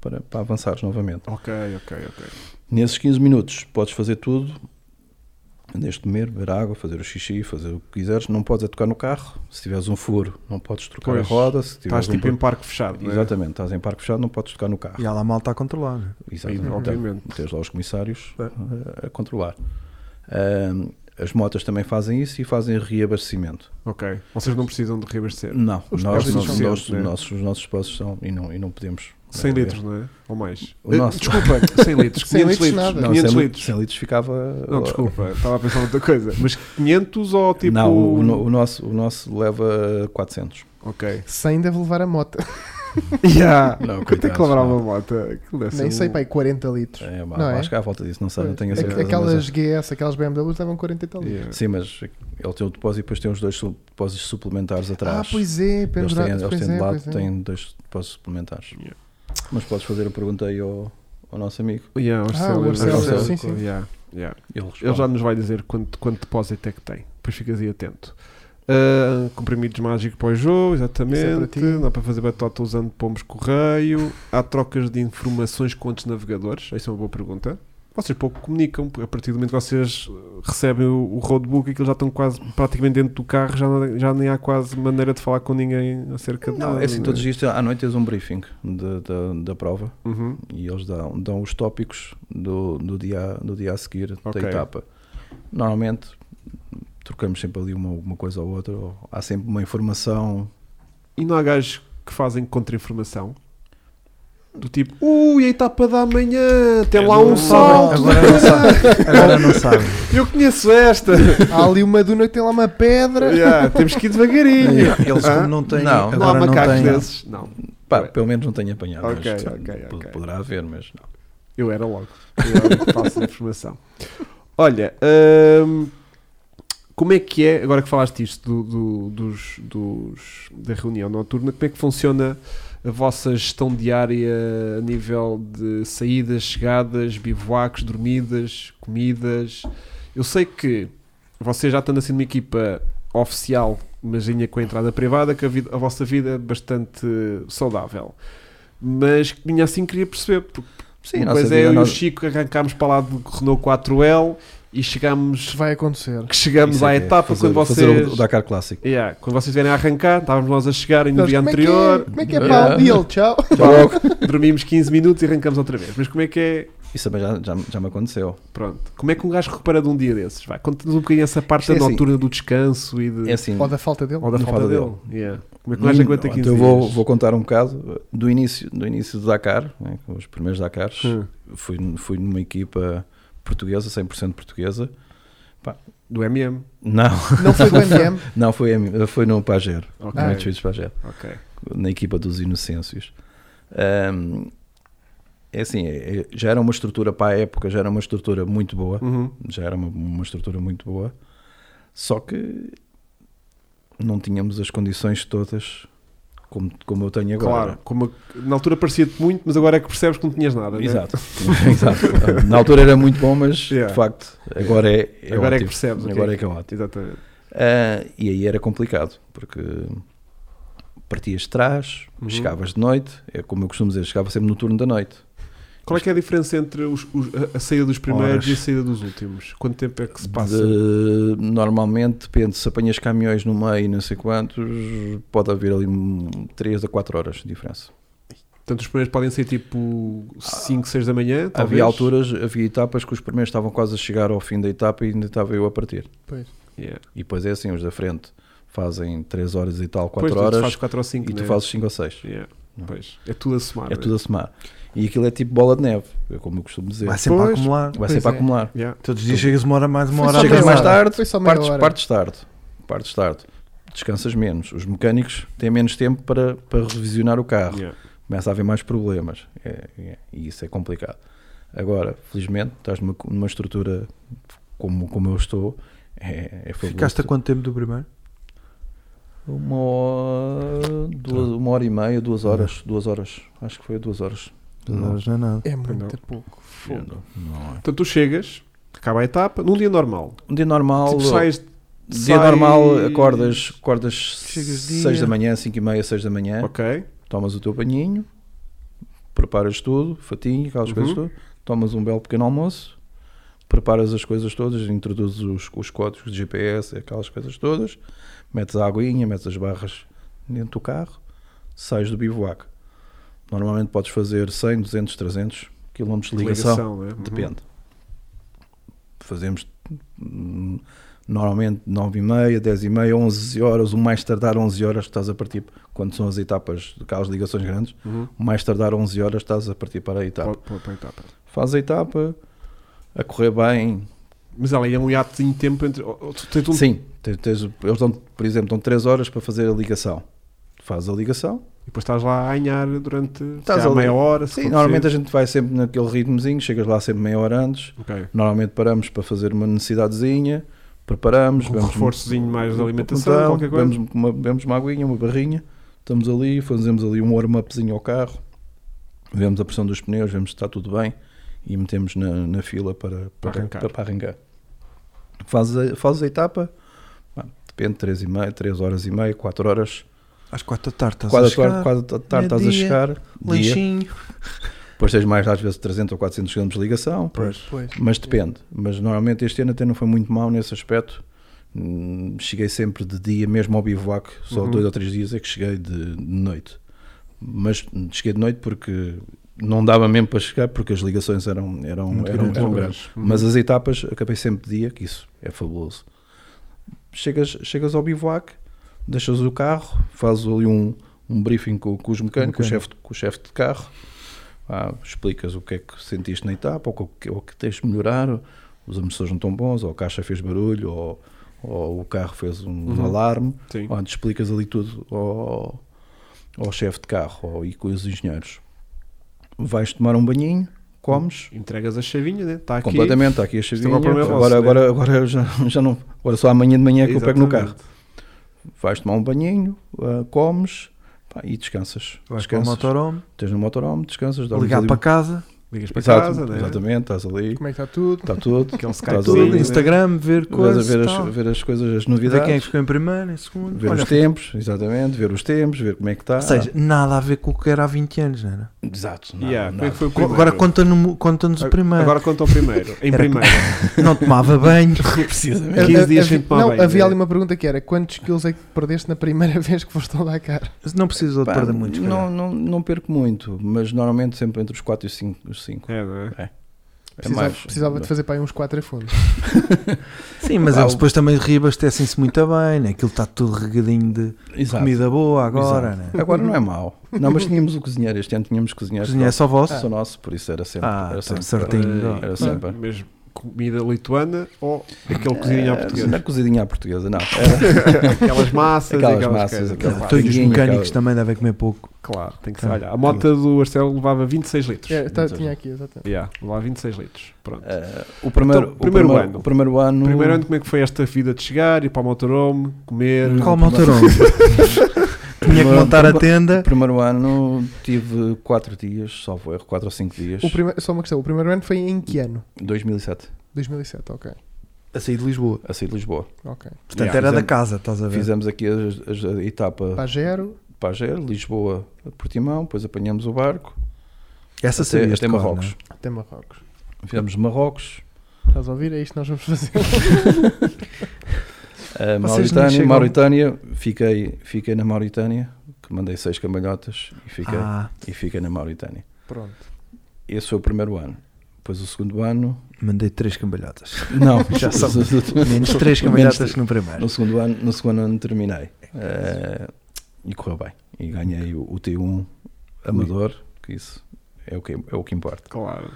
Speaker 4: para, para avançares novamente.
Speaker 1: Ok, ok, ok.
Speaker 4: Nesses 15 minutos podes fazer tudo, desde comer, beber água, fazer o xixi, fazer o que quiseres, não podes é tocar no carro, se tiveres um furo não podes trocar
Speaker 1: Pois,
Speaker 4: a roda, se tiveres
Speaker 1: Estás
Speaker 4: um
Speaker 1: tipo em
Speaker 4: pro-
Speaker 1: parque fechado. não é?
Speaker 4: Exatamente, estás em parque fechado, não podes tocar no carro.
Speaker 2: E ela mal está a controlar. é?
Speaker 1: E,
Speaker 4: Exatamente.
Speaker 1: Obviamente.
Speaker 4: Tens lá os comissários
Speaker 2: É.
Speaker 4: eh, a controlar. Ahm, as motas também fazem isso e fazem reabastecimento.
Speaker 1: Ok. Vocês não precisam de reabastecer.
Speaker 4: Não,
Speaker 1: Os
Speaker 4: nós,
Speaker 1: postos
Speaker 4: nós-
Speaker 1: são
Speaker 4: nós-
Speaker 1: suficientes, né?
Speaker 4: nossos- os nossos postos são e não, e não podemos.
Speaker 1: 100
Speaker 4: eh,
Speaker 1: litros, não é? Ou mais?
Speaker 4: O
Speaker 1: Eh,
Speaker 4: nosso- [LAUGHS]
Speaker 1: Desculpa, 100 litros. 500
Speaker 3: 100 litros
Speaker 1: litros.
Speaker 3: nada.
Speaker 4: Não,
Speaker 1: 500
Speaker 4: 100
Speaker 1: litros.
Speaker 4: 100 litros ficava. eh,
Speaker 1: Não,
Speaker 4: [LAUGHS]
Speaker 1: desculpa, estava a pensar noutra coisa. [LAUGHS] Mas 500 ou tipo.
Speaker 4: Não, o, no- o nosso, o nosso leva 400. [LAUGHS]
Speaker 1: Ok.
Speaker 3: 100 deve levar a moto.
Speaker 1: Yeah.
Speaker 4: Não,
Speaker 1: Quanto é
Speaker 4: coitados,
Speaker 1: que lavar
Speaker 4: não.
Speaker 1: uma moto? Aquilo deve ser
Speaker 3: Nem sei,
Speaker 1: um-
Speaker 3: pai, 40 litros.
Speaker 4: Assim, É,
Speaker 3: Não
Speaker 4: não
Speaker 3: é?
Speaker 4: acho que há volta disso, não sei, não tenho a
Speaker 1: Pois,
Speaker 3: Aqu-
Speaker 4: certeza. mas é.
Speaker 3: Aquelas
Speaker 4: acho-
Speaker 3: GS, aquelas BMWs levam 40 e tal litros.
Speaker 1: Yeah.
Speaker 4: Sim, mas ele tem o depósito e depois tem os dois su- depósitos suplementares atrás.
Speaker 3: Ah, pois é,
Speaker 4: Eles têm,
Speaker 3: pendurados.
Speaker 4: eles
Speaker 3: Pois
Speaker 4: têm
Speaker 3: é,
Speaker 4: de lado,
Speaker 3: pois é.
Speaker 4: têm dois depósitos suplementares.
Speaker 1: Yeah.
Speaker 4: Mas podes fazer a pergunta aí ao, ao nosso amigo.
Speaker 1: Yeah, Marcelo,
Speaker 3: Ah, o Marcelo,
Speaker 1: Marcelo.
Speaker 3: sim, sim.
Speaker 1: Yeah, yeah.
Speaker 4: Ele
Speaker 1: Ele
Speaker 4: responde.
Speaker 1: já nos vai dizer quanto, quanto depósito é que tem. Depois ficas aí atento. Ah, comprimidos mágicos para o jogo,
Speaker 3: Isso é para
Speaker 1: exatamente.
Speaker 3: ti.
Speaker 1: Dá para fazer batota usando pombos correio. Há trocas de informações com outros navegadores? Essa é uma boa pergunta. Vocês pouco comunicam, porque a partir do momento que vocês eh, recebem o o roadbook, aquilo já estão quase praticamente dentro do carro, já, não- já nem há quase maneira de falar com ninguém acerca de
Speaker 4: Não,
Speaker 1: nada,
Speaker 4: é assim,
Speaker 1: né?
Speaker 4: todos os dias à noite tens um briefing de- da- da prova.
Speaker 1: Uhum.
Speaker 4: e eles dão, dão os tópicos do, do, dia, do dia a seguir
Speaker 1: Ok.
Speaker 4: da etapa. Normalmente trocamos sempre ali uma, uma coisa ou outra, ou há sempre uma informação.
Speaker 1: E não há gajos que fazem contra-informação? Do tipo, ui, a etapa da manhã, tem
Speaker 4: É
Speaker 1: lá
Speaker 4: do-
Speaker 1: um
Speaker 4: Agora- é
Speaker 1: salto.
Speaker 2: agora não sabe. Agora não
Speaker 4: [LAUGHS]
Speaker 2: sabe.
Speaker 1: [LAUGHS] Eu conheço esta.
Speaker 3: Há ali uma duna que tem lá uma pedra.
Speaker 1: Yeah, temos que ir devagarinho.
Speaker 2: Eles
Speaker 1: Hã?
Speaker 2: como não têm.
Speaker 4: Não,
Speaker 1: não há
Speaker 2: agora não
Speaker 1: macacos
Speaker 2: têm.
Speaker 1: desses. Não,
Speaker 4: Pá,
Speaker 1: Bem.
Speaker 4: pelo menos não tenho apanhado.
Speaker 1: Ok,
Speaker 4: mas
Speaker 1: ok,
Speaker 4: po-
Speaker 1: ok.
Speaker 4: Poderá haver, mas não.
Speaker 1: eu era logo. Eu era logo que faço a informação. Olha, hum, como é que é, agora que falaste isto do, do- dos, dos- da reunião noturna, como é que funciona a vossa gestão diária a nível de saídas, chegadas, bivuacos, dormidas, comidas? Eu sei que vocês já estando assim numa equipa oficial, mas ainda com a entrada privada, que a, vida- a vossa vida é bastante saudável. Mas que vinha assim queria perceber, porque
Speaker 4: Sim,
Speaker 1: uma
Speaker 4: nossa
Speaker 1: coisa
Speaker 4: vida,
Speaker 1: é eu e o
Speaker 4: nós-
Speaker 1: Chico arrancámos para lá do Renault 4L e chegámos,
Speaker 3: Vai acontecer.
Speaker 1: que chegamos
Speaker 4: isso é
Speaker 1: à
Speaker 4: que é
Speaker 1: etapa
Speaker 4: fazer-
Speaker 1: quando vocês.
Speaker 4: fazer o- o Dakar clássico.
Speaker 1: Yeah, quando vocês vierem a arrancar, estávamos nós a chegar ainda no
Speaker 3: Nós,
Speaker 1: dia
Speaker 3: como é que é?
Speaker 4: [LAUGHS]
Speaker 1: anterior,
Speaker 3: Como é que é,
Speaker 4: Yeah.
Speaker 3: Paulo? E ele, tchau.
Speaker 1: dormimos 15 minutos e arrancamos outra vez. Mas como é que é.
Speaker 4: Isso também já, já, já me aconteceu.
Speaker 1: Pronto. Como é que um gajo recupera de um dia desses? Vai, conta-nos um bocadinho essa parte
Speaker 4: Isto é
Speaker 1: da
Speaker 4: assim.
Speaker 1: noturna do descanso e de.
Speaker 4: É assim.
Speaker 3: Ou da falta
Speaker 4: [LAUGHS]
Speaker 3: dele.
Speaker 1: ou da
Speaker 4: não
Speaker 1: falta
Speaker 4: fala
Speaker 1: dele. Yeah. Como é que um gajo aguenta 15
Speaker 4: então eu vou,
Speaker 1: dias?
Speaker 4: vou contar um bocado do início, do início do Dakar, né, com os primeiros Dakars.
Speaker 1: Hum,
Speaker 4: Fui, fui numa equipa portuguesa, 100% portuguesa.
Speaker 1: Do MM.
Speaker 4: Não, [LAUGHS]
Speaker 3: Não foi do MM.
Speaker 4: Não, foi, em- foi no Pajero,
Speaker 1: Ok.
Speaker 4: no Matriz Pajero,
Speaker 1: Ok.
Speaker 4: na equipa dos Inocêncios. Ahm, é assim, é- é- já era uma estrutura para a época, já era uma estrutura muito boa,
Speaker 1: Uhum.
Speaker 4: já era uma, uma estrutura muito boa, só que não tínhamos as condições todas como, como eu tenho agora.
Speaker 1: Claro, como na altura parecia-te muito, mas agora é que percebes que não tinhas nada. né?
Speaker 4: Exato, [LAUGHS] exato. Na altura era muito bom, mas
Speaker 1: Yeah.
Speaker 4: de facto agora é, é
Speaker 1: agora é que
Speaker 4: ótimo.
Speaker 1: percebes. o que
Speaker 4: Agora
Speaker 1: é
Speaker 4: é que é ótimo.
Speaker 1: Exatamente.
Speaker 4: Ah, e aí era complicado, porque partias de trás,
Speaker 1: Uhum.
Speaker 4: chegavas de noite, é como eu costumo dizer, chegava sempre no turno da noite.
Speaker 1: Qual é que é a diferença entre os- os- a- a saída dos primeiros
Speaker 4: Horas.
Speaker 1: e a saída dos últimos? Quanto tempo é que se passa?
Speaker 4: De- normalmente depende, se apanhas caminhões no meio e não sei quantos, pode haver ali 3 a 4 horas de diferença.
Speaker 1: Portanto, os primeiros podem ser tipo 5, 6 da manhã, talvez.
Speaker 4: Ah, Havia alturas, havia etapas que os primeiros estavam quase a chegar ao fim da etapa e ainda estava eu a partir.
Speaker 3: Pois.
Speaker 1: Yeah.
Speaker 4: E depois é assim, os da frente fazem 3 horas e tal,
Speaker 1: Pois,
Speaker 4: 4
Speaker 1: tu
Speaker 4: horas
Speaker 1: fazes né? 4 ou 5,
Speaker 4: e tu fazes 5 ou 6. Não.
Speaker 1: É tudo a somar. né?
Speaker 4: É tudo a somar. E aquilo é tipo bola de neve, é como eu costumo dizer.
Speaker 2: Vai sempre
Speaker 1: Pois.
Speaker 2: a acumular.
Speaker 4: Vai
Speaker 3: Pois
Speaker 4: ser para
Speaker 3: é.
Speaker 4: acumular.
Speaker 1: Yeah.
Speaker 2: Todos os dias chegas uma hora mais, uma
Speaker 3: Foi
Speaker 2: hora
Speaker 3: só
Speaker 4: Chegas
Speaker 3: meia
Speaker 4: mais
Speaker 2: atrasado.
Speaker 3: hora.
Speaker 4: tarde,
Speaker 3: Foi só meia
Speaker 4: Partes,
Speaker 3: hora.
Speaker 4: partes tarde. Partes tarde. Descansas menos. Os mecânicos têm menos tempo para, para revisionar o carro.
Speaker 1: Yeah.
Speaker 4: Começa a haver mais problemas. É- é- e isso é complicado. Agora, felizmente, estás numa, numa estrutura como, como eu estou. É, é fabuloso.
Speaker 2: Ficaste a quanto tempo do primeiro?
Speaker 4: uma hora, duas, uma hora e meia, duas horas. Duas horas. Acho que foi duas horas.
Speaker 2: Duas horas não é nada.
Speaker 3: É
Speaker 1: Não.
Speaker 3: muito pouco.
Speaker 4: Não, não é.
Speaker 1: Portanto, tu chegas, acaba a etapa, num dia normal.
Speaker 4: Um dia normal.
Speaker 1: Tipo, sais
Speaker 4: Dia
Speaker 1: sai-
Speaker 4: normal, acordas, acordas
Speaker 2: Chegas de
Speaker 4: 6
Speaker 2: dia.
Speaker 4: da manhã, 5 e meia, 6 da manhã,
Speaker 1: Ok.
Speaker 4: tomas o teu banhinho, preparas tudo, fatinho, aquelas
Speaker 1: Uhum.
Speaker 4: coisas todas, tomas um belo pequeno almoço, preparas as coisas todas, introduzes os, os códigos de GPS, aquelas coisas todas, metes a aguinha, metes as barras dentro do carro, sais do bivouac. Normalmente podes fazer 100, 200, 300 km de ligação.
Speaker 1: né? Uhum.
Speaker 4: Depende. Fazemos hum, normalmente 9h30, 10h30, 11 horas, o mais tardar 11 horas estás a partir, quando são as etapas, aquelas ligações grandes,
Speaker 1: Uhum.
Speaker 4: o mais tardar 11 horas estás a partir para a etapa.
Speaker 1: Para- para- para a etapa.
Speaker 4: Faz a etapa, a correr bem,
Speaker 1: Mas ela é um hiato em tempo entre. ou- ou tu tens um-
Speaker 4: sim, tens- tens- eles dão, por exemplo, dão 3 horas para fazer a ligação. Faz a ligação.
Speaker 1: E depois estás lá a anhar durante
Speaker 4: Estás
Speaker 1: estás
Speaker 4: ali.
Speaker 1: meia hora. se
Speaker 4: Sim,
Speaker 1: for
Speaker 4: normalmente a
Speaker 1: preciso.
Speaker 4: gente vai sempre naquele ritmozinho, chegas lá sempre meia hora antes.
Speaker 1: Ok.
Speaker 4: Normalmente paramos para fazer uma necessidadezinha, preparamos,
Speaker 1: Um reforçozinho mais de alimentação,
Speaker 4: Então,
Speaker 1: qualquer coisa.
Speaker 4: Bebemos uma, bebemos uma aguinha, uma barrinha, estamos ali, fazemos ali um warm-upzinho ao carro, vemos a pressão dos pneus, vemos se está tudo bem e metemos na, na fila para, para, para
Speaker 1: Para arrancar.
Speaker 4: arrancar. Fazes a, fazes a etapa, pá, depende, 3 e meia, 3 horas e meia, 4 horas,
Speaker 2: Às quatro da tarde estás a
Speaker 4: quase
Speaker 2: chegar,
Speaker 4: tarde estás a
Speaker 2: meio-dia,
Speaker 4: chegar, dia,
Speaker 2: lanchinho.
Speaker 4: depois tens mais às vezes 300 ou 400 km de ligação,
Speaker 3: Pois.
Speaker 4: mas depende. Mas normalmente este ano até não foi muito mau nesse aspecto. Hum, Cheguei sempre de dia, mesmo ao bivouac, só
Speaker 1: Uhum.
Speaker 4: dois ou três dias é que cheguei de de noite. Mas hum, cheguei de noite porque não dava mesmo para chegar, porque as ligações eram, eram,
Speaker 1: Muito
Speaker 4: eram,
Speaker 1: grandes,
Speaker 4: eram
Speaker 1: não é?
Speaker 4: grandes.
Speaker 1: Uhum.
Speaker 4: Mas as etapas acabei sempre de dia, que isso é fabuloso. Chegas, chegas ao bivouac, deixas o carro, fazes ali um, um briefing com, com os mecânicos, com o
Speaker 2: Mecânico.
Speaker 4: chefe com o chefe de carro, ah, explicas o que é que sentiste na etapa, ou o que, ou o que tens de melhorar, os amortecedores não estão bons, ou a caixa fez barulho, ou, ou o carro fez um
Speaker 1: Uhum.
Speaker 4: alarme.
Speaker 1: Sim.
Speaker 4: Onde explicas ali tudo ao, ao chefe de carro ou, e com os engenheiros. Vais tomar um banhinho, comes,
Speaker 1: Entregas a chavinha, né? Está aqui.
Speaker 4: Completamente, está aqui a
Speaker 1: é
Speaker 4: chavinha.
Speaker 1: o problema
Speaker 4: Agora,
Speaker 1: vosso,
Speaker 4: agora,
Speaker 2: né?
Speaker 4: agora, eu já, já não. Agora só amanhã de manhã é que eu pego no carro.
Speaker 1: Exatamente.
Speaker 4: Vais tomar um banhinho, ah, comes pá, e descansas.
Speaker 2: Vais para o
Speaker 4: descansas.
Speaker 2: motorhome,
Speaker 4: Tens no motorhome, descansas, dormes
Speaker 2: ligar
Speaker 4: ali.
Speaker 2: para casa,
Speaker 1: Ligas para
Speaker 4: Exato,
Speaker 1: casa, né?
Speaker 4: Exatamente, estás ali,
Speaker 3: Como é que está tudo?
Speaker 2: [LAUGHS]
Speaker 4: está tudo.
Speaker 1: Aquele
Speaker 4: Estás
Speaker 1: Skype.
Speaker 4: ali,
Speaker 2: tudo,
Speaker 4: né?
Speaker 2: Instagram, ver
Speaker 4: Vês a
Speaker 2: coisas,
Speaker 4: ver,
Speaker 2: tal.
Speaker 4: as, ver as coisas, as
Speaker 2: ver
Speaker 4: novidades,
Speaker 2: quem é que ficou em primeiro, em segundo.
Speaker 4: ver
Speaker 2: Olha,
Speaker 4: os tempos, exatamente, ver os tempos, ver como é que está. Ah,
Speaker 2: ou seja, nada a ver com o que era há 20 anos, não era?
Speaker 4: Exato, nada,
Speaker 1: Yeah, como é
Speaker 4: nada.
Speaker 1: que foi o
Speaker 2: Co-
Speaker 1: primeiro?
Speaker 2: Agora conta-no- conta-nos o primeiro.
Speaker 1: Agora conta o primeiro. Em
Speaker 2: Era-
Speaker 1: primeiro.
Speaker 2: Não tomava banho.
Speaker 4: [LAUGHS] Precisamente.
Speaker 1: É, 15 dias sem
Speaker 3: havia,
Speaker 1: tomar
Speaker 3: Não,
Speaker 1: banho,
Speaker 3: havia
Speaker 1: né?
Speaker 3: ali uma pergunta que era quantos quilos é que perdeste na primeira [LAUGHS] vez que foste ao Dakar?
Speaker 4: É
Speaker 2: Não precisou de
Speaker 4: Pá,
Speaker 2: perder muito. se calhar.
Speaker 4: não, não, não perco muito, mas normalmente sempre entre os 4 e os 5. Os cinco.
Speaker 1: É, não é?
Speaker 4: É
Speaker 3: Precisava,
Speaker 4: mais.
Speaker 3: precisava de fazer para aí uns 4 a fundo.
Speaker 2: Sim, mas
Speaker 4: Pá,
Speaker 2: eles
Speaker 4: o-
Speaker 2: depois também reabastecem-se muito bem, né? aquilo está tudo regadinho de
Speaker 4: Exato.
Speaker 2: comida boa agora. Né?
Speaker 4: Agora não é mau. Não, mas tínhamos o cozinheiro. Este ano tínhamos cozinheiro.
Speaker 2: Cozinha é
Speaker 4: só
Speaker 2: só vosso.
Speaker 4: nosso, só nosso, por isso era sempre.
Speaker 2: Ah,
Speaker 4: era
Speaker 2: está
Speaker 4: sempre
Speaker 2: certinho.
Speaker 1: Era-
Speaker 4: Era
Speaker 1: era
Speaker 4: sempre.
Speaker 1: Mesmo comida lituana ou aquele cozinha à
Speaker 4: Eh,
Speaker 1: portuguesa?
Speaker 4: Não é cozinha à portuguesa, não.
Speaker 1: [LAUGHS]
Speaker 4: Era,
Speaker 1: Aquelas massas,
Speaker 4: Aquelas
Speaker 1: aquelas
Speaker 4: massas,
Speaker 1: coisas.
Speaker 4: aquelas-
Speaker 1: Claro,
Speaker 2: Então, e os
Speaker 4: Cozinha,
Speaker 2: mecânicos
Speaker 4: cara.
Speaker 2: também devem comer pouco.
Speaker 1: Claro, tem que ser.
Speaker 2: Tá.
Speaker 1: Olha, a moto do Arcelo levava 26 litros.
Speaker 3: É, tá-
Speaker 4: Muito
Speaker 3: tinha
Speaker 4: bem.
Speaker 3: aqui, exatamente.
Speaker 1: Yeah, levava 26 litros. Pronto.
Speaker 4: eh,
Speaker 1: Então,
Speaker 4: o, primeiro, o
Speaker 1: primeiro
Speaker 4: primeiro
Speaker 1: ano.
Speaker 4: O primeiro ano.
Speaker 1: Primeiro ano, como é que foi esta vida de chegar, ir para o motorhome, comer?
Speaker 4: Não,
Speaker 2: Qual
Speaker 4: não- [LAUGHS]
Speaker 2: motorhome? Tinha que
Speaker 4: Não,
Speaker 2: montar a
Speaker 4: não-
Speaker 2: tenda.
Speaker 4: o primeiro ano tive 4 dias, só vou erro, 4 ou 5 dias.
Speaker 3: O prime- Só uma questão, o primeiro ano foi em que ano?
Speaker 4: 2007,
Speaker 3: 2007, ok.
Speaker 2: A sair de Lisboa.
Speaker 4: a sair de Lisboa.
Speaker 3: ok.
Speaker 2: Portanto,
Speaker 1: Yeah.
Speaker 2: era da
Speaker 4: Fizemos-
Speaker 2: casa, estás a ver?
Speaker 4: Fizemos aqui as- as- a etapa
Speaker 3: Pajero,
Speaker 4: Pajé, Lisboa, Portimão, depois apanhamos o barco
Speaker 2: Essa
Speaker 4: até,
Speaker 2: sabias
Speaker 4: até
Speaker 2: de né? cor,
Speaker 4: Marrocos.
Speaker 3: até Marrocos.
Speaker 4: Fizemos Marrocos,
Speaker 3: Estás a ouvir? É isto que nós vamos
Speaker 4: [LAUGHS]
Speaker 3: fazer.
Speaker 2: nem
Speaker 4: A Ah, Mauritânia,
Speaker 2: chegam-
Speaker 4: Mauritânia fiquei, fiquei na Mauritânia, que mandei seis camalhotas e
Speaker 2: não é?
Speaker 4: fiquei,
Speaker 2: Ah,
Speaker 4: e fiquei na Mauritânia.
Speaker 3: Pronto.
Speaker 4: Esse foi o primeiro ano. Depois o segundo ano. [LAUGHS]
Speaker 2: mandei três cambalhotas.
Speaker 4: Não,
Speaker 2: Já são
Speaker 4: no,
Speaker 2: Menos três cambalhotas
Speaker 4: [LAUGHS] Menos-
Speaker 2: no primeiro.
Speaker 4: segundo ano no segundo ano terminei. Eh, e correu bem. E ganhei o, o T1 amador, que isso é o que, é o que importa.
Speaker 1: Claro.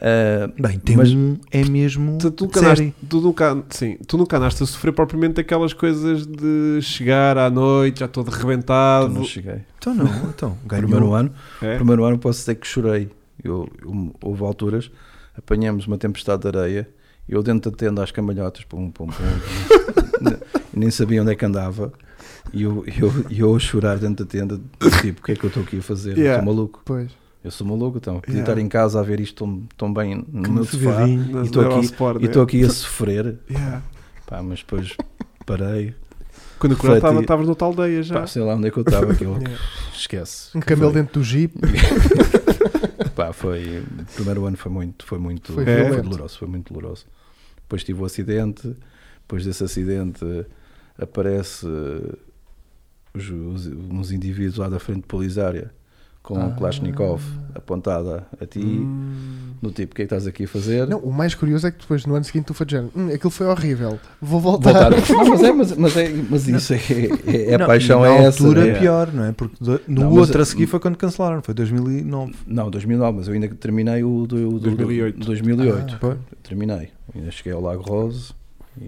Speaker 4: Eh,
Speaker 2: Bem, tem
Speaker 4: Mas-
Speaker 2: um, é mesmo
Speaker 1: Tu, tu, nunca
Speaker 2: série.
Speaker 1: andaste, tu, nunca, sim, tu nunca andaste a sofrer propriamente aquelas coisas de chegar à noite, já todo
Speaker 4: então
Speaker 1: arrebentado.
Speaker 4: não cheguei.
Speaker 2: Então não, então,
Speaker 4: Primeiro
Speaker 2: ganhou.
Speaker 4: ano,
Speaker 1: É?
Speaker 4: Primeiro ano posso dizer que chorei. Eu, eu- houve alturas, apanhamos uma tempestade de areia, eu dentro da tenda às cambalhotas, pum, pum, pum, pum. [LAUGHS] Ne- nem sabia onde é que andava, e eu, eu, eu a chorar dentro da tenda, tipo, o que é que eu estou aqui a fazer?
Speaker 1: Yeah.
Speaker 4: Eu sou maluco,
Speaker 3: Pois.
Speaker 4: eu sou maluco, então, podia
Speaker 1: Yeah.
Speaker 4: estar em casa a ver isto tão, tão bem no meu sofá,
Speaker 2: Fogadinho.
Speaker 1: Na-
Speaker 4: e estou
Speaker 1: na
Speaker 4: aqui-
Speaker 1: Eurosport,
Speaker 4: e
Speaker 1: né?
Speaker 4: estou aqui a sofrer,
Speaker 1: Yeah.
Speaker 4: pá, mas depois parei,
Speaker 1: Quando eu
Speaker 4: Refleti-
Speaker 1: estava, estavas noutra aldeia já.
Speaker 4: pá, sei lá onde é que eu
Speaker 1: [LAUGHS]
Speaker 4: estava, que eu
Speaker 3: Yeah.
Speaker 4: esquece.
Speaker 3: Um
Speaker 4: que
Speaker 3: camelo
Speaker 4: foi.
Speaker 3: dentro do jeep.
Speaker 4: Pá, foi. O primeiro ano foi muito, foi muito
Speaker 3: Foi
Speaker 4: foi
Speaker 3: violento.
Speaker 4: doloroso, foi muito doloroso. Depois tive o acidente, depois desse acidente eh, aparece eh, os- os- uns indivíduos lá da frente de Polisária com
Speaker 3: Ah.
Speaker 4: um Kalashnikov apontada a ti.
Speaker 1: Hum.
Speaker 4: No tipo, o que é que estás aqui a fazer?
Speaker 3: Não, o mais curioso é que depois no ano seguinte tu foi de género, hum, aquilo foi horrível, vou voltar. [LAUGHS]
Speaker 4: Voltar. Não, mas, é, mas, mas é- mas isso é, é- é a
Speaker 2: Não,
Speaker 4: paixão,
Speaker 2: e na
Speaker 4: é essa.
Speaker 2: altura
Speaker 4: é.
Speaker 2: pior, não é? Porque do- no
Speaker 4: Não, mas-
Speaker 2: outro a seguir foi quando cancelaram, foi 2009.
Speaker 4: Não, 2009, mas eu ainda terminei o do, do-
Speaker 1: 2008.
Speaker 4: 2008.
Speaker 3: Ah,
Speaker 2: Foi?
Speaker 4: Terminei. Ainda cheguei ao Lago Rose.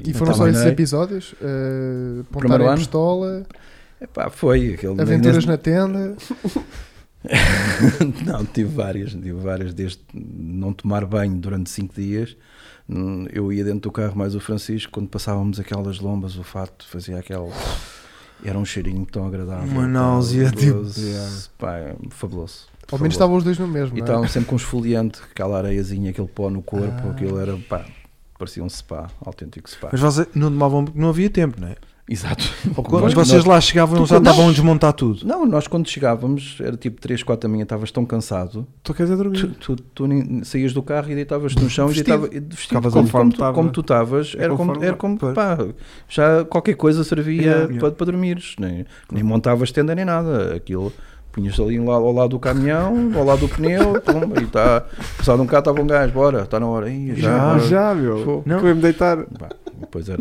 Speaker 3: E foram só esses
Speaker 4: terminei.
Speaker 3: episódios? Uh, Pontar
Speaker 4: é? Primeiro
Speaker 3: a
Speaker 4: ano?
Speaker 3: pistola,
Speaker 4: Epá, foi. Aquele,
Speaker 3: aventuras na
Speaker 4: [LAUGHS]
Speaker 3: tenda.
Speaker 4: não, tive várias, tive várias, desde não tomar banho durante cinco dias. Hum, Eu ia dentro do carro mais o Francisco, quando passávamos aquelas lombas, o fato fazia aquele. Era um cheirinho tão agradável.
Speaker 2: Uma
Speaker 4: tão
Speaker 2: náusea, tipo,
Speaker 4: gostoso. Pá, é fabuloso.
Speaker 3: Ao menos
Speaker 4: fabuloso.
Speaker 3: estavam os dois no mesmo.
Speaker 4: E
Speaker 3: não é?
Speaker 4: estavam sempre com um esfoliante, aquela areiazinha, aquele pó no corpo,
Speaker 3: Ah.
Speaker 4: aquilo era, pá, parecia um spa, autêntico spa.
Speaker 2: Mas vocês não tomavam porque não havia tempo, não é?
Speaker 4: Exato.
Speaker 2: Ou quando
Speaker 4: Nós-
Speaker 2: vocês lá chegavam
Speaker 4: Tu
Speaker 2: eles já
Speaker 4: quando-
Speaker 2: estavam a desmontar tudo.
Speaker 4: Não, nós quando chegávamos, era tipo 3, 4 da manhã, estavas tão cansado,
Speaker 1: Tu queres é
Speaker 4: tu,
Speaker 1: dormir.
Speaker 4: tu- tu nem- saías do carro e deitavas-te no chão
Speaker 1: Vestido.
Speaker 4: e deitava, e vestido
Speaker 2: Ficavas
Speaker 4: como,
Speaker 1: conforme
Speaker 4: como, tu,
Speaker 1: estava.
Speaker 4: como tu estavas, era como,
Speaker 1: Conforme-
Speaker 4: era como
Speaker 2: Pois.
Speaker 4: pá, já qualquer coisa servia
Speaker 1: Yeah,
Speaker 4: para,
Speaker 1: yeah.
Speaker 4: para dormires, nem, nem montavas tenda nem nada, aquilo punhas ali lá, ao lado do caminhão, ao lado do pneu, [LAUGHS] pum, e está, passado um bocado estava um gajo, bora, está na hora, Ih,
Speaker 1: Já,
Speaker 4: bora.
Speaker 1: já, meu.
Speaker 4: Fogo.
Speaker 1: Não. me deitar.
Speaker 4: Pá, depois era,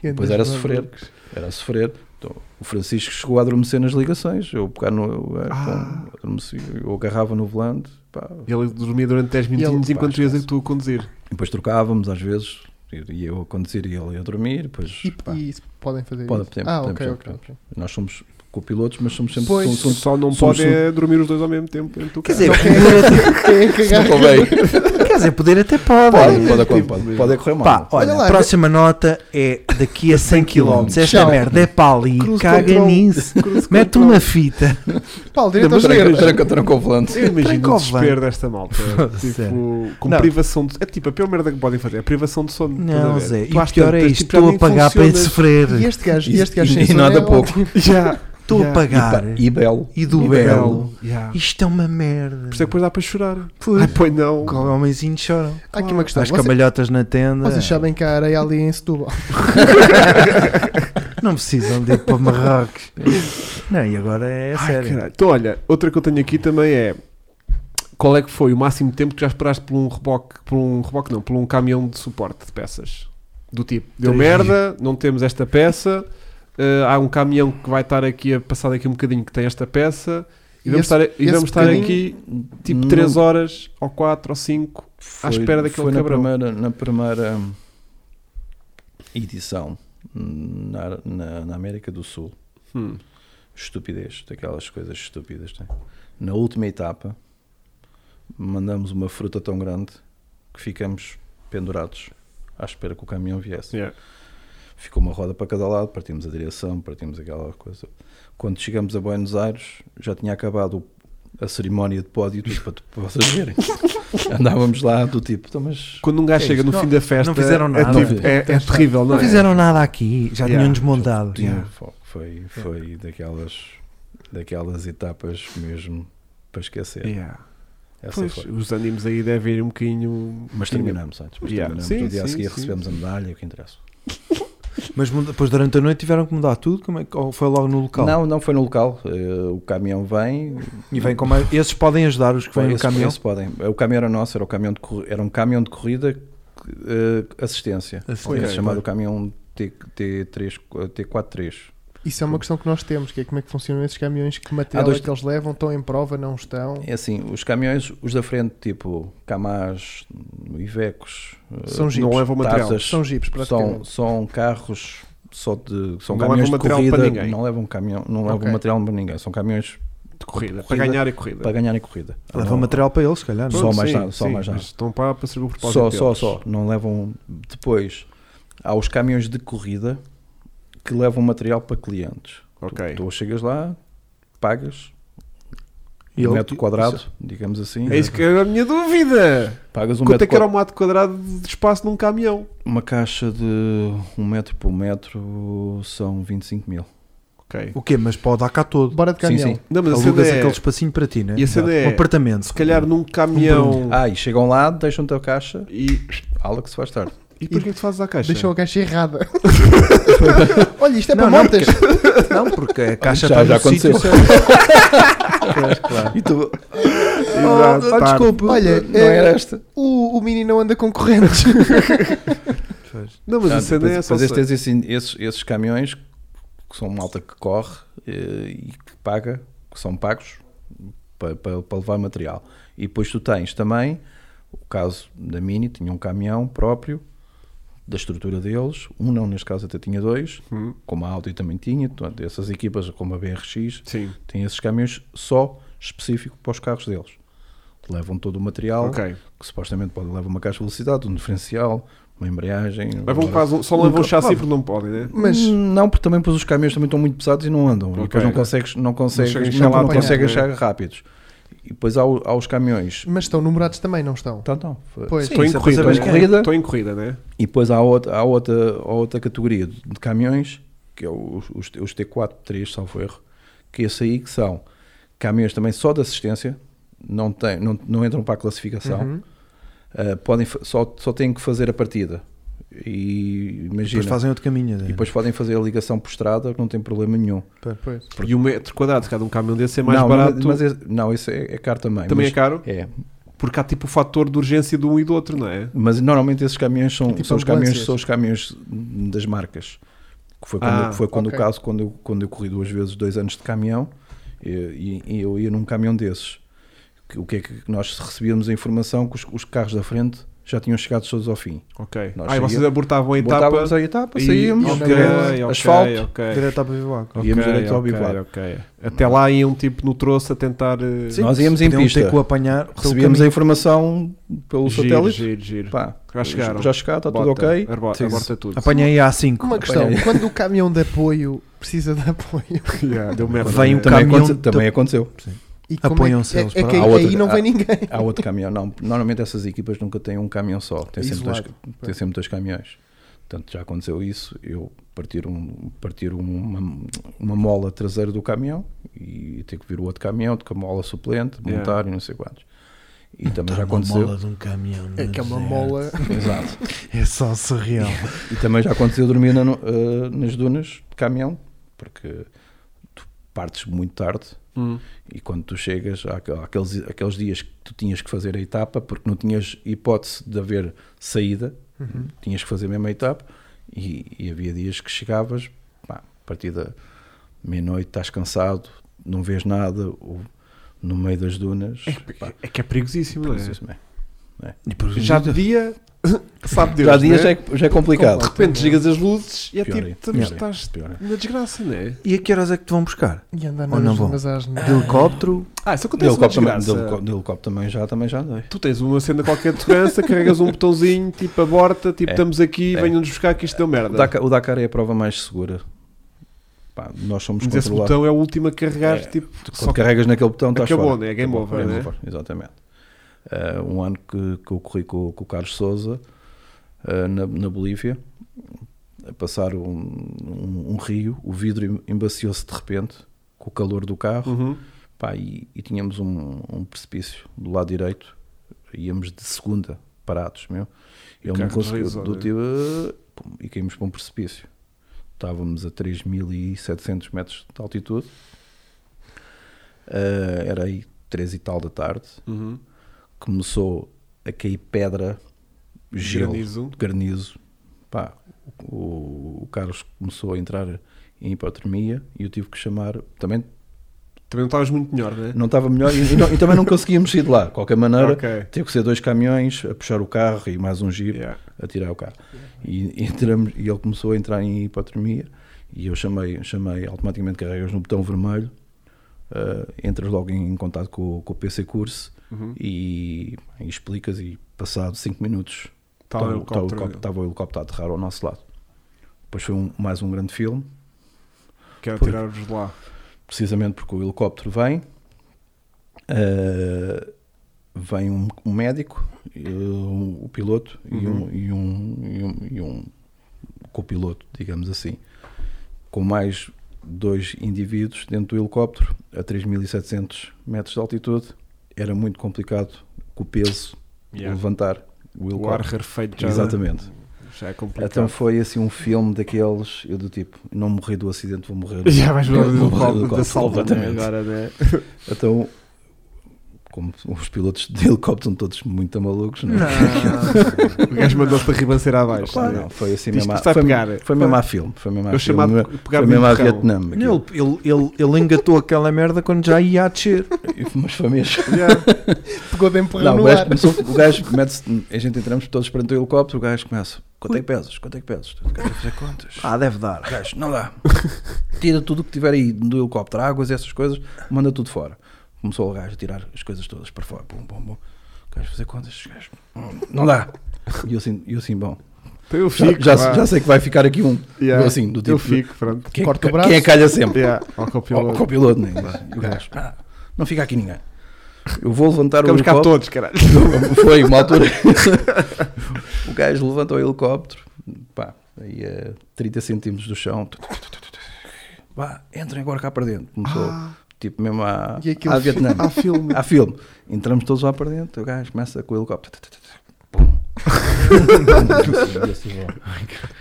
Speaker 3: E andas
Speaker 4: depois era
Speaker 3: no-
Speaker 4: sofrer. Era sofrer. Então, o Francisco chegou a adormecer nas ligações. Eu, por no, eu, era
Speaker 1: Ah.
Speaker 4: com- adormeci, eu agarrava no volante. pá.
Speaker 1: Ele dormia durante 10 minutinhos
Speaker 4: Ele-
Speaker 1: enquanto tu ias
Speaker 4: Pá, esquece.
Speaker 1: tu a conduzir.
Speaker 4: Depois trocávamos às vezes. E e eu a conduzir e ele a dormir. Depois,
Speaker 3: E,
Speaker 4: pá,
Speaker 3: e podem fazer
Speaker 4: Pode-
Speaker 3: isso.
Speaker 4: podemos-
Speaker 3: ah,
Speaker 4: podemos
Speaker 3: ok,
Speaker 4: sempre,
Speaker 3: ok. ok.
Speaker 4: nós somos copilotos, mas somos sempre.
Speaker 3: Pois.
Speaker 4: somos-
Speaker 1: Só um não
Speaker 4: somos-
Speaker 1: pode é dormir os dois ao mesmo tempo. dentro do
Speaker 2: Quer
Speaker 1: carro.
Speaker 2: dizer,
Speaker 3: Então quem é- quem é que
Speaker 4: somos-
Speaker 3: agarra?
Speaker 4: convém.
Speaker 2: [LAUGHS] Quer dizer, poder até pode.
Speaker 4: Pode, pode,
Speaker 1: tipo,
Speaker 4: pode, pode é correr mal.
Speaker 2: Pá, olha,
Speaker 3: Olha lá,
Speaker 2: a próxima nota é daqui a 100 km. Esta
Speaker 3: Tchau.
Speaker 2: merda é para ali,
Speaker 1: Cruise
Speaker 2: caga
Speaker 1: control.
Speaker 2: nisso.
Speaker 1: Cruise
Speaker 2: Mete
Speaker 1: control.
Speaker 2: uma fita.
Speaker 3: Paulo, direito
Speaker 1: Não,
Speaker 3: aos
Speaker 1: mas
Speaker 4: Espera Então, que-
Speaker 1: esquerda.
Speaker 4: espera que eu tranco o volante.
Speaker 1: Eu imagino o
Speaker 2: Trancovan.
Speaker 1: desespero desta
Speaker 2: [LAUGHS]
Speaker 1: malta.
Speaker 2: Sério.
Speaker 1: tipo, com
Speaker 2: Não.
Speaker 1: privação de É tipo a pior merda que podem fazer, é a privação de sono. estás a
Speaker 2: Não,
Speaker 1: ver?
Speaker 2: Zé, e
Speaker 1: Tu às
Speaker 2: pior é
Speaker 1: tantas,
Speaker 2: isto.
Speaker 1: tipo, já
Speaker 2: Estou a
Speaker 1: nem
Speaker 2: pagar para ir
Speaker 1: funcionas. [LAUGHS]
Speaker 3: E
Speaker 2: sofrer.
Speaker 3: este gajo,
Speaker 4: E-
Speaker 3: este gajo
Speaker 4: e-
Speaker 3: sem
Speaker 4: e
Speaker 3: som
Speaker 4: nada
Speaker 3: é
Speaker 4: pouco.
Speaker 3: ótimo.
Speaker 1: Já.
Speaker 2: Estou a
Speaker 1: já.
Speaker 4: E, pá,
Speaker 2: pagar.
Speaker 4: e belo.
Speaker 2: E do
Speaker 1: E
Speaker 2: belo.
Speaker 1: já. Por
Speaker 2: Isto é uma merda.
Speaker 1: isso é que depois dá para chorar.
Speaker 2: Pois.
Speaker 1: Ai, pois não.
Speaker 2: Com homenzinho choram.
Speaker 3: Há aqui uma questão.
Speaker 2: As
Speaker 4: é
Speaker 3: Vocês,
Speaker 2: camalhotas na tenda.
Speaker 3: vocês sabem que há areia ali em Setúbal.
Speaker 2: [LAUGHS] Não precisam de ir para Marrocos. Não, e agora é
Speaker 1: Ai,
Speaker 2: sério.
Speaker 1: caralho. Então, olha, outra que eu tenho aqui também é qual é que foi o máximo tempo que já esperaste por um reboque, por um reboque não, por um caminhão de suporte de peças? Do tipo, deu
Speaker 2: Três
Speaker 1: merda, não temos esta peça, eh, há um caminhão que vai estar aqui a passar daqui um bocadinho que tem esta peça e,
Speaker 3: E
Speaker 1: vamos
Speaker 3: esse-
Speaker 1: estar, a- e
Speaker 3: esse
Speaker 1: vamos estar
Speaker 3: bocadinho-
Speaker 1: aqui tipo 3 horas ou 4 ou 5
Speaker 4: Foi-
Speaker 1: à espera daquele
Speaker 4: foi na
Speaker 1: cabrão.
Speaker 4: primeira, na primeira hum, edição hum, na, na- na América do Sul.
Speaker 1: Hum.
Speaker 4: Estupidez, daquelas coisas estúpidas. né? Na última etapa, mandamos uma fruta tão grande que ficamos pendurados à espera que o caminhão viesse.
Speaker 1: Yeah.
Speaker 4: Ficou uma roda para cada lado, partimos a direção, partimos aquela coisa. Quando chegamos a Buenos Aires, já tinha acabado o- a cerimónia de pódio, tudo para, para vocês
Speaker 1: [LAUGHS]
Speaker 4: verem. Andávamos lá do tipo, "Então, mas
Speaker 1: Quando um gajo
Speaker 2: É
Speaker 1: chega
Speaker 2: isto,
Speaker 1: no
Speaker 2: não-
Speaker 1: fim da festa,
Speaker 2: não fizeram
Speaker 1: é,
Speaker 2: nada.
Speaker 1: tipo, é- é terrível, não,
Speaker 2: Não
Speaker 1: é?
Speaker 2: fizeram nada aqui. Já
Speaker 1: Yeah.
Speaker 2: tinham desmontado.
Speaker 4: Tinha, fo- Foi, foi daquelas, daquelas etapas mesmo para esquecer.
Speaker 1: Yeah.
Speaker 4: Essa
Speaker 1: Pois,
Speaker 4: foi.
Speaker 1: os ânimos aí devem ir um bocadinho.
Speaker 4: Mas terminamos antes. Mas
Speaker 1: Yeah.
Speaker 4: terminamos.
Speaker 1: Sim,
Speaker 4: no dia a
Speaker 1: sim,
Speaker 4: seguir
Speaker 1: sim,
Speaker 4: recebemos
Speaker 1: sim.
Speaker 4: a medalha, o que interessa.
Speaker 2: Mas muda- depois durante a noite tiveram que mudar tudo? Como é que- ou foi logo no local?
Speaker 4: Não, não foi no local. Eh, o caminhão vem.
Speaker 2: E vem com mais- Esses podem ajudar os que vêm no
Speaker 4: Esse-
Speaker 2: caminhão?
Speaker 4: esse podem. Eh, O caminhão era nosso, era, o caminhão de corri- era um caminhão de corrida eh, assistência.
Speaker 2: Assistência.
Speaker 4: Era chamado o caminhão T, T3, T43.
Speaker 3: Isso é uma questão que nós temos, que é como é que funcionam esses caminhões, que
Speaker 4: Há
Speaker 3: material
Speaker 4: Ah, dois-
Speaker 3: é que eles levam, estão em prova, não estão.
Speaker 4: É assim, os caminhões, os da frente, tipo Camás, Ivecos, eh,
Speaker 3: São
Speaker 1: Não
Speaker 3: jipes.
Speaker 1: leva o material.
Speaker 4: Tazas,
Speaker 3: São jipes,
Speaker 4: são,
Speaker 3: praticamente.
Speaker 4: são carros só de são
Speaker 1: Não
Speaker 4: caminhões
Speaker 1: levam
Speaker 4: de
Speaker 1: material
Speaker 4: corrida
Speaker 1: para ninguém.
Speaker 4: não levam caminhão não levam
Speaker 3: Ok.
Speaker 4: material para ninguém são caminhões
Speaker 1: de corrida, para
Speaker 4: Corrida.
Speaker 1: ganhar a corrida.
Speaker 4: para ganharem corrida
Speaker 2: Leva
Speaker 4: Não-
Speaker 2: material para eles, se calhar. não é?
Speaker 4: Só
Speaker 1: Pronto,
Speaker 4: mais
Speaker 1: sim,
Speaker 4: nada, só
Speaker 1: sim,
Speaker 4: mais nada.
Speaker 1: mas Estão para, para servir o propósito.
Speaker 4: só só
Speaker 1: deles.
Speaker 4: só não levam depois há os caminhões de corrida que levam material para clientes
Speaker 1: Ok.
Speaker 4: tu, tu chegas lá pagas
Speaker 2: E
Speaker 4: um
Speaker 2: ele-
Speaker 4: metro quadrado digamos assim
Speaker 1: É isso que era a minha dúvida.
Speaker 4: pagas um
Speaker 1: Quanto
Speaker 4: metro
Speaker 1: é que era
Speaker 4: quadrado
Speaker 1: um metro quadrado de espaço num caminhão?
Speaker 4: uma caixa de um metro por metro são 25 mil
Speaker 1: Ok.
Speaker 2: O quê? Mas pode dar cá todo.
Speaker 3: Bora de
Speaker 4: Sim,
Speaker 3: caminhão.
Speaker 4: sim.
Speaker 1: Não, mas a cena
Speaker 2: Alugas
Speaker 1: é,
Speaker 2: aquele espacinho para ti, né?
Speaker 1: E a cena
Speaker 2: Um
Speaker 1: é-
Speaker 2: apartamento.
Speaker 1: se calhar num caminhão
Speaker 4: ah e chegam lá deixam-te a caixa
Speaker 1: e...
Speaker 4: Alex faz tarde
Speaker 1: E depois o que é que tu fazes à caixa?
Speaker 3: Deixou a caixa
Speaker 4: [LAUGHS]
Speaker 3: errada. Olha, isto é
Speaker 2: Não,
Speaker 3: para
Speaker 2: não,
Speaker 3: motas.
Speaker 4: [LAUGHS]
Speaker 2: Não, porque a caixa
Speaker 4: Já-
Speaker 2: está
Speaker 4: já
Speaker 2: no sítio
Speaker 4: aconteceu.
Speaker 2: certo. Pois, claro.
Speaker 4: E tu,
Speaker 1: Exato,
Speaker 2: oh,
Speaker 1: tá.
Speaker 2: desculpa.
Speaker 3: Olha,
Speaker 4: Ah, Não era esta.
Speaker 3: Ah, O, o Mini não anda com correntes.
Speaker 2: Pois.
Speaker 1: [LAUGHS] Não, mas a cena é
Speaker 4: Ah, depois,
Speaker 1: só.
Speaker 4: depois
Speaker 1: ser-
Speaker 4: tens esse- esses, esses caminhões que são malta que corre eh, e que paga, que são pagos para, para, para levar material. E depois tu tens também o caso da Mini, tinha um caminhão próprio da estrutura deles, um não, neste caso até tinha dois,
Speaker 1: Hum,
Speaker 4: como a Audi também tinha, portanto, essas equipas como a BRX
Speaker 1: Sim,
Speaker 4: têm esses caminhões só específico para os carros deles. Levam todo o material
Speaker 1: ok.
Speaker 4: que supostamente pode levar uma caixa de velocidade, um diferencial, uma embreagem. um
Speaker 1: Levam
Speaker 4: agora-
Speaker 1: quase, só levam o chassi porque não podem, né?
Speaker 3: Mas
Speaker 4: não, porque também pois, os caminhões também estão muito pesados e não andam.
Speaker 1: Ok.
Speaker 4: E depois não consegues, não consegues,
Speaker 1: Não chegas
Speaker 4: não,
Speaker 1: lá
Speaker 4: não
Speaker 3: a
Speaker 4: consegues
Speaker 1: tempo, né?
Speaker 4: chegar rápidos. E depois há, o- há os caminhões.
Speaker 3: Mas estão numerados também, não estão?
Speaker 4: Então, não. foi-
Speaker 3: Pois.
Speaker 4: Sim,
Speaker 1: Estou em
Speaker 4: isso é
Speaker 1: corrida,
Speaker 4: para saber
Speaker 1: né?
Speaker 4: quem é.
Speaker 1: Estou em corrida, né?
Speaker 4: E depois há outra, há outra, há outra categoria de de caminhões, que é os, os, os T4, 3, salvo erro, que esse aí que são caminhões também só de assistência, não, tem, não, não entram para a classificação,
Speaker 3: Uhum.
Speaker 4: ah, podem, fa- só, só têm que fazer a partida. E imagina.
Speaker 2: Depois fazem outro caminho.
Speaker 1: é.
Speaker 2: né?
Speaker 4: E depois podem fazer a ligação por estrada, que não tem problema nenhum.
Speaker 3: Pois.
Speaker 1: E o metro quadrado de cada um caminhão desse é mais
Speaker 4: não,
Speaker 1: barato.
Speaker 4: Mas, mas esse- não, esse é, é caro também.
Speaker 1: também
Speaker 4: mas,
Speaker 1: é caro,
Speaker 4: é.
Speaker 1: porque há tipo o fator de urgência de um e do outro, não é?
Speaker 4: Mas normalmente esses caminhões são,
Speaker 3: É tipo
Speaker 4: são, os, caminhões,
Speaker 3: ambulâncias.
Speaker 4: são os caminhões das marcas. Que foi quando,
Speaker 1: Ah,
Speaker 4: foi quando
Speaker 3: ok.
Speaker 4: o caso, quando eu, quando eu corri duas vezes dois anos de caminhão, e, e- e eu ia num caminhão desses. Que- O que é que nós recebíamos a informação que os, os carros da frente já tinham chegado todos ao fim.
Speaker 1: Ok.
Speaker 4: Nós
Speaker 1: Aí vocês
Speaker 4: saía-
Speaker 1: abortavam a etapa.
Speaker 4: Botávamos a etapa,
Speaker 1: e-
Speaker 4: saíamos,
Speaker 1: ok,
Speaker 4: direto,
Speaker 1: ok,
Speaker 4: asfalto,
Speaker 1: ok.
Speaker 2: Direto à Bivaco.
Speaker 4: íamos
Speaker 1: Ok,
Speaker 4: direto ao
Speaker 1: ok,
Speaker 4: bivac.
Speaker 1: ok. Até lá iam tipo no troço a tentar. eh,
Speaker 2: Sim,
Speaker 4: Nós íamos em
Speaker 2: podiam
Speaker 4: pista.
Speaker 2: ter que o apanhar. pelo
Speaker 4: Recebíamos a
Speaker 2: caminho.
Speaker 4: informação pelo
Speaker 1: giro,
Speaker 4: satélite.
Speaker 1: Giro, giro.
Speaker 4: Pá,
Speaker 1: Já chegaram.
Speaker 4: Já chegaram, está tudo
Speaker 1: Bota,
Speaker 4: ok. Um
Speaker 1: arbo-
Speaker 4: Sim,
Speaker 1: aborta tudo.
Speaker 2: Apanhei a A5.
Speaker 3: Uma questão,
Speaker 4: Apanhei.
Speaker 3: é quando o caminhão de apoio precisa de apoio
Speaker 1: Yeah, deu merda.
Speaker 2: Vem
Speaker 1: né?
Speaker 2: um
Speaker 4: Também,
Speaker 2: Caminhão
Speaker 4: aconte-
Speaker 2: de-
Speaker 4: também aconteceu.
Speaker 3: e como
Speaker 2: Apoiam-se
Speaker 3: é,
Speaker 2: eles
Speaker 3: que- é, é
Speaker 2: para-
Speaker 3: que aí,
Speaker 4: Há outra-
Speaker 3: aí não vem ninguém.
Speaker 4: [LAUGHS] Há outro caminhão. Não, normalmente essas equipas nunca têm um caminhão só. Tem sempre, dois,
Speaker 3: Isolado.
Speaker 4: tem sempre dois caminhões. Portanto, já aconteceu isso. Eu partir, um, partir uma, uma mola traseira do caminhão e ter que vir o outro caminhão com a mola suplente,
Speaker 1: Yeah.
Speaker 4: montar e não sei quantos. E também
Speaker 2: Tá
Speaker 4: já
Speaker 2: uma
Speaker 4: aconteceu.
Speaker 2: mola de um caminhão.
Speaker 3: É que é uma
Speaker 2: né?
Speaker 3: mola.
Speaker 4: [LAUGHS] Exato.
Speaker 2: É só surreal.
Speaker 4: E também já aconteceu dormir na no- eh, nas dunas de caminhão, porque tu partes muito tarde
Speaker 1: Hum.
Speaker 4: E quando tu chegas, há aqu- há aqueles, aqueles dias que tu tinhas que fazer a etapa, porque não tinhas hipótese de haver saída,
Speaker 3: Uhum.
Speaker 4: tinhas que fazer mesmo a etapa, e, e havia dias que chegavas, pá, a partir da meia-noite estás cansado, não vês nada, ou no meio das dunas. pá,
Speaker 1: É que é perigosíssimo, não
Speaker 4: pois
Speaker 1: é?
Speaker 4: isso mesmo.
Speaker 2: E por
Speaker 1: Já devia. [LAUGHS] Sabe Deus.
Speaker 4: Já há dias
Speaker 1: né?
Speaker 4: já é, já é complicado.
Speaker 1: De repente chegas as luzes e é
Speaker 4: Pior
Speaker 1: tipo,
Speaker 4: é.
Speaker 1: estamos-
Speaker 4: Pior é.
Speaker 1: estás
Speaker 4: Pior é.
Speaker 1: na desgraça, não é?
Speaker 2: E a que horas é que te vão buscar?
Speaker 3: E andar
Speaker 2: Ou não
Speaker 3: nas
Speaker 2: vão.
Speaker 3: zonas às
Speaker 2: De helicóptero?
Speaker 1: Ah, isso
Speaker 4: De
Speaker 1: acontece na
Speaker 4: helicóptero também, de
Speaker 1: desgraça.
Speaker 4: helicó- de helicóptero também já, também já andei.
Speaker 1: Tu tens uma cena qualquer de segurança, carregas um botãozinho, tipo aborta, tipo
Speaker 4: É.
Speaker 1: estamos aqui,
Speaker 4: É.
Speaker 1: venham-nos buscar que isto deu
Speaker 4: O
Speaker 1: merda.
Speaker 4: Dakar, o Dakar é a prova mais segura. Pá, nós somos
Speaker 1: Mas esse
Speaker 4: controlados.
Speaker 1: botão é o último a carregar,
Speaker 4: É.
Speaker 1: tipo,
Speaker 4: Quando carregas naquele botão, estás
Speaker 1: Acabou,
Speaker 4: fora.
Speaker 1: né? Game
Speaker 4: Acabou,
Speaker 1: over, né?
Speaker 4: Exatamente. Eh, um ano que, que eu corri com, com o Carlos Souza eh, na, na Bolívia, a passar um, um- um rio, o vidro em- embaciou-se de repente com o calor do carro
Speaker 1: Uhum.
Speaker 4: pá, e, e tínhamos um, um precipício do lado direito, íamos de segunda, parados mesmo. Ele não
Speaker 1: carro
Speaker 4: conseguiu,
Speaker 1: deslizou,
Speaker 4: do
Speaker 1: né?
Speaker 4: tipo, eh, pum, e caímos para um precipício. Estávamos a 3.700 metros de altitude, Eh, era aí 3 e tal da tarde.
Speaker 1: Uhum.
Speaker 4: Começou a cair pedra, gelo, garnizo.
Speaker 1: Granizo.
Speaker 4: Pá, o, o Carlos começou a entrar em hipotermia e eu tive que chamar. Também
Speaker 1: Também não estavas muito melhor, né?
Speaker 4: não estava melhor e, e não- e também não conseguíamos sair de lá. De qualquer maneira,
Speaker 1: Ok.
Speaker 4: teve que ser dois caminhões a puxar o carro e mais um giro
Speaker 1: Yeah.
Speaker 4: a tirar o carro. E, e entramos, e ele começou a entrar em hipotermia e eu chamei, chamei automaticamente carregas no botão vermelho, ah, entras logo em, contato com, o- com o PC Curso
Speaker 1: Uhum.
Speaker 4: e, e explicas e passado 5 minutos
Speaker 1: Tá lá o
Speaker 4: estava Então, o
Speaker 1: helicóptero.
Speaker 4: helicóptero- estava o helicóptero a aterrar ao nosso lado. Depois foi um- mais um grande filme
Speaker 1: Quero
Speaker 4: Porque-
Speaker 1: tirar-vos de lá.
Speaker 4: precisamente porque o helicóptero vem, ah, vem um, um médico, eh, um- o piloto e, um,
Speaker 1: Uhum.
Speaker 4: e, um, e, um, e um copiloto, digamos assim, com mais dois indivíduos dentro do helicóptero a 3.700 metros de altitude. Era muito complicado com o peso
Speaker 1: Yeah.
Speaker 4: levantar o
Speaker 1: O ar
Speaker 4: helicóptero.
Speaker 1: refeito já, né?
Speaker 4: Exatamente.
Speaker 1: já é complicado.
Speaker 4: Então foi assim um filme daqueles, eu do tipo, não morri do acidente,
Speaker 1: [LAUGHS]
Speaker 4: vou morrer
Speaker 1: já vais ver
Speaker 4: Vou
Speaker 1: o
Speaker 4: morrer do
Speaker 1: copo da
Speaker 4: copo,
Speaker 1: salva né, [LAUGHS]
Speaker 4: exatamente.
Speaker 1: agora, né?
Speaker 4: Então, como os pilotos de helicóptero são todos muito malucos, não é?
Speaker 1: O gajo mandou-te a ribanceira abaixo. né?
Speaker 4: Claro, não, foi assim
Speaker 1: Diz
Speaker 4: mesmo.
Speaker 1: que
Speaker 4: à-
Speaker 1: está a
Speaker 4: Foi,
Speaker 1: pegar.
Speaker 4: foi mesmo a filme. Foi mesmo a
Speaker 1: Eu
Speaker 4: filme.
Speaker 1: chamava
Speaker 4: Foi
Speaker 1: pegar
Speaker 4: mesmo à
Speaker 1: de carro.
Speaker 4: Vietnã. aquilo.
Speaker 2: Ele, ele, ele, ele engatou aquela merda quando já ia a descer.
Speaker 4: [LAUGHS] Mas foi mesmo.
Speaker 1: [LAUGHS] Yeah.
Speaker 3: Pegou de empurrão
Speaker 4: Não, o
Speaker 3: no
Speaker 4: gajo,
Speaker 3: ar.
Speaker 4: começou, o gajo mete-se. A gente entramos todos perante o helicóptero. O gajo começa: quanto é que pesas? Quanto é que pesas? O gajo a fazer contas.
Speaker 2: Ah, deve dar.
Speaker 4: O gajo, não dá. [LAUGHS] Tira tudo o que tiver aí do helicóptero, águas, essas coisas, manda tudo fora. Começou o gajo a tirar as coisas todas para fora. Bom, bom, bom. O gajo a fazer contas. O gajo, hum, não dá. E eu assim, eu assim bom.
Speaker 1: Então eu
Speaker 4: Já,
Speaker 1: fico.
Speaker 4: já-
Speaker 1: vá.
Speaker 4: já sei que vai ficar aqui um.
Speaker 1: Yeah.
Speaker 4: Eu assim, do tipo.
Speaker 1: é, eu fico, pronto.
Speaker 4: Quem,
Speaker 3: Corta o
Speaker 4: quem é
Speaker 3: braço.
Speaker 4: que calha sempre?
Speaker 1: Yeah. Ao
Speaker 4: Ó,
Speaker 1: copiloto.
Speaker 4: Com o piloto, né? E o gajo, "Ah, não fica aqui ninguém. Eu vou levantar
Speaker 1: Ficamos
Speaker 4: o
Speaker 1: cá
Speaker 4: helicóptero.
Speaker 1: todos, caralho.
Speaker 4: [LAUGHS] Foi uma altura. o gajo levanta o helicóptero, pá, aí a 30 centímetros do chão. Vá, entrem agora cá para dentro.
Speaker 3: Ah,
Speaker 4: Começou, tipo mesmo à,
Speaker 3: E aquilo
Speaker 4: à
Speaker 3: [LAUGHS]
Speaker 4: Vietnã.
Speaker 3: há filme.
Speaker 4: Há filme. Entramos todos lá para dentro, o gajo começa com o helicóptero.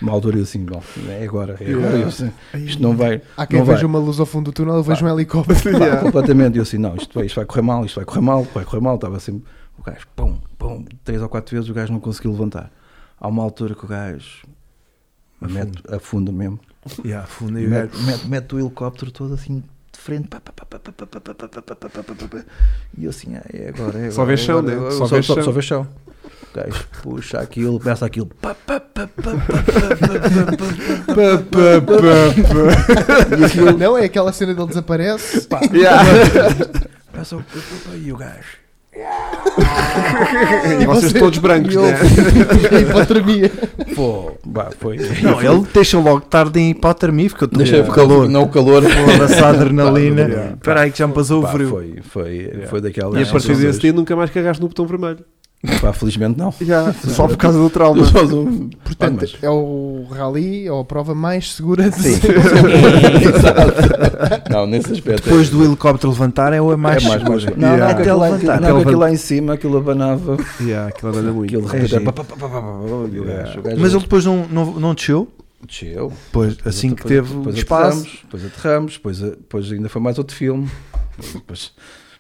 Speaker 4: Uma altura eu assim, bom, é agora, é agora. Eu assim, isto não vai.
Speaker 3: Há quem
Speaker 4: não vai.
Speaker 3: veja uma luz ao fundo do túnel, eu vejo um helicóptero.
Speaker 4: [LAUGHS] Pá,
Speaker 1: Yeah.
Speaker 4: completamente. Eu assim, não, isto vai, isto vai correr mal, isto vai correr mal, vai correr mal. Estava sempre o gajo, pum, pum, três ou quatro vezes o gajo não conseguiu levantar. Há uma altura que o gajo mete, afunda mesmo,
Speaker 2: Yeah, fundo, e o gajo-
Speaker 4: mete, mete- mete o helicóptero todo assim de frente, pá, pá, pá, pá, pá, pá, pá, pá, pá, pá, pá, pá, pá, pá, pá. e eu assim, ah, é agora, é
Speaker 1: Só
Speaker 4: agora,
Speaker 1: vê chão,
Speaker 4: agora,
Speaker 1: né?
Speaker 4: agora,
Speaker 1: Só
Speaker 4: só,
Speaker 1: vê
Speaker 4: só,
Speaker 1: chão.
Speaker 4: só vê chão. O gajo puxa aquilo, começa aquilo, pá, pá, pá, pá, pá, pá, pá, pá, pá.
Speaker 1: Pá, pá, pá,
Speaker 3: Não, é aquela cena dele desaparece.
Speaker 4: [LAUGHS]
Speaker 3: Pá,
Speaker 1: pá. Yeah.
Speaker 4: Começa o- e o gajo.
Speaker 1: E vocês todos brancos,
Speaker 4: E eu- [LAUGHS]
Speaker 1: né?
Speaker 3: a hipotermia.
Speaker 4: Pô, bah, foi.
Speaker 2: [LAUGHS] Não, ele deixa logo tarde em hipotermia, porque eu tenho
Speaker 4: Deixa
Speaker 2: calor.
Speaker 4: Não, o calor.
Speaker 2: Foda-se a adrenalina.
Speaker 1: Yeah.
Speaker 2: Espera aí que já me passou o
Speaker 4: Pá,
Speaker 2: frio.
Speaker 4: foi, foi, foi daquela.
Speaker 1: E a partir desse dia nunca mais carregaste no botão vermelho.
Speaker 4: Pá, felizmente não.
Speaker 1: [LAUGHS] Já, só por causa do trauma.
Speaker 4: Eu só dou-
Speaker 3: Portanto,
Speaker 4: Pá, mas-
Speaker 3: é o rally ou a prova mais segura de
Speaker 4: Sim.
Speaker 3: sempre.
Speaker 4: Exato. Não, nesse aspecto.
Speaker 2: Depois do helicóptero levantar é o
Speaker 4: é,
Speaker 2: mais,
Speaker 4: é mais, mais.
Speaker 2: seguro.
Speaker 4: Não,
Speaker 1: Yeah.
Speaker 4: não, que aquilo lá,
Speaker 2: Até levantar.
Speaker 4: não, que aquilo lá em cima, aquilo abanava.
Speaker 1: [LAUGHS] Yeah, aquilo anda muito.
Speaker 4: Aquilo de
Speaker 2: É
Speaker 4: repente.
Speaker 2: giro.
Speaker 4: pá, pá, pá, pá, pá, pá, pá, e o gajo- o gajo-
Speaker 2: Mas ele depois não, não, não desceu?
Speaker 4: Desceu.
Speaker 2: Pois, assim que teve o
Speaker 4: depois
Speaker 2: espaço.
Speaker 4: Aterramos, depois aterramos, depois, a- depois ainda foi mais outro filme. Depois,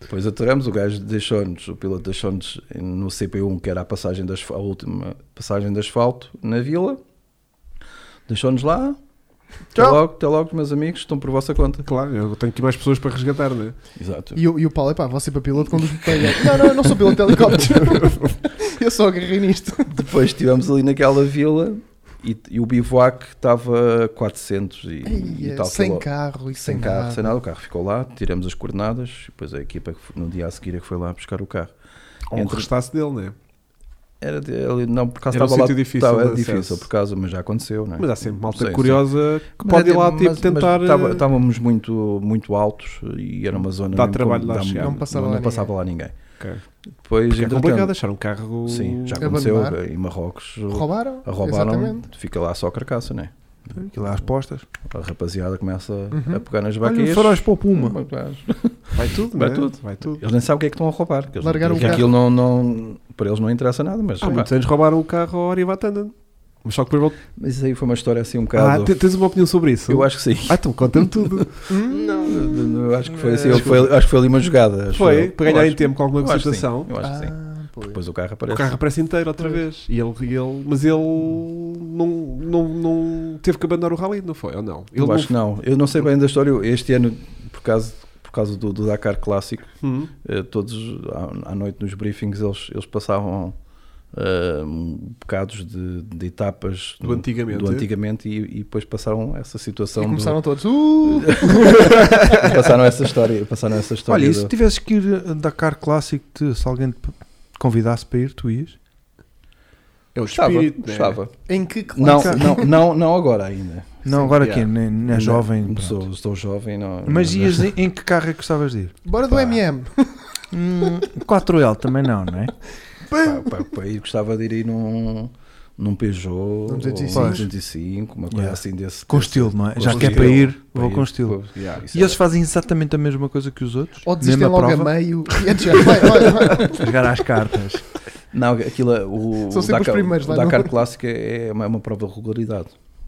Speaker 4: depois aterramos, o gajo deixou-nos, o piloto deixou-nos no CP1, que era a, passagem de asf- a última passagem de asfalto na vila. Deixou-nos lá. Até
Speaker 3: Tchau.
Speaker 4: logo, até logo, meus amigos, estão por vossa conta.
Speaker 1: Claro, eu tenho aqui mais pessoas para resgatar, né?
Speaker 4: Exato.
Speaker 3: E o, e o Paulo, é pá, você para piloto conduz-me para ele. Não, não, eu não sou piloto de helicóptero. eu só agarrei nisto.
Speaker 4: Depois estivemos ali naquela vila e, e o bivouac estava a 400 e, e
Speaker 3: Ia,
Speaker 4: tal
Speaker 3: é, sem
Speaker 4: quiló-
Speaker 3: carro e sem,
Speaker 4: sem carro,
Speaker 3: nada.
Speaker 4: sem nada, o carro ficou lá, tiramos as coordenadas, e depois a equipa que foi- no dia a seguir é que foi lá buscar o carro.
Speaker 1: Ou um
Speaker 4: Entre-
Speaker 1: restasse dele, né?
Speaker 4: Era de- ali- não, por causa
Speaker 1: Era um
Speaker 4: estava lá.
Speaker 1: sítio difícil
Speaker 4: estava-
Speaker 1: de
Speaker 4: era difícil,
Speaker 1: acesso.
Speaker 4: por causa, mas já aconteceu, não é?
Speaker 1: Mas há sempre malta
Speaker 4: Sim,
Speaker 1: curiosa que
Speaker 4: Mas
Speaker 1: pode
Speaker 4: é-
Speaker 1: ir lá tipo,
Speaker 4: mas-
Speaker 1: tentar.
Speaker 4: mas estava-
Speaker 1: eh,
Speaker 4: estávamos muito, muito altos e era uma zona.
Speaker 1: Dá
Speaker 4: mesmo
Speaker 1: trabalho
Speaker 4: com-
Speaker 1: lá
Speaker 4: dá-
Speaker 1: chegar.
Speaker 4: Não,
Speaker 3: Não passava
Speaker 4: não
Speaker 3: lá
Speaker 4: passava lá ninguém.
Speaker 1: Ok.
Speaker 4: Depois
Speaker 1: porque é
Speaker 4: encontramos-
Speaker 1: complicado deixar um carro.
Speaker 4: Sim, já
Speaker 1: Sim,
Speaker 4: aconteceu eh,
Speaker 3: Abandonar.
Speaker 4: em Marrocos.
Speaker 3: Roubaram?
Speaker 4: A roubaram,
Speaker 3: Exatamente.
Speaker 4: fica lá só a carcaça, né?
Speaker 2: Aquilo às postas.
Speaker 4: A rapaziada começa
Speaker 3: Uhum.
Speaker 4: a pegar nas
Speaker 2: Olha,
Speaker 4: vaqueiras.
Speaker 2: faróis para o Puma.
Speaker 1: Vai tudo,
Speaker 4: Vai
Speaker 1: né?
Speaker 4: tudo.
Speaker 1: Vai tudo.
Speaker 4: Eles nem sabem o que é que estão a roubar. que eles não-
Speaker 1: um
Speaker 3: Largaram o
Speaker 4: que aquilo não, não- Para eles não interessa nada, mas.
Speaker 1: Há
Speaker 4: pá,
Speaker 1: muitos anos roubaram o carro ao Arivatanda. Mas só que depois voltou.
Speaker 4: Mas isso aí foi uma história assim um
Speaker 1: é- Ah,
Speaker 4: bocado.
Speaker 1: te- tens uma opinião sobre isso?
Speaker 4: eu acho que sim.
Speaker 1: Ah, então conta-me [LAUGHS] tudo.
Speaker 4: Não, não, eu acho que foi assim. eu- foi- acho que foi ali uma jogada. acho
Speaker 1: É. Foi,
Speaker 4: eu.
Speaker 1: para ganhar
Speaker 4: Eu
Speaker 1: em
Speaker 4: acho-
Speaker 1: tempo com alguma
Speaker 4: eu acho que sim,
Speaker 1: concentração.
Speaker 4: Eu acho que sim.
Speaker 3: Ah, pois.
Speaker 4: Depois o carro
Speaker 1: O
Speaker 4: aparece.
Speaker 1: carro aparece inteiro outra vez. E ele, e ele, mas ele não, não, não teve que abandonar o rally, não foi? Ou não? Ele
Speaker 4: eu
Speaker 1: não-
Speaker 4: acho que não. Eu não sei bem da história. eu- Este ano, por causa, por causa do, do Dakar Clássico,
Speaker 1: Hum.
Speaker 4: eh, todos à, à noite nos briefings eles, eles passavam eh, bocados de, de etapas
Speaker 1: Do antigamente. é?
Speaker 4: do antigamente e, e depois passaram essa situação.
Speaker 3: E
Speaker 4: do- [LAUGHS]
Speaker 3: começaram todos. Uh!
Speaker 4: passaram essa história. Passaram essa história.
Speaker 2: Olha, e se
Speaker 1: tipo,
Speaker 4: do-
Speaker 2: tivesses que ir eh, a Dakar Clássico, te- se alguém te convidasse para ir, tu ias?
Speaker 1: É o
Speaker 4: Gostava,
Speaker 1: espírito, né?
Speaker 4: gostava.
Speaker 3: Em que classe?
Speaker 4: Não, não, não, não agora ainda.
Speaker 2: Não,
Speaker 1: Sim,
Speaker 2: agora
Speaker 1: yeah.
Speaker 2: quem? Nem, nem é
Speaker 4: Não,
Speaker 2: jovem.
Speaker 4: não
Speaker 2: pronto.
Speaker 4: Sou, sou jovem, não.
Speaker 2: Mas
Speaker 4: não-
Speaker 2: ias em, em que carro é que gostavas de ir?
Speaker 3: Bora do
Speaker 4: Pá.
Speaker 3: MM.
Speaker 4: Hum,
Speaker 2: [LAUGHS] 4L também não, não é?
Speaker 4: Pá, pá, pá, eu gostava de ir aí num, num Peugeot,
Speaker 3: Num
Speaker 4: ou
Speaker 3: 205.
Speaker 4: um 205, uma coisa
Speaker 2: Yeah.
Speaker 4: assim desse.
Speaker 2: Com
Speaker 4: desse-
Speaker 2: estilo, não é?
Speaker 4: com
Speaker 2: Já que é
Speaker 4: estilo.
Speaker 2: para ir, vou
Speaker 4: Para
Speaker 2: com
Speaker 4: ir,
Speaker 2: estilo.
Speaker 4: pô, yeah, isso
Speaker 2: E
Speaker 4: é. era-
Speaker 2: eles fazem exatamente a mesma coisa que os outros?
Speaker 3: Ou desistem
Speaker 2: Mesma
Speaker 3: logo
Speaker 2: prova?
Speaker 3: a meio
Speaker 4: [LAUGHS]
Speaker 3: e é de já. Vai, vai, vai.
Speaker 2: A jogar às cartas.
Speaker 3: [LAUGHS]
Speaker 4: Não, aquilo, é- o,
Speaker 3: São sempre
Speaker 4: o
Speaker 3: os
Speaker 4: Dakar,
Speaker 3: primeiros
Speaker 4: o
Speaker 3: lá
Speaker 4: Dakar
Speaker 3: no-
Speaker 4: Clássico é uma, é uma prova de regularidade.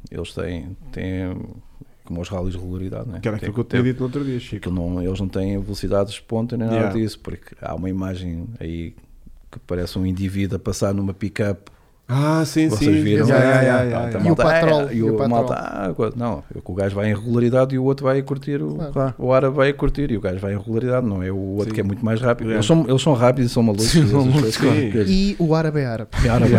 Speaker 4: Eles têm, têm como os rallies de regularidade, né?
Speaker 1: Que era
Speaker 4: Tem
Speaker 1: aquilo que eu tinha
Speaker 4: ter-
Speaker 1: dito no outro dia, Chico.
Speaker 4: Aquilo não, eles não têm velocidades de ponta nem nada
Speaker 1: Yeah.
Speaker 4: disso, porque há uma imagem aí que parece um indivíduo a passar numa pick-up.
Speaker 1: Ah, sim,
Speaker 4: Vocês
Speaker 1: sim.
Speaker 4: viram?
Speaker 1: Yeah, yeah,
Speaker 4: Ah,
Speaker 1: yeah,
Speaker 4: tá,
Speaker 1: yeah,
Speaker 4: tá,
Speaker 1: yeah.
Speaker 3: E o
Speaker 4: malta,
Speaker 3: patrol,
Speaker 4: ah,
Speaker 3: e
Speaker 4: E
Speaker 3: o
Speaker 4: o
Speaker 3: patrol.
Speaker 4: malta, ah, agora- não, é que o gajo vai em regularidade e o outro vai a curtir o,
Speaker 3: Claro.
Speaker 2: Claro.
Speaker 4: o árabe vai a curtir e o gajo vai em regularidade, não é o outro
Speaker 1: Sim.
Speaker 4: que é muito mais rápido.
Speaker 1: Yeah.
Speaker 4: Eles, são, eles são rápidos e são malucos.
Speaker 2: Sim,
Speaker 4: essas
Speaker 2: são
Speaker 1: malucos,
Speaker 4: coisas. Quer dizer,
Speaker 3: E o árabe é árabe.
Speaker 4: árabe,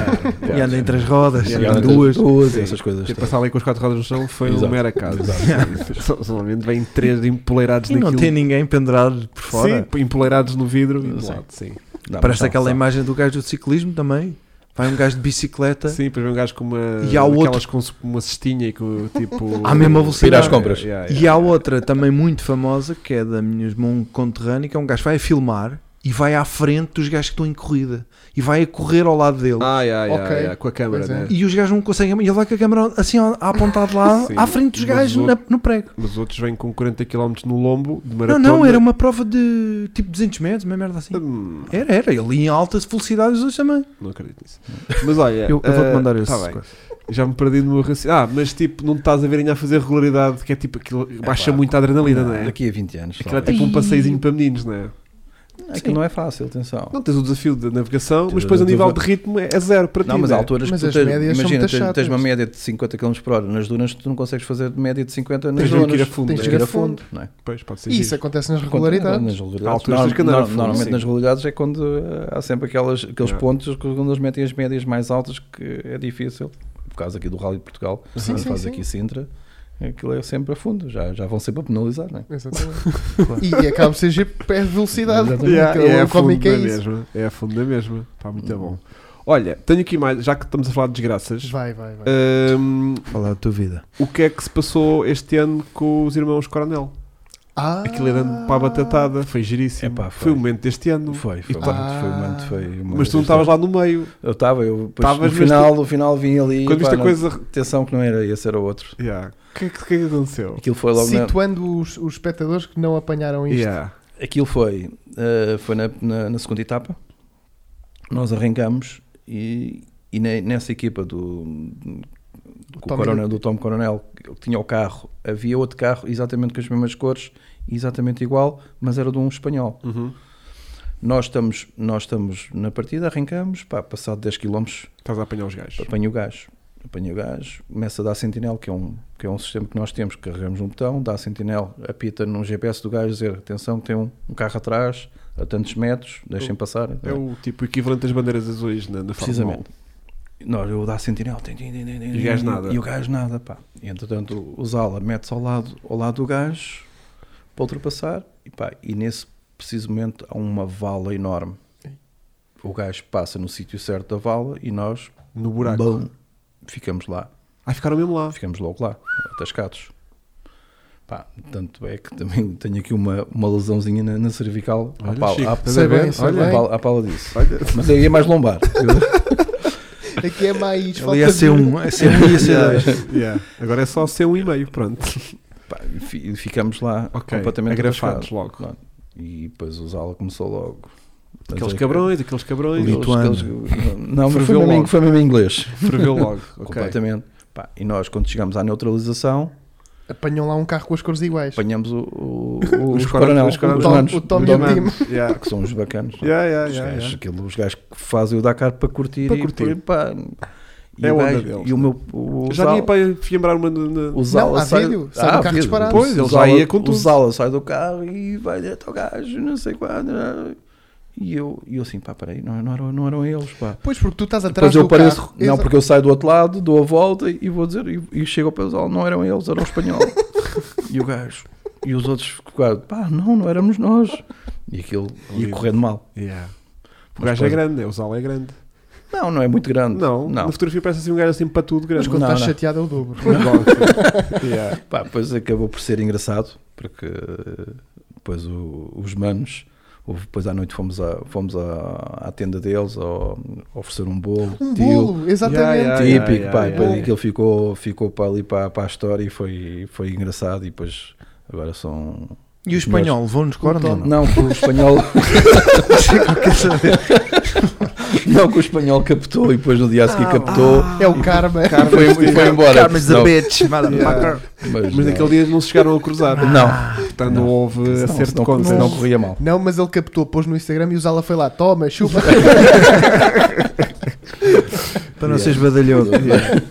Speaker 2: E anda em três rodas,
Speaker 1: E
Speaker 4: árabe,
Speaker 1: anda
Speaker 2: em
Speaker 1: em
Speaker 2: duas.
Speaker 4: duas,
Speaker 1: Sim. Tipo,
Speaker 4: essas coisas.
Speaker 1: Ter de passar ali com os quatro rodas no chão foi um
Speaker 4: Exato.
Speaker 1: mero acaso. [LAUGHS] Só- Somente vêm três empoleirados
Speaker 2: E
Speaker 1: naquilo.
Speaker 2: não tem ninguém pendurado por fora.
Speaker 1: Sim, empoleirados no vidro e do
Speaker 4: Sim.
Speaker 1: lado, sim.
Speaker 4: Não,
Speaker 2: Parece
Speaker 4: mas
Speaker 2: aquela
Speaker 4: são-
Speaker 2: imagem do gajo do ciclismo também. Vai um gajo de bicicleta.
Speaker 1: Sim, depois vem um gajo com uma.
Speaker 2: E há
Speaker 1: aquelas
Speaker 2: outro-
Speaker 1: com su- uma cestinha e com tipo.
Speaker 2: À mesma velocidade.
Speaker 4: Ir às compras.
Speaker 1: Yeah, Ah, yeah,
Speaker 2: E há
Speaker 1: yeah.
Speaker 2: outra também muito famosa que é da minha irmã conterrânea, que é um gajo que vai a filmar e vai à frente dos gajos que estão em corrida e vai a correr ao lado dele.
Speaker 1: Ah, yeah, yeah,
Speaker 3: Ok.
Speaker 1: yeah, com a câmera,
Speaker 3: Pois é.
Speaker 1: né?
Speaker 2: E os gajos não conseguem. E ele vai com a câmera assim ó, a apontar de
Speaker 1: [LAUGHS]
Speaker 2: lá
Speaker 1: Sim,
Speaker 2: à frente dos
Speaker 1: mas
Speaker 2: gajos
Speaker 1: o-
Speaker 2: na- no prego.
Speaker 1: Mas outros vêm com 40 km no lombo de maratona.
Speaker 2: Não, não, era um- uma prova de tipo 200 metros, uma merda assim.
Speaker 1: Hum,
Speaker 2: Era, era. Ele ia em alta velocidade os dois também.
Speaker 1: não acredito nisso. Mas olha.
Speaker 2: Eu, eu vou-te
Speaker 1: eh,
Speaker 2: mandar esse.
Speaker 1: tá bem. Já me perdi no meu raciocínio. Ah, mas tipo, não estás a ver ainda a fazer regularidade, que é tipo aquilo. Baixa
Speaker 4: pá,
Speaker 1: muito a adrenalina, não é?
Speaker 4: Daqui a 20 anos.
Speaker 1: Aquilo é
Speaker 4: talvez.
Speaker 1: tipo um passeiozinho para meninos, não é?
Speaker 4: Aquilo não é fácil, atenção.
Speaker 1: Não tens o desafio da navegação,
Speaker 4: Tens
Speaker 1: mas depois
Speaker 4: o
Speaker 1: a nível de
Speaker 4: desafio.
Speaker 1: ritmo é é zero para ti.
Speaker 4: Não, mas
Speaker 1: né?
Speaker 4: há alturas
Speaker 3: Mas
Speaker 4: que tu
Speaker 3: as
Speaker 4: tens,
Speaker 3: médias são
Speaker 4: imagina,
Speaker 3: muito
Speaker 4: tens, tens uma
Speaker 3: chatas.
Speaker 4: média de 50 km por hora nas dunas, tu não consegues fazer de média de 50 nas
Speaker 1: Tens
Speaker 4: dunas.
Speaker 1: mesmo que ir a fundo.
Speaker 3: Tens
Speaker 1: né?
Speaker 3: que ir a fundo.
Speaker 4: Não é?
Speaker 1: Pois, pode ser.
Speaker 3: E isso
Speaker 1: giro.
Speaker 3: acontece nas regularidades.
Speaker 4: Nas
Speaker 1: Há
Speaker 4: regularidades.
Speaker 1: alturas tens que andar a
Speaker 4: Norm-
Speaker 1: fundo,
Speaker 4: normalmente
Speaker 1: sim.
Speaker 4: nas regularidades é quando eh, há sempre aquelas, aqueles
Speaker 1: Yeah.
Speaker 4: pontos que quando eles metem as médias mais altas que é difícil. Por causa aqui do Rally de Portugal,
Speaker 3: Sim,
Speaker 4: quando
Speaker 3: sim,
Speaker 4: faz
Speaker 3: sim.
Speaker 4: aqui Sintra, aquilo é sempre a fundo. Já, já vão sempre a penalizar, não é?
Speaker 3: Exatamente. e acaba por ser giro, perde velocidade.
Speaker 4: Exatamente.
Speaker 1: Yeah,
Speaker 3: Aquela
Speaker 2: um
Speaker 1: é a fundo
Speaker 3: cómica
Speaker 1: da
Speaker 3: é isso.
Speaker 1: mesma. É a fundo da mesma. Pá, muito bom. Olha, tenho aqui mais, já que estamos a falar de desgraças,
Speaker 3: Vai, vai, vai.
Speaker 1: hum,
Speaker 2: Falar da tua vida.
Speaker 1: o que é que se passou este ano com os irmãos Coronel?
Speaker 3: Ah,
Speaker 1: Eh, Aquilo era para a batatada, foi giríssimo.
Speaker 4: Epá, foi.
Speaker 1: foi. o momento deste ano.
Speaker 4: Foi, foi,
Speaker 1: E
Speaker 4: um
Speaker 1: tá-
Speaker 4: momento, foi, um momento, foi uma-
Speaker 1: Mas tu não estavas lá no meio.
Speaker 4: Eu estava, eu depois,
Speaker 1: Estavas,
Speaker 4: no
Speaker 1: mas
Speaker 4: final, no final vim ali.
Speaker 1: Quando viste
Speaker 4: pá,
Speaker 1: a
Speaker 4: não-
Speaker 1: coisa.
Speaker 4: Atenção que não era esse, era outro.
Speaker 1: Yeah. O que, é que- o que é que aconteceu?
Speaker 4: Aquilo foi logo na,
Speaker 3: Situando os, os espectadores que não apanharam isto.
Speaker 1: Yeah.
Speaker 4: Aquilo foi, eh, foi na, na- na segunda etapa. Nós arrancamos e, e ne- nessa equipa do, do,
Speaker 3: Tom
Speaker 4: coronel,
Speaker 3: Hiddleston.
Speaker 4: do Tom Coronel, que tinha o carro, havia outro carro exatamente com as mesmas cores, exatamente igual, mas era de um espanhol.
Speaker 1: Uhum.
Speaker 4: Nós estamos, nós estamos na partida, arrancamos, pá, passado 10 km,
Speaker 1: Estás a apanhar os gajos.
Speaker 4: apanho o gajo. Apanho o gajo, começa a dar sentinel, que é, um, que é um sistema que nós temos, carregamos um botão, dá sentinel, apita num GPS do gajo, dizer, atenção que tem um, um carro atrás, a tantos metros, deixem passar.
Speaker 1: É o tipo equivalente às bandeiras azuis na, na Fórmula um.
Speaker 4: Precisamente. Nós, eu dá sentinel, tem, tem, tem, tem, tem,
Speaker 1: E o gajo nada.
Speaker 4: E o gajo nada, pá. E, entretanto, o Zala mete-se ao lado, ao lado do gajo, para ultrapassar, e pá, e nesse preciso momento há uma vala enorme. O gajo passa no sítio certo da vala e nós,
Speaker 1: 1. No buraco.
Speaker 4: bum, ficamos lá.
Speaker 1: Ah, ficaram mesmo lá.
Speaker 4: Ficamos logo lá, atascados. Pá, tanto é que também [LAUGHS] tenho aqui uma, uma lesãozinha na, na cervical. À
Speaker 1: Olha,
Speaker 4: pala,
Speaker 1: Chico,
Speaker 4: à-
Speaker 1: estás
Speaker 3: a
Speaker 4: Sei
Speaker 3: ver?
Speaker 4: bem,
Speaker 3: Sei
Speaker 4: olha, à
Speaker 3: bem.
Speaker 4: pala, à pala disso.
Speaker 1: Olha.
Speaker 4: Mas aí é mais
Speaker 1: [LAUGHS]
Speaker 4: lombar.
Speaker 3: Aqui é mais.
Speaker 2: Ali é
Speaker 4: [LAUGHS]
Speaker 2: C1, é C1 e é C2.
Speaker 1: [LAUGHS] Yeah. Agora é só ser um e-mail, pronto.
Speaker 4: Pá, fi- ficamos lá
Speaker 1: [LAUGHS] Ok,
Speaker 4: completamente
Speaker 1: agrafados
Speaker 4: atascados.
Speaker 1: logo.
Speaker 4: E depois o Zala começou logo. é
Speaker 1: Aqueles cabrões, aqueles cabrões.
Speaker 2: Li- Lituano.
Speaker 4: não, mas foi
Speaker 1: Ferveu
Speaker 4: mesmo, em-
Speaker 1: logo.
Speaker 4: foi mesmo em inglês.
Speaker 1: Ferveu
Speaker 4: [LAUGHS]
Speaker 1: logo. ok.
Speaker 4: Completamente. Pá, e nós, quando chegámos à neutralização, é.
Speaker 3: Apanham lá um carro com as cores iguais.
Speaker 4: apanhamos o, o, o-
Speaker 1: [LAUGHS] Os
Speaker 4: os
Speaker 1: coronel-
Speaker 4: coronel,
Speaker 1: os coronel-
Speaker 4: os
Speaker 3: Tom-
Speaker 4: manos,
Speaker 3: o Tom
Speaker 4: os
Speaker 3: e o
Speaker 4: manos,
Speaker 3: Tim.
Speaker 4: [LAUGHS]
Speaker 1: Yeah.
Speaker 4: que são os bacanos.
Speaker 1: [LAUGHS]
Speaker 4: não é?
Speaker 1: Yeah, yeah,
Speaker 4: Os
Speaker 1: yeah,
Speaker 4: gajos,
Speaker 1: yeah.
Speaker 4: aquilo- os gajos que fazem o Dakar para curtir
Speaker 1: Para
Speaker 4: e
Speaker 1: curtir.
Speaker 4: por- pá, e
Speaker 1: É a
Speaker 4: o
Speaker 1: onda
Speaker 4: gajo-
Speaker 1: deles,
Speaker 4: e o
Speaker 1: né?
Speaker 4: meu o
Speaker 1: Já
Speaker 4: Zala-
Speaker 1: vinha para fiembrar uma. na- na-
Speaker 4: o Zala
Speaker 3: Não, há
Speaker 4: sai, Ah,
Speaker 3: vídeo, sai do
Speaker 4: há
Speaker 3: carro
Speaker 4: vídeo.
Speaker 3: disparado.
Speaker 1: Pois,
Speaker 4: O
Speaker 1: ele já
Speaker 4: Zala-
Speaker 1: ia com tudo.
Speaker 4: o Zala sai do carro e vai direto ao gajo não sei quando e eu, e eu assim pá peraí não, não, eram, não eram eles pá
Speaker 3: Pois, porque tu estás atrás
Speaker 4: depois eu
Speaker 3: do
Speaker 4: pareço
Speaker 3: carro.
Speaker 4: não
Speaker 3: Exa-
Speaker 4: porque eu saio do outro lado dou a volta e vou dizer e, e chego ao pé do Zala não eram eles era o espanhol e o gajo e os outros ficaram pá não não éramos nós e aquilo ia
Speaker 1: Horrível.
Speaker 4: correndo mal
Speaker 1: Yeah. O
Speaker 4: Mas
Speaker 1: gajo é
Speaker 4: depois-
Speaker 1: grande, é, o Zal é grande.
Speaker 4: não não é muito grande
Speaker 1: Não,
Speaker 4: não
Speaker 1: na fotografia parece assim um gajo assim para tudo
Speaker 3: Mas
Speaker 1: grande.
Speaker 3: quando
Speaker 4: Não,
Speaker 3: estás
Speaker 4: não.
Speaker 3: chateado é
Speaker 1: [LAUGHS]
Speaker 3: o dobro.
Speaker 1: Não.
Speaker 4: [LAUGHS]
Speaker 1: yeah.
Speaker 4: Pá, depois acabou por ser engraçado, porque eh, depois o- os manos, houve- depois à noite fomos, à, fomos à, à tenda deles ao- oferecer um bolo.
Speaker 3: Um
Speaker 4: tio,
Speaker 3: bolo,
Speaker 1: Yeah,
Speaker 3: exatamente.
Speaker 1: yeah.
Speaker 4: Típico, pá,
Speaker 1: yeah,
Speaker 4: e depois
Speaker 1: yeah.
Speaker 4: aquilo ficou, ficou para ali para, para a história e foi, foi engraçado. E depois agora são um
Speaker 2: E o
Speaker 4: Os melhores.
Speaker 2: espanhol, vão nos cornos ou não?
Speaker 4: Não, que o espanhol. [LAUGHS]
Speaker 2: [LAUGHS]
Speaker 4: não, que o espanhol captou e depois no dia a seguir
Speaker 1: Ah,
Speaker 4: captou.
Speaker 3: É o karma.
Speaker 4: e foi, e foi embora.
Speaker 2: Carmen's a
Speaker 4: Não,
Speaker 2: bitch, motherfucker.
Speaker 4: mas
Speaker 1: Mas naquele dia não se chegaram a cruzar.
Speaker 4: Ah, Não,
Speaker 1: Portanto, não houve acerto de
Speaker 4: não,
Speaker 1: contas.
Speaker 4: não corria mal.
Speaker 3: Não, mas ele captou, pôs no Instagram e o Zala foi lá, toma, chupa.
Speaker 2: Para não seres badalhoco.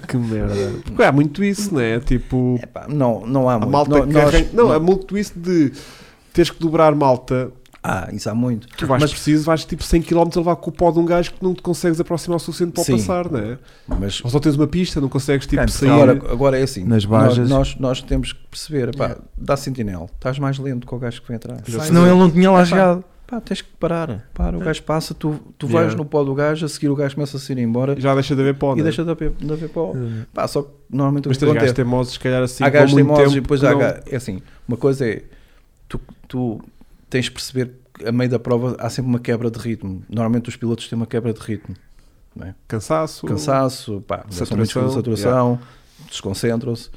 Speaker 1: Que merda. Porque há muito isso, não é? Tipo,
Speaker 4: Epá, Não, não há
Speaker 1: a
Speaker 4: muito.
Speaker 1: malta
Speaker 4: Não,
Speaker 1: que
Speaker 4: nós-
Speaker 1: arran- Não, há muito isso de teres que dobrar malta.
Speaker 4: Ah, isso há muito.
Speaker 1: Tu vais
Speaker 4: Mas-
Speaker 1: preciso, vais tipo 100 km a levar com o pó de um gajo que não te consegues aproximar o suficiente para o
Speaker 4: Sim.
Speaker 1: passar, não é?
Speaker 4: Mas
Speaker 1: Ou só tens uma pista, não consegues tipo
Speaker 2: Cara,
Speaker 1: sair.
Speaker 4: agora, agora é assim.
Speaker 2: Nas
Speaker 4: nós,
Speaker 2: bajas.
Speaker 4: nós, nós temos que perceber. Epá, Dá sentinela. Estás mais lento que o gajo que vem atrás.
Speaker 1: Já
Speaker 2: Senão
Speaker 1: sei.
Speaker 2: ele não tinha lá chegado.
Speaker 4: Pá, tens que parar. Para, o gajo passa, tu, tu vais
Speaker 1: Yeah.
Speaker 4: no pó do gajo, a seguir o gajo começa a se ir embora
Speaker 1: Já deixa de haver pó,
Speaker 4: e
Speaker 1: não é?
Speaker 4: deixa de haver de haver pó. Pá, só que normalmente o
Speaker 1: Mas
Speaker 4: que
Speaker 1: tens gajos
Speaker 4: acontece.
Speaker 1: teimosos, se calhar assim,
Speaker 4: há gajos
Speaker 1: com muito
Speaker 4: teimosos e
Speaker 1: tempo
Speaker 4: depois
Speaker 1: que
Speaker 4: há
Speaker 1: não-
Speaker 4: gajos. É assim, uma coisa é tu, tu tens de perceber que a meio da prova há sempre uma quebra de ritmo. Normalmente os pilotos têm uma quebra de ritmo.
Speaker 1: Cansaço.
Speaker 4: Cansaço, pá, são muitos
Speaker 1: Saturação,
Speaker 4: quilos de saturação, desconcentram-se.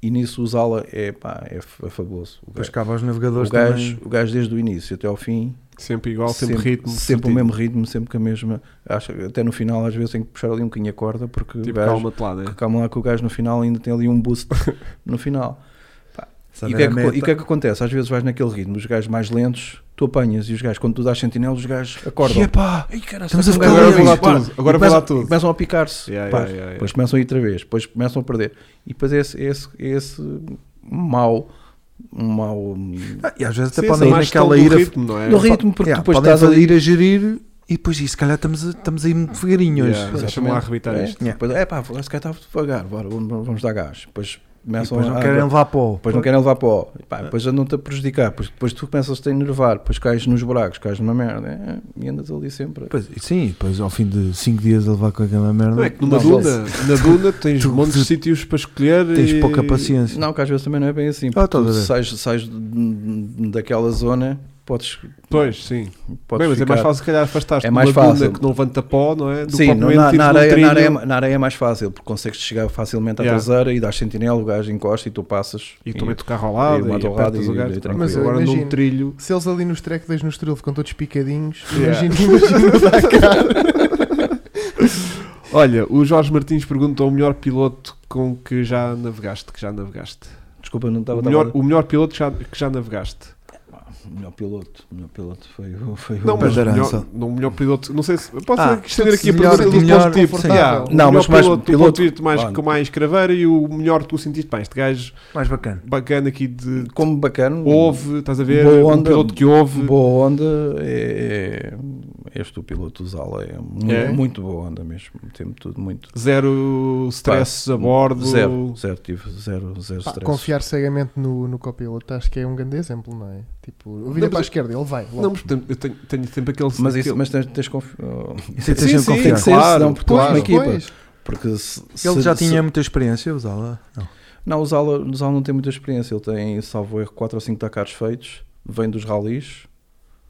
Speaker 4: E nisso usá-la é, pá, é, f- é fabuloso. O
Speaker 2: Depois
Speaker 4: gajo,
Speaker 2: cabe aos
Speaker 4: o
Speaker 2: navegadores
Speaker 4: gajo,
Speaker 2: também.
Speaker 4: o gajo desde o início até ao fim,
Speaker 1: Sempre igual, sempre, ritmo.
Speaker 4: sempre
Speaker 1: certinho.
Speaker 4: o mesmo ritmo, sempre com a mesma. Acho que até no final, às vezes, tem que puxar ali um bocadinho a corda porque o
Speaker 1: Tipo,
Speaker 4: gajo,
Speaker 1: calma-te lá, não é?
Speaker 4: calma lá que o gajo no final ainda tem ali um boost
Speaker 1: [LAUGHS]
Speaker 4: no final. E
Speaker 2: Sabe,
Speaker 4: o que, é
Speaker 2: era
Speaker 4: que,
Speaker 2: meta.
Speaker 4: e o que é que acontece? Às vezes vais naquele ritmo, os gajos mais lentos, tu apanhas e os gajos, quando tu dás sentinela, os gajos acordam.
Speaker 2: E epá,
Speaker 4: Ei, cara,
Speaker 2: estamos
Speaker 4: será
Speaker 2: a
Speaker 4: que
Speaker 2: ficar
Speaker 4: um gajo
Speaker 1: Agora vou lá tudo. Agora
Speaker 4: vai ali? Pá, e
Speaker 1: vou lá
Speaker 4: começam- e
Speaker 1: tudo.
Speaker 4: Começam a picar-se.
Speaker 1: Yeah,
Speaker 4: Pá,
Speaker 1: yeah, yeah, yeah.
Speaker 4: Depois começam a ir outra vez, depois começam a perder. E depois é esse, esse, esse um mau, mau
Speaker 2: Ah, e às vezes até
Speaker 1: Sim,
Speaker 2: podem ir
Speaker 1: essa má gestão
Speaker 2: naquela
Speaker 1: do
Speaker 2: ira.
Speaker 1: ritmo, não é?
Speaker 4: no ritmo, porque
Speaker 2: Yeah,
Speaker 4: depois
Speaker 2: podem
Speaker 4: estás ali.
Speaker 2: ir a gerir e depois, e se calhar estamos a, estamos a ir muito devagarinho hoje.
Speaker 1: Yeah, Deixa-me lá arrebitar
Speaker 4: é,
Speaker 1: isto.
Speaker 2: Yeah.
Speaker 4: Depois, é pá, esse gajo estava devagar, bora, vamos, vamos dar gás. Depois
Speaker 2: E
Speaker 4: começam
Speaker 2: depois não
Speaker 4: a-
Speaker 2: querem
Speaker 4: a,
Speaker 2: levar pó.
Speaker 4: Depois não querem levar pó. E pá, depois andam-te a prejudicar. Depois, depois tu começas-te a enervar. Depois cais nos buracos, cais numa merda. é, e andas ali sempre.
Speaker 2: Pois, sim, depois ao fim de 5 dias a levar com aquela merda,
Speaker 1: Não é que numa
Speaker 4: Não,
Speaker 1: duna, [LAUGHS] na duna tens
Speaker 2: Tu-
Speaker 1: montes de
Speaker 2: tu-
Speaker 1: sítios para escolher
Speaker 2: tens
Speaker 1: e-
Speaker 2: pouca paciência.
Speaker 4: Não, que às vezes também não é bem assim.
Speaker 2: Ah,
Speaker 4: Porque
Speaker 2: estás
Speaker 4: tu
Speaker 2: a ver.
Speaker 4: sais, sais de- de- daquela zona, podes.
Speaker 1: Pois, sim.
Speaker 4: podes
Speaker 1: Bem, mas é mais
Speaker 4: ficar-
Speaker 1: fácil se calhar afastar-te
Speaker 4: É
Speaker 1: de
Speaker 4: mais
Speaker 1: uma duna
Speaker 4: fácil.
Speaker 1: que não levanta pó, não é? Do
Speaker 4: Sim,
Speaker 1: propriamente
Speaker 4: na,
Speaker 1: ires
Speaker 4: na
Speaker 1: num
Speaker 4: areia, na, areia,
Speaker 1: trilho
Speaker 4: na areia é mais fácil, porque consegues chegar facilmente à
Speaker 1: Yeah.
Speaker 4: traseira e dás sentinela, o gajo encosta e tu passas.
Speaker 1: E tu metes o carro ao lado
Speaker 4: e
Speaker 1: e,
Speaker 4: mato ao
Speaker 1: apertas
Speaker 4: lado
Speaker 1: o
Speaker 4: e-
Speaker 1: gajo.
Speaker 4: e
Speaker 1: Pronto, Mas
Speaker 4: Mas eu
Speaker 1: agora num
Speaker 3: imagino-
Speaker 1: trilho...
Speaker 3: Se eles ali nos track days nos trilho ficam todos picadinhos,
Speaker 1: Yeah.
Speaker 3: imagina, imagina dar cara.
Speaker 1: Olha, o Jorge Martins pergunta o melhor piloto com que já navegaste, que já navegaste.
Speaker 4: Desculpa, não estava.
Speaker 1: O melhor,
Speaker 4: estava-
Speaker 1: o melhor piloto que já, que já navegaste.
Speaker 4: o melhor piloto. O melhor piloto foi o. Foi o-
Speaker 1: Não, mas o melhor,
Speaker 2: Banderança.
Speaker 1: não, o melhor piloto... Não sei se... Posso
Speaker 2: Ah,
Speaker 1: estender aqui a
Speaker 2: melhor-
Speaker 1: pergunta do
Speaker 2: melhor-
Speaker 1: ponto de tipo.
Speaker 3: sim.
Speaker 1: Yeah,
Speaker 3: Não,
Speaker 1: o melhor
Speaker 4: Ah, mas mais
Speaker 1: piloto, do
Speaker 4: piloto-
Speaker 1: ponto de vista mais,
Speaker 4: Ah.
Speaker 1: com mais craveira e o melhor que tu sentiste, pá, este gajo
Speaker 2: Mais bacana.
Speaker 1: bacana aqui de...
Speaker 4: Como bacana.
Speaker 1: Houve, estás a ver?
Speaker 4: Hum. Boa
Speaker 1: Um
Speaker 4: onda.
Speaker 1: piloto que houve.
Speaker 4: Boa onda é, é este o piloto Zala é muito,
Speaker 1: É?
Speaker 4: muito boa onda mesmo, tem tudo muito
Speaker 1: Zero stress
Speaker 4: Pá,
Speaker 1: a bordo.
Speaker 4: Zero, zero, tive zero, zero
Speaker 3: Pá,
Speaker 4: stress.
Speaker 3: Confiar cegamente no, no copiloto, acho que é um grande exemplo, não é? Tipo, eu vira
Speaker 1: Não, mas-
Speaker 3: para a esquerda, ele vai. logo.
Speaker 1: Não, mas portanto, eu tenho, tenho sempre aquele.
Speaker 4: Mas, isso,
Speaker 1: aquele-
Speaker 4: mas tens, tens confiança.
Speaker 2: Isso é que tens
Speaker 1: Sim,
Speaker 2: sempre
Speaker 1: sim,
Speaker 2: confiar.
Speaker 1: sim. claro,
Speaker 4: não, porque tu
Speaker 1: claro.
Speaker 4: és uma equipa.
Speaker 3: Pois.
Speaker 4: Porque se,
Speaker 2: Ele
Speaker 4: se-
Speaker 2: já
Speaker 4: se-
Speaker 2: tinha muita experiência, usá-la. Não.
Speaker 4: não, o Zala, o Zala não tem muita experiência. Ele tem, salvo erro, 4 ou 5 Dakars feitos. Vem dos ralis.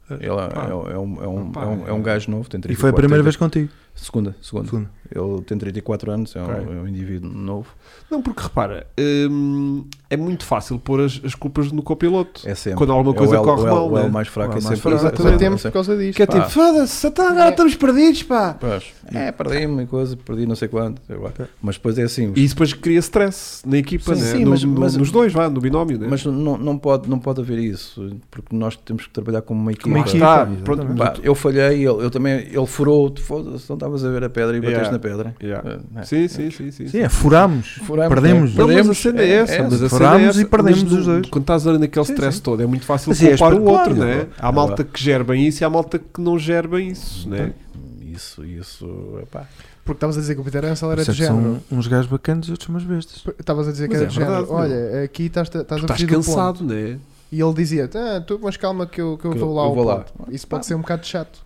Speaker 4: Ele é,
Speaker 1: Pá.
Speaker 4: é um, é, um, é, um,
Speaker 1: Pá.
Speaker 4: é, um, é um gajo novo. Tem
Speaker 2: E foi a
Speaker 4: 34,
Speaker 2: primeira vez
Speaker 4: 30
Speaker 2: contigo.
Speaker 4: Segunda, segunda.
Speaker 2: Segundo.
Speaker 4: Ele tem 34 anos. É um,
Speaker 1: Ok.
Speaker 4: é um indivíduo novo.
Speaker 1: Não, porque repara, hum, é muito fácil pôr as, as culpas no copiloto.
Speaker 4: É sempre.
Speaker 1: Quando alguma
Speaker 4: É
Speaker 1: coisa
Speaker 4: o L-
Speaker 1: corre
Speaker 4: o L-
Speaker 1: mal,
Speaker 4: O
Speaker 1: né?
Speaker 4: L mais fraco
Speaker 2: O
Speaker 4: é
Speaker 2: L mais
Speaker 4: sempre.
Speaker 2: fraco.
Speaker 4: é sempre-
Speaker 3: Batemos por causa disto.
Speaker 1: Que é tipo,
Speaker 4: Pá.
Speaker 1: foda-se, então agora estamos perdidos, pá.
Speaker 4: Pois. É, perdi-me e coisa, perdi não sei quanto. sei lá. Mas depois é assim. os-
Speaker 1: E isso depois cria stress na equipa,
Speaker 4: Sim,
Speaker 1: né?
Speaker 4: sim,
Speaker 1: No-
Speaker 4: mas-
Speaker 1: no-
Speaker 4: mas-
Speaker 1: nos dois, vá, no binómio, né?
Speaker 4: Mas não, não, pode, não pode haver isso, porque nós temos que trabalhar como uma equipa.
Speaker 1: Como é que está?
Speaker 2: Claro,
Speaker 1: Pronto,
Speaker 2: exatamente.
Speaker 4: Pá, eu falhei, ele, eu também, ele furou, te foda-se, não estavas a ver a pedra e bateste
Speaker 1: Yeah.
Speaker 4: na pedra.
Speaker 1: Yeah.
Speaker 4: É, é.
Speaker 1: Sim, sim, sim, sim.
Speaker 2: Sim, é, furámos.
Speaker 4: Furamos,
Speaker 2: Perdemos.
Speaker 4: é,
Speaker 1: Não, mas a
Speaker 4: perdemos,
Speaker 1: cena é, essa, mas a cena é
Speaker 2: Furámos
Speaker 1: essa.
Speaker 2: e perdemos
Speaker 1: Mas
Speaker 2: os
Speaker 1: no-
Speaker 2: dois.
Speaker 1: Quando estás ali naquele
Speaker 2: Sim,
Speaker 1: stress todo, é muito fácil
Speaker 2: Mas é
Speaker 1: culpar o
Speaker 2: espetacular,
Speaker 1: outro,
Speaker 2: não é?
Speaker 1: né? Há malta que gera bem isso e há malta que não gera bem isso, né?
Speaker 4: Isso, isso, epá.
Speaker 3: Porque estavas a dizer que o Peter Ansel era
Speaker 2: Isso
Speaker 3: do
Speaker 2: é que
Speaker 3: género.
Speaker 2: são uns gajos bacanas e outros umas bestas.
Speaker 3: Estavas a dizer que
Speaker 1: Mas
Speaker 3: era
Speaker 1: é
Speaker 3: do género.
Speaker 1: verdade, meu.
Speaker 3: Olha, aqui estás, estás a
Speaker 1: Estás
Speaker 3: fugir do ponto.
Speaker 1: cansado, né?
Speaker 3: E ele dizia: ah, tu, mas calma que eu, que eu
Speaker 4: Que
Speaker 3: vou lá
Speaker 4: eu
Speaker 3: ao
Speaker 4: vou lá.
Speaker 3: ponto. Isso pode
Speaker 1: Ah.
Speaker 3: ser um bocado chato.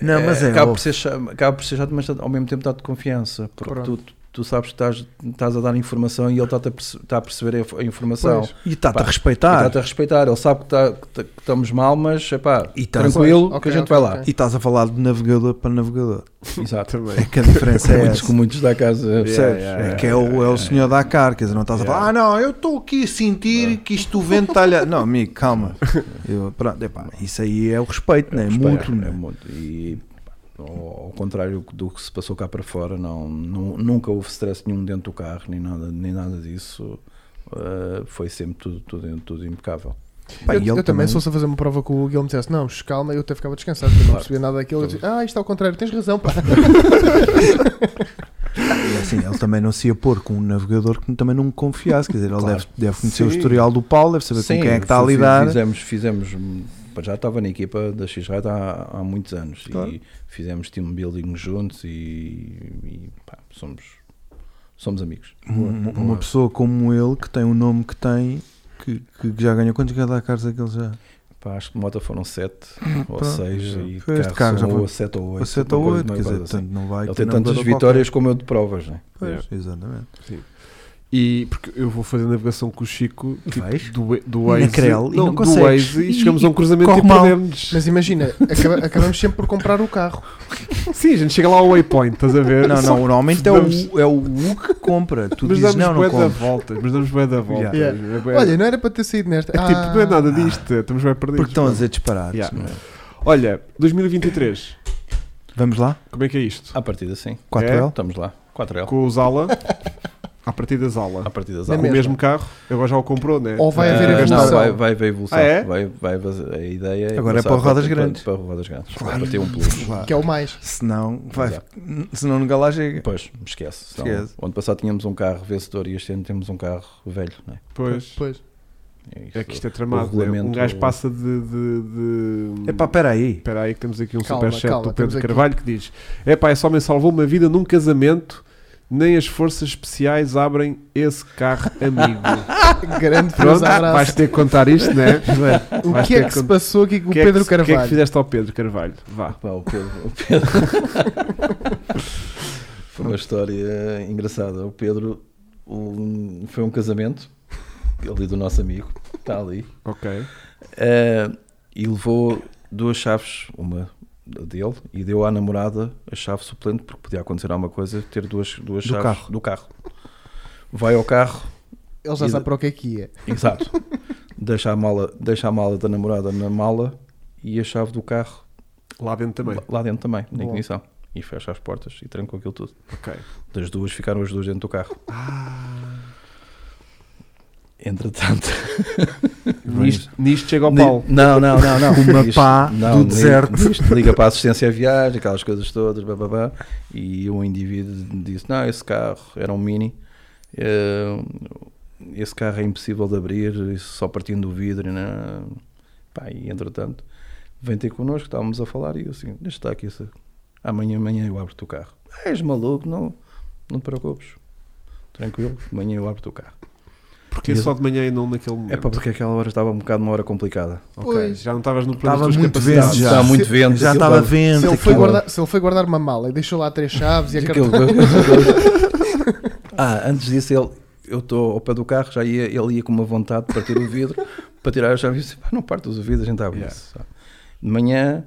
Speaker 2: Não, mas é.
Speaker 4: acaba,
Speaker 2: ó,
Speaker 4: por ser, cha- acaba por ser chato, mas ao mesmo tempo dá-te confiança, porque tu,
Speaker 3: Pronto.
Speaker 4: tu, tu sabes que estás, estás a dar informação e ele está-te a perce- está a, perceber a- a informação.
Speaker 3: Pois.
Speaker 2: E está-te
Speaker 4: Pá,
Speaker 2: a
Speaker 4: E
Speaker 2: respeitar.
Speaker 4: está-te a respeitar, ele sabe que, está- que tá- que estamos mal, mas epá,
Speaker 2: E tá, estás
Speaker 4: tranquilo,
Speaker 3: Pois,
Speaker 4: que
Speaker 3: ok,
Speaker 4: a gente
Speaker 3: ok,
Speaker 4: vai lá.
Speaker 3: ok.
Speaker 2: E estás a falar de navegador para navegador.
Speaker 4: Exato.
Speaker 2: É
Speaker 1: Também.
Speaker 2: que a diferença [LAUGHS] é
Speaker 4: Muitos,
Speaker 2: essa.
Speaker 4: com muitos da casa.
Speaker 1: Yeah,
Speaker 2: Percebes?
Speaker 1: yeah,
Speaker 2: é que é,
Speaker 1: yeah,
Speaker 2: o, é É.
Speaker 1: yeah,
Speaker 2: o senhor da Dakar, quer dizer, não estás a
Speaker 4: Yeah.
Speaker 2: falar, ah não, eu estou aqui a sentir que isto o vento está [LAUGHS] a... Não, amigo, calma. Eu, pronto, epá, isso aí é o respeito, né? é mútuo,
Speaker 4: é
Speaker 2: né?
Speaker 4: muito. E pá, ao ao contrário do que se passou cá para fora, não, nu- nunca houve stress nenhum dentro do carro, nem nada, nem nada disso. Uh, foi sempre tudo, tudo, tudo impecável.
Speaker 2: Pá,
Speaker 3: eu,
Speaker 2: e ele
Speaker 3: eu também, se fosse a fazer uma prova com o Hugo e ele me dissesse, não, shh, calma, eu até ficava descansado, porque eu não
Speaker 4: Claro.
Speaker 3: percebia nada daquilo. Eu dizia, ah, isto é ao contrário, tens razão, pá. [LAUGHS]
Speaker 2: E assim, ele também não se ia pôr com um navegador que também não confiasse, quer dizer, ele
Speaker 4: Claro.
Speaker 2: deve, deve conhecer o
Speaker 1: Sim.
Speaker 2: historial do Paulo, deve saber com quem é que está a
Speaker 4: fi-
Speaker 2: lidar.
Speaker 4: Fizemos, fizemos pá, já estava na equipa da x há, há muitos anos
Speaker 2: Claro.
Speaker 4: e fizemos team building juntos e, e, pá, somos, somos amigos.
Speaker 2: uma, uma pessoa como ele, que tem o nome que tem, que, que já ganhou quantos Dakars é que ele já?
Speaker 4: Pá, acho que de moto foram 7 ou
Speaker 2: Pronto.
Speaker 4: 6 e
Speaker 2: Foi este
Speaker 4: carro,
Speaker 2: carro, já
Speaker 4: são
Speaker 2: foi-
Speaker 4: ou 7 ou assim. 8.
Speaker 2: Ou 7 ou 8, quer dizer, tanto não vai
Speaker 4: Ele
Speaker 2: que
Speaker 4: tem
Speaker 2: não
Speaker 4: tantas
Speaker 2: dá
Speaker 4: vitórias como eu de provas, né?
Speaker 2: qualquer- Pois, Exatamente.
Speaker 1: E porque eu vou fazer navegação com o Chico tipo,
Speaker 2: Vais?
Speaker 1: do, do
Speaker 2: Na
Speaker 1: Waze,
Speaker 2: Crel, e não
Speaker 1: do
Speaker 2: consegues.
Speaker 1: Waze e
Speaker 2: E-
Speaker 1: chegamos a um
Speaker 2: e
Speaker 1: cruzamento e
Speaker 2: corre mal.
Speaker 1: perdemos.
Speaker 3: Mas imagina, acaba- acabamos sempre por comprar o carro.
Speaker 1: Sim, a gente chega lá ao waypoint, estás a ver?
Speaker 2: Não,
Speaker 1: Só-
Speaker 2: não, normalmente é o,
Speaker 1: Damos-
Speaker 2: é o U que compra. Tu
Speaker 1: [LAUGHS] mas
Speaker 2: dizes,
Speaker 1: damos
Speaker 2: não, não
Speaker 1: bué da
Speaker 2: compra.
Speaker 1: volta, mas damos bué
Speaker 2: [LAUGHS]
Speaker 1: da volta.
Speaker 3: Yeah.
Speaker 1: É bué-
Speaker 3: Olha, não era para ter saído nesta.
Speaker 1: é tipo, não é
Speaker 3: Ah.
Speaker 1: nada disto, estamos bem perdidos.
Speaker 2: Porque estão a dizer disparados.
Speaker 1: Yeah.
Speaker 2: não é?
Speaker 1: Olha, 2023,
Speaker 2: Vamos lá?
Speaker 1: como é que é isto?
Speaker 4: À partida, sim.
Speaker 2: 4L?
Speaker 4: Então, Estamos lá. 4L.
Speaker 1: Com o Zala, à partida Zala.
Speaker 4: À partida,
Speaker 1: Com
Speaker 4: Zala.
Speaker 1: o
Speaker 3: mesma.
Speaker 1: mesmo carro, agora já o comprou, né?
Speaker 3: É Ou vai
Speaker 4: Ah,
Speaker 3: haver evolução.
Speaker 4: não, vai, vai haver evolução.
Speaker 1: Ah, é?
Speaker 4: vai, vai, haver- a ideia é
Speaker 2: Agora é
Speaker 4: começar
Speaker 2: para rodas
Speaker 4: para,
Speaker 2: grandes.
Speaker 4: Para, para rodas grandes. Para ter um plus.
Speaker 3: Que é o mais.
Speaker 2: Senão, vai,
Speaker 4: Exato.
Speaker 2: senão no galá chega.
Speaker 4: Pois, me esquece. Então,
Speaker 2: Esquece.
Speaker 4: O ano passado tínhamos um carro vencedor e este ano temos um carro velho, né?
Speaker 1: Pois,
Speaker 3: Pois.
Speaker 4: É isso.
Speaker 1: é que isto é tramado.
Speaker 4: O
Speaker 1: né? Um
Speaker 4: regulamento-
Speaker 1: gajo passa de. de, de...
Speaker 2: Epá, peraí.
Speaker 1: Espera aí que temos aqui um
Speaker 3: Calma,
Speaker 1: superchat
Speaker 3: calma,
Speaker 1: do Pedro
Speaker 3: temos aqui.
Speaker 1: Carvalho que diz Epá, esse homem salvou uma vida num casamento nem as forças especiais abrem esse carro amigo.
Speaker 3: Grande
Speaker 1: Pronto, ah,
Speaker 3: frase à
Speaker 1: vais
Speaker 3: braço.
Speaker 1: ter que contar isto, [LAUGHS] né?
Speaker 3: O
Speaker 1: vais
Speaker 3: que
Speaker 1: ter
Speaker 3: é que
Speaker 1: que
Speaker 3: se
Speaker 1: con-
Speaker 3: passou aqui com o
Speaker 1: que é que se-
Speaker 3: Pedro
Speaker 1: O que é que
Speaker 3: Carvalho?
Speaker 1: fizeste ao Pedro Carvalho? Vá.
Speaker 4: [LAUGHS] Pá, o Pedro,
Speaker 2: [LAUGHS]
Speaker 4: o Pedro- foi uma história engraçada. O Pedro um, foi a um casamento ali do nosso amigo, está ali,
Speaker 1: Ok.
Speaker 4: eh, e levou duas chaves, uma dele, e deu à namorada a chave suplente, porque podia acontecer alguma coisa, ter duas, duas
Speaker 2: Do
Speaker 4: chaves
Speaker 2: carro.
Speaker 4: do carro. Vai
Speaker 2: [LAUGHS]
Speaker 4: ao carro,
Speaker 3: Ele já
Speaker 4: E-
Speaker 3: sabe para o que é que ia.
Speaker 4: Exato. deixa, a mala, deixa a mala da namorada na mala e a chave do carro
Speaker 1: Lá dentro também.
Speaker 4: lá- lá dentro também, na
Speaker 3: Boa.
Speaker 4: ignição. E fecha as portas e trancou aquilo tudo.
Speaker 1: Ok.
Speaker 4: Das duas ficaram as duas dentro do carro.
Speaker 2: Ah.
Speaker 4: Entretanto.
Speaker 1: Nisto, nisto chega ao Paulo.
Speaker 4: Ni- Não, não, não, [LAUGHS] não.
Speaker 2: Uma
Speaker 4: Nisto-
Speaker 2: pá do
Speaker 4: ni-
Speaker 2: deserto.
Speaker 4: nisto liga para a assistência à viagem, aquelas coisas todas, blá, blá, blá, e um indivíduo disse: Não, esse carro era um mini, eh, esse carro é impossível de abrir, isso só partindo do vidro. Né? Pá, e entretanto, vem ter connosco, estávamos a falar, e eu assim: Deixa estar aqui, se- amanhã, amanhã eu abro o teu carro. "Ah, És maluco, não, não te preocupes. Tranquilo, amanhã eu abro o teu carro.
Speaker 1: Porque só de manhã e não naquele momento.
Speaker 4: É pá, porque aquela hora estava um bocado uma hora complicada.
Speaker 1: Ok,
Speaker 3: Pois.
Speaker 1: Já não estavas no plano
Speaker 2: Estava
Speaker 1: das tuas
Speaker 2: muito
Speaker 1: capacidades.
Speaker 2: vento já.
Speaker 4: Estava muito vento.
Speaker 2: Já
Speaker 4: aquilo
Speaker 2: estava
Speaker 4: estava-
Speaker 2: vento.
Speaker 3: Se ele,
Speaker 2: aquilo.
Speaker 3: foi guardar, se ele foi guardar uma mala e deixou lá três chaves e a
Speaker 4: Aquilo-
Speaker 3: carta.
Speaker 4: [LAUGHS] ah, antes disso, ele, eu estou ao pé do carro, já ia, ele ia com uma vontade de partir o vidro, [LAUGHS] para tirar a chave e disse, "Pá, não partas o vidro, a gente abre
Speaker 1: Yeah.
Speaker 4: isso. sabe? De manhã,